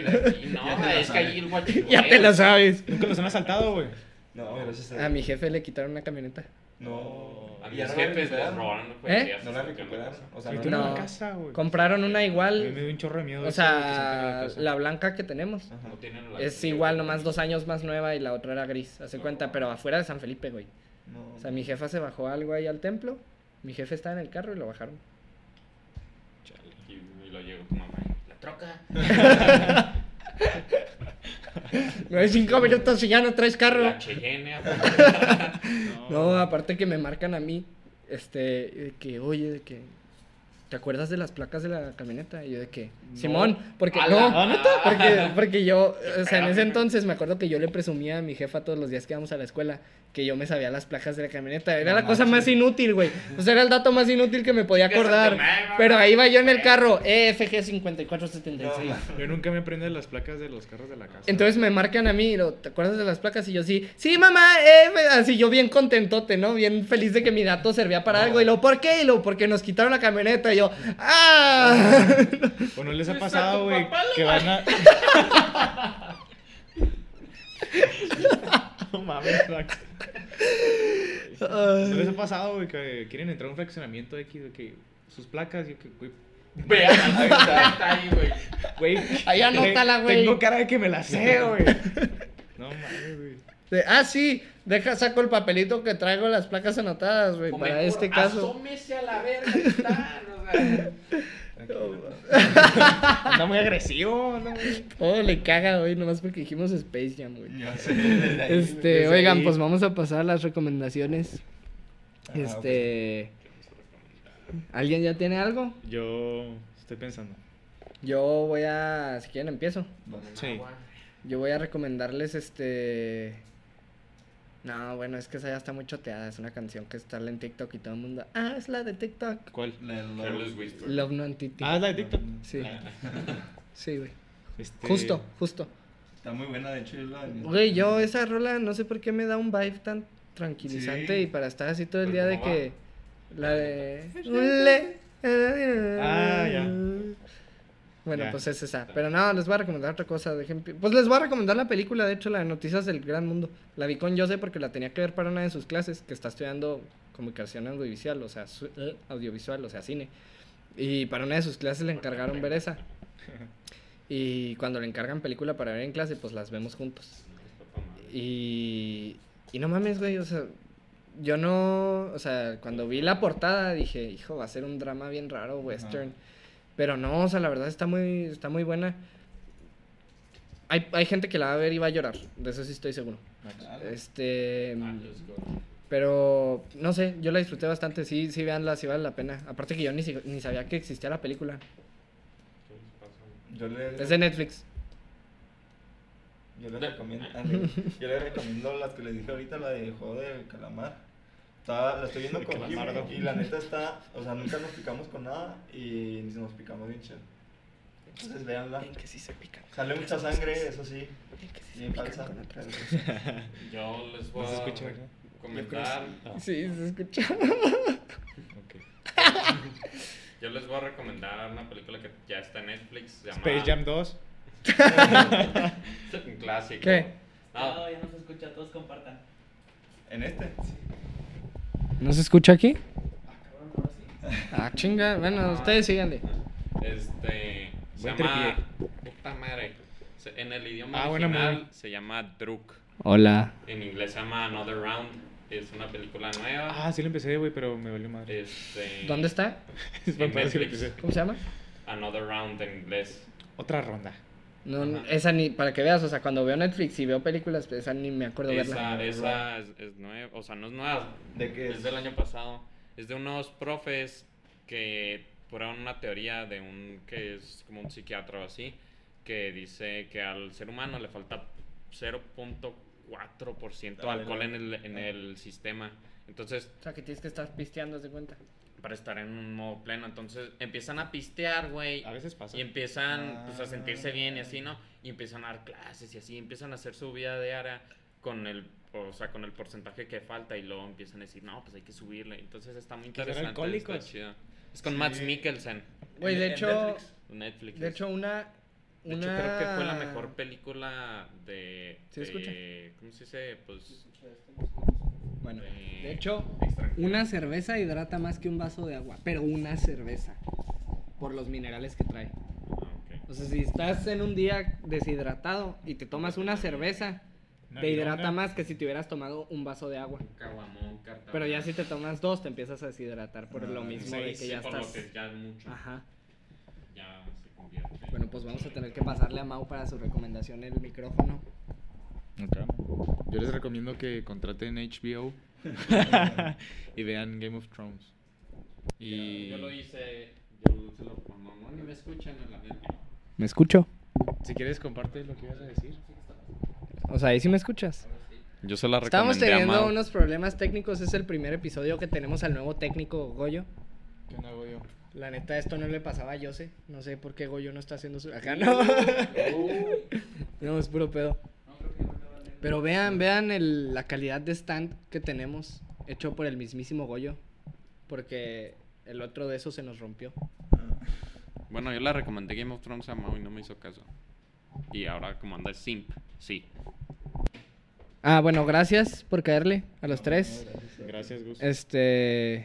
Speaker 2: no,
Speaker 5: (laughs) Ya te la
Speaker 2: es que
Speaker 5: sabes.
Speaker 2: allí el guachicoleo.
Speaker 1: Ya te lo sabes.
Speaker 4: Nunca los han asaltado, güey.
Speaker 5: no, gracias a Dios.
Speaker 1: A mi jefe le quitaron una camioneta.
Speaker 5: No.
Speaker 2: A
Speaker 5: ¿Y ya
Speaker 2: mis
Speaker 5: no la
Speaker 2: jefes les
Speaker 5: recuperaron?
Speaker 2: robaron.
Speaker 1: ¿Eh?
Speaker 2: ya se
Speaker 5: No la
Speaker 2: sacan de
Speaker 5: recuperaron.
Speaker 2: casa.
Speaker 5: O sea,
Speaker 4: Me
Speaker 5: no,
Speaker 4: metieron
Speaker 1: no.
Speaker 4: a la casa, güey.
Speaker 1: Compraron una
Speaker 4: A mí me
Speaker 1: igual.
Speaker 4: dio un chorro de miedo.
Speaker 1: O
Speaker 4: eso, güey, que se metieran a
Speaker 1: sea,
Speaker 4: la casa.
Speaker 1: la blanca que tenemos.
Speaker 5: Ajá.
Speaker 2: No tienen la-
Speaker 1: Es igual, nomás dos años más nueva y la otra era gris. Hace
Speaker 2: No.
Speaker 1: cuenta, pero afuera de San Felipe, güey.
Speaker 5: No.
Speaker 1: O sea, mi jefa se bajó algo ahí al templo. Mi jefe estaba en el carro y lo bajaron.
Speaker 2: Y, y lo llegó tu mamá. y, La troca.
Speaker 1: No hay cinco minutos y ya no traes carro.
Speaker 2: La Cheyenne.
Speaker 1: No, aparte que me marcan a mí. Este, de que, oye, de que. ¿Te acuerdas de las placas de la camioneta? Y yo de que. Simón, porque.
Speaker 2: A
Speaker 1: No,
Speaker 2: la- ¿Ah, neta? (laughs)
Speaker 1: porque, porque yo. O sea, en ese
Speaker 2: Espérame.
Speaker 1: entonces me acuerdo que yo le presumía a mi jefa todos los días que íbamos a la escuela que yo me sabía las placas de la camioneta. Era la cosa más inútil, güey. O sea, era el dato más inútil que me podía
Speaker 2: Chingas a tu
Speaker 1: acordar.
Speaker 2: madre,
Speaker 1: Pero ahí va yo en el
Speaker 2: güey.
Speaker 1: carro. E EFG 5476.
Speaker 4: Yo nunca me prendo las placas de los carros de la casa.
Speaker 1: Entonces me marcan a mí, y lo, ¿te acuerdas de las placas? Y yo sí, sí, mamá, eh", así yo bien contentote, ¿no? Bien feliz de que mi dato servía para algo. Y lo, ¿por qué? Y lo, porque nos quitaron la camioneta. Y yo, ¡ah!
Speaker 5: (laughs)
Speaker 4: ¿O no les
Speaker 2: Pues
Speaker 4: ha
Speaker 2: a
Speaker 4: pasado,
Speaker 2: tu
Speaker 4: güey?
Speaker 2: papá le
Speaker 4: Que van a. (laughs) No mames, Max. ¿No les ha pasado, güey? Que quieren entrar a un fraccionamiento X, de que sus placas, yo que, güey.
Speaker 2: (laughs) Vean, ahí está, está ahí, güey.
Speaker 4: Güey.
Speaker 1: Ahí anótala,
Speaker 4: te-
Speaker 1: güey.
Speaker 4: Tengo cara de que me la
Speaker 1: (laughs)
Speaker 4: sé, güey. No mames, güey.
Speaker 1: De, ah, sí, deja, saco el papelito que traigo las placas anotadas, güey,
Speaker 2: O
Speaker 1: para
Speaker 2: mejor,
Speaker 1: este caso.
Speaker 2: Asómese a la verga. ahí están, o (laughs) sea.
Speaker 4: Anda muy agresivo, anda muy.
Speaker 1: Oh, le caga hoy, nomás porque dijimos Space Jam, güey.
Speaker 5: Ya sé, desde ahí,
Speaker 1: Este,
Speaker 5: desde
Speaker 1: oigan,
Speaker 5: ahí.
Speaker 1: pues vamos a pasar a las recomendaciones.
Speaker 5: Ah,
Speaker 1: Este. ¿Alguien ya tiene algo?
Speaker 4: Yo estoy pensando.
Speaker 1: Yo voy a, si quieren empiezo.
Speaker 4: Sí.
Speaker 1: Yo voy a recomendarles este... No, bueno, es que esa ya está muy choteada. Es una canción que está en TikTok y todo el mundo... Ah, es la de TikTok.
Speaker 4: ¿Cuál?
Speaker 5: La de los-
Speaker 2: Careless Whisper.
Speaker 1: Love No Entity.
Speaker 4: Ah, es la de TikTok. (laughs)
Speaker 1: Sí, sí, güey.
Speaker 4: Este,
Speaker 1: Justo, justo.
Speaker 5: Está muy buena, de hecho, yo la...
Speaker 1: Güey, yo esa rola no sé por qué me da un vibe tan tranquilizante
Speaker 5: Sí.
Speaker 1: y para estar así
Speaker 4: Pues
Speaker 1: todo el día
Speaker 2: Pero
Speaker 1: de
Speaker 2: ¿cómo va?
Speaker 1: que la de Ule.
Speaker 4: Ah, ya.
Speaker 1: Bueno,
Speaker 4: Ya.
Speaker 1: pues es esa. Pero no, les voy a recomendar otra cosa. dejen pi- Pues les voy a recomendar la película, de hecho, la de Noticias del Gran Mundo. La vi con Jose porque la tenía que ver para una de sus clases, que está estudiando comunicación audiovisual, o sea, su- eh, audiovisual, o sea, cine. Y para una de sus clases le encargaron ver
Speaker 4: (laughs)
Speaker 1: esa. Y cuando le encargan película para ver en clase, pues las vemos juntos.
Speaker 2: Ah,
Speaker 1: Y, y no mames, güey, o sea, yo no, o sea, cuando vi la portada dije, hijo, va a ser un drama bien raro, western. Pero no, o sea, la verdad está muy, está muy buena. Hay, hay gente que la va a ver y va a llorar, de eso sí estoy seguro.
Speaker 5: Ah,
Speaker 1: Este, pero, no sé, yo la disfruté bastante, sí, sí, veanla, sí vale la pena. Aparte que yo ni, si- ni sabía que existía la película.
Speaker 5: Yo le,
Speaker 1: Es de Netflix.
Speaker 5: yo le recomiendo, ándale, yo le recomiendo la que les dije ahorita, la de Juego del Calamar. Está, la estoy viendo
Speaker 4: El
Speaker 5: con Jimmy
Speaker 4: calamardo.
Speaker 5: y la neta está, o sea, nunca nos picamos con nada y nos picamos bien chido. Entonces véanla.
Speaker 1: que sí se pican.
Speaker 5: Ah. Sale mucha sangre, eso sí,
Speaker 1: que sí
Speaker 5: bien falsa.
Speaker 1: con otras
Speaker 5: pero-
Speaker 2: Yo les voy
Speaker 4: ¿No se
Speaker 2: a
Speaker 4: escucha, verdad?
Speaker 2: comentar.
Speaker 1: Sí, se escucha.
Speaker 4: Ok.
Speaker 2: Yo les voy a recomendar una película que ya está en Netflix.
Speaker 4: Space Jam 2.
Speaker 2: Un (laughs) clásico. Ah,
Speaker 1: ¿Qué?
Speaker 2: No,
Speaker 6: ya no se escucha, todos compartan.
Speaker 5: En este.
Speaker 1: ¿No se escucha aquí?
Speaker 6: Ah, cabrón, ahora sí.
Speaker 1: Ah, chinga. Bueno, ustedes síganle.
Speaker 2: Este. Se
Speaker 4: Buen
Speaker 2: llama. Puta madre. Se- En el idioma
Speaker 4: Ah, buena
Speaker 2: original
Speaker 4: movie.
Speaker 2: se llama Druk.
Speaker 1: Hola.
Speaker 2: En inglés se llama Another Round. Es una película nueva.
Speaker 4: Ah, sí lo empecé, güey, pero me valió madre.
Speaker 2: Este,
Speaker 1: ¿Dónde está?
Speaker 4: Es para
Speaker 2: en
Speaker 4: parar si lo
Speaker 2: Netflix.
Speaker 4: empecé.
Speaker 1: ¿Cómo se llama?
Speaker 2: Another Round en inglés.
Speaker 4: Otra ronda.
Speaker 1: No,
Speaker 2: Ajá.
Speaker 1: esa ni, para que veas, o sea, cuando veo Netflix y veo películas, pues, esa ni me acuerdo verla.
Speaker 2: Esa, esa es, es nueva. O sea, no es nueva.
Speaker 5: ¿De qué
Speaker 2: Es
Speaker 5: es?
Speaker 2: del año pasado. Es de unos profes que prueban una teoría de un que es como un psiquiatra o así, que dice que al ser humano le falta 0.4%
Speaker 5: Dale,
Speaker 2: alcohol en
Speaker 5: dale.
Speaker 2: el, en el sistema. Entonces,
Speaker 1: O sea, que tienes que estar pisteando, haz de cuenta.
Speaker 2: para estar en un modo pleno, entonces empiezan a pistear, güey.
Speaker 4: A veces pasa.
Speaker 2: Y empiezan pues, a sentirse bien y
Speaker 5: Ah.
Speaker 2: así, ¿no? Y empiezan a dar clases y así, empiezan a hacer su vida diaria con el, o sea, con el porcentaje que falta y luego empiezan a decir, no, pues hay que subirle. Entonces está muy
Speaker 4: Que ser
Speaker 2: interesante.
Speaker 4: alcohólicos.
Speaker 2: está chido. Es con Max Mikkelsen,
Speaker 1: Güey, de
Speaker 5: en
Speaker 1: hecho,
Speaker 5: Netflix?
Speaker 2: Netflix.
Speaker 1: de hecho una,
Speaker 2: De
Speaker 1: una...
Speaker 2: hecho, creo que fue la mejor película de...
Speaker 1: ¿Sí escucha?
Speaker 2: de- ¿Cómo se dice? Pues...
Speaker 1: Bueno,
Speaker 2: de-
Speaker 1: de hecho,
Speaker 2: extranjera.
Speaker 1: una cerveza hidrata más que un vaso de agua, pero una cerveza, por los minerales que trae.
Speaker 2: Ah, ok.
Speaker 1: O sea, si estás en un día deshidratado y te tomas una cerveza,
Speaker 4: Una
Speaker 1: te hidrata
Speaker 4: milonga.
Speaker 1: más que si te hubieras tomado un vaso de agua.
Speaker 2: Caguamón, Cartagena.
Speaker 1: Pero ya si te tomas dos, te empiezas a deshidratar por
Speaker 5: Ah,
Speaker 1: lo mismo de
Speaker 2: Sí,
Speaker 1: que
Speaker 2: sí,
Speaker 1: ya
Speaker 2: por lo
Speaker 1: estás...
Speaker 2: que ya es mucho.
Speaker 1: Ajá.
Speaker 2: Ya se convierte.
Speaker 1: Bueno, pues vamos a tener que pasarle a Mau para su recomendación el micrófono.
Speaker 7: Ok. Yo les recomiendo que contraten
Speaker 4: (laughs)
Speaker 7: HBO y vean Game of Thrones. Y
Speaker 2: Yo, yo lo hice, yo se lo pongo, no, ni me escuchan en la verga.
Speaker 1: ¿Me escucho?
Speaker 7: si quieres comparte lo que ibas a decir.
Speaker 1: O sea, ahí sí me escuchas.
Speaker 2: Yo se la
Speaker 1: Estamos teniendo unos problemas técnicos. Es el primer episodio que tenemos al nuevo técnico Goyo.
Speaker 7: ¿Qué no hago yo?
Speaker 1: La neta, esto no le pasaba a Jose. No sé por qué Goyo no está haciendo su. Acá no.
Speaker 2: Uh.
Speaker 1: no, es puro pedo. Pero vean, vean el- la calidad de stand que tenemos. Hecho por el mismísimo Goyo. Porque el otro de esos se nos rompió.
Speaker 5: Ah,
Speaker 2: Bueno, yo le recomendé Game of Thrones a Mau y no me hizo caso. Y ahora como anda simp, sí.
Speaker 1: Ah, bueno, gracias por caerle a los tres.
Speaker 4: Gracias, Gus.
Speaker 1: Este.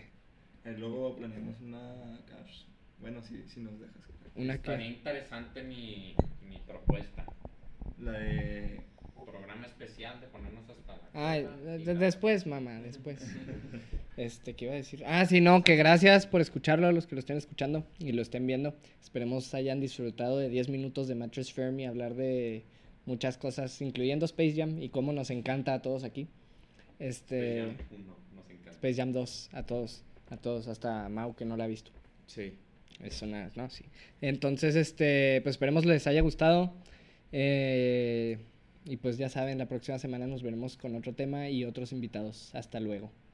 Speaker 5: Eh, Luego planeamos una... cash. Bueno, si sí, sí nos dejas.
Speaker 1: Una
Speaker 2: Está
Speaker 1: que.
Speaker 2: bien interesante mi, mi propuesta.
Speaker 5: La de...
Speaker 2: Programa especial de ponernos hasta la
Speaker 1: Ay,
Speaker 2: cola
Speaker 1: de-
Speaker 2: y
Speaker 1: de-
Speaker 2: nada.
Speaker 1: después, mamá, después. Este, ¿qué iba a decir? Ah, sí, no, que gracias por escucharlo a los que lo estén escuchando y lo estén viendo. Esperemos hayan disfrutado de 10 minutos de Mattress Firm y hablar de muchas cosas, incluyendo Space Jam y cómo nos encanta a todos aquí. Este,
Speaker 2: Especial uno, nos encanta.
Speaker 1: Space Jam 2, a todos. A todos, hasta a Mau que no la ha visto.
Speaker 4: Sí.
Speaker 1: Eso nada, no, sí. Entonces, este, pues esperemos les haya gustado. Eh, y pues ya saben, la próxima semana nos veremos con otro tema y otros invitados. Hasta luego.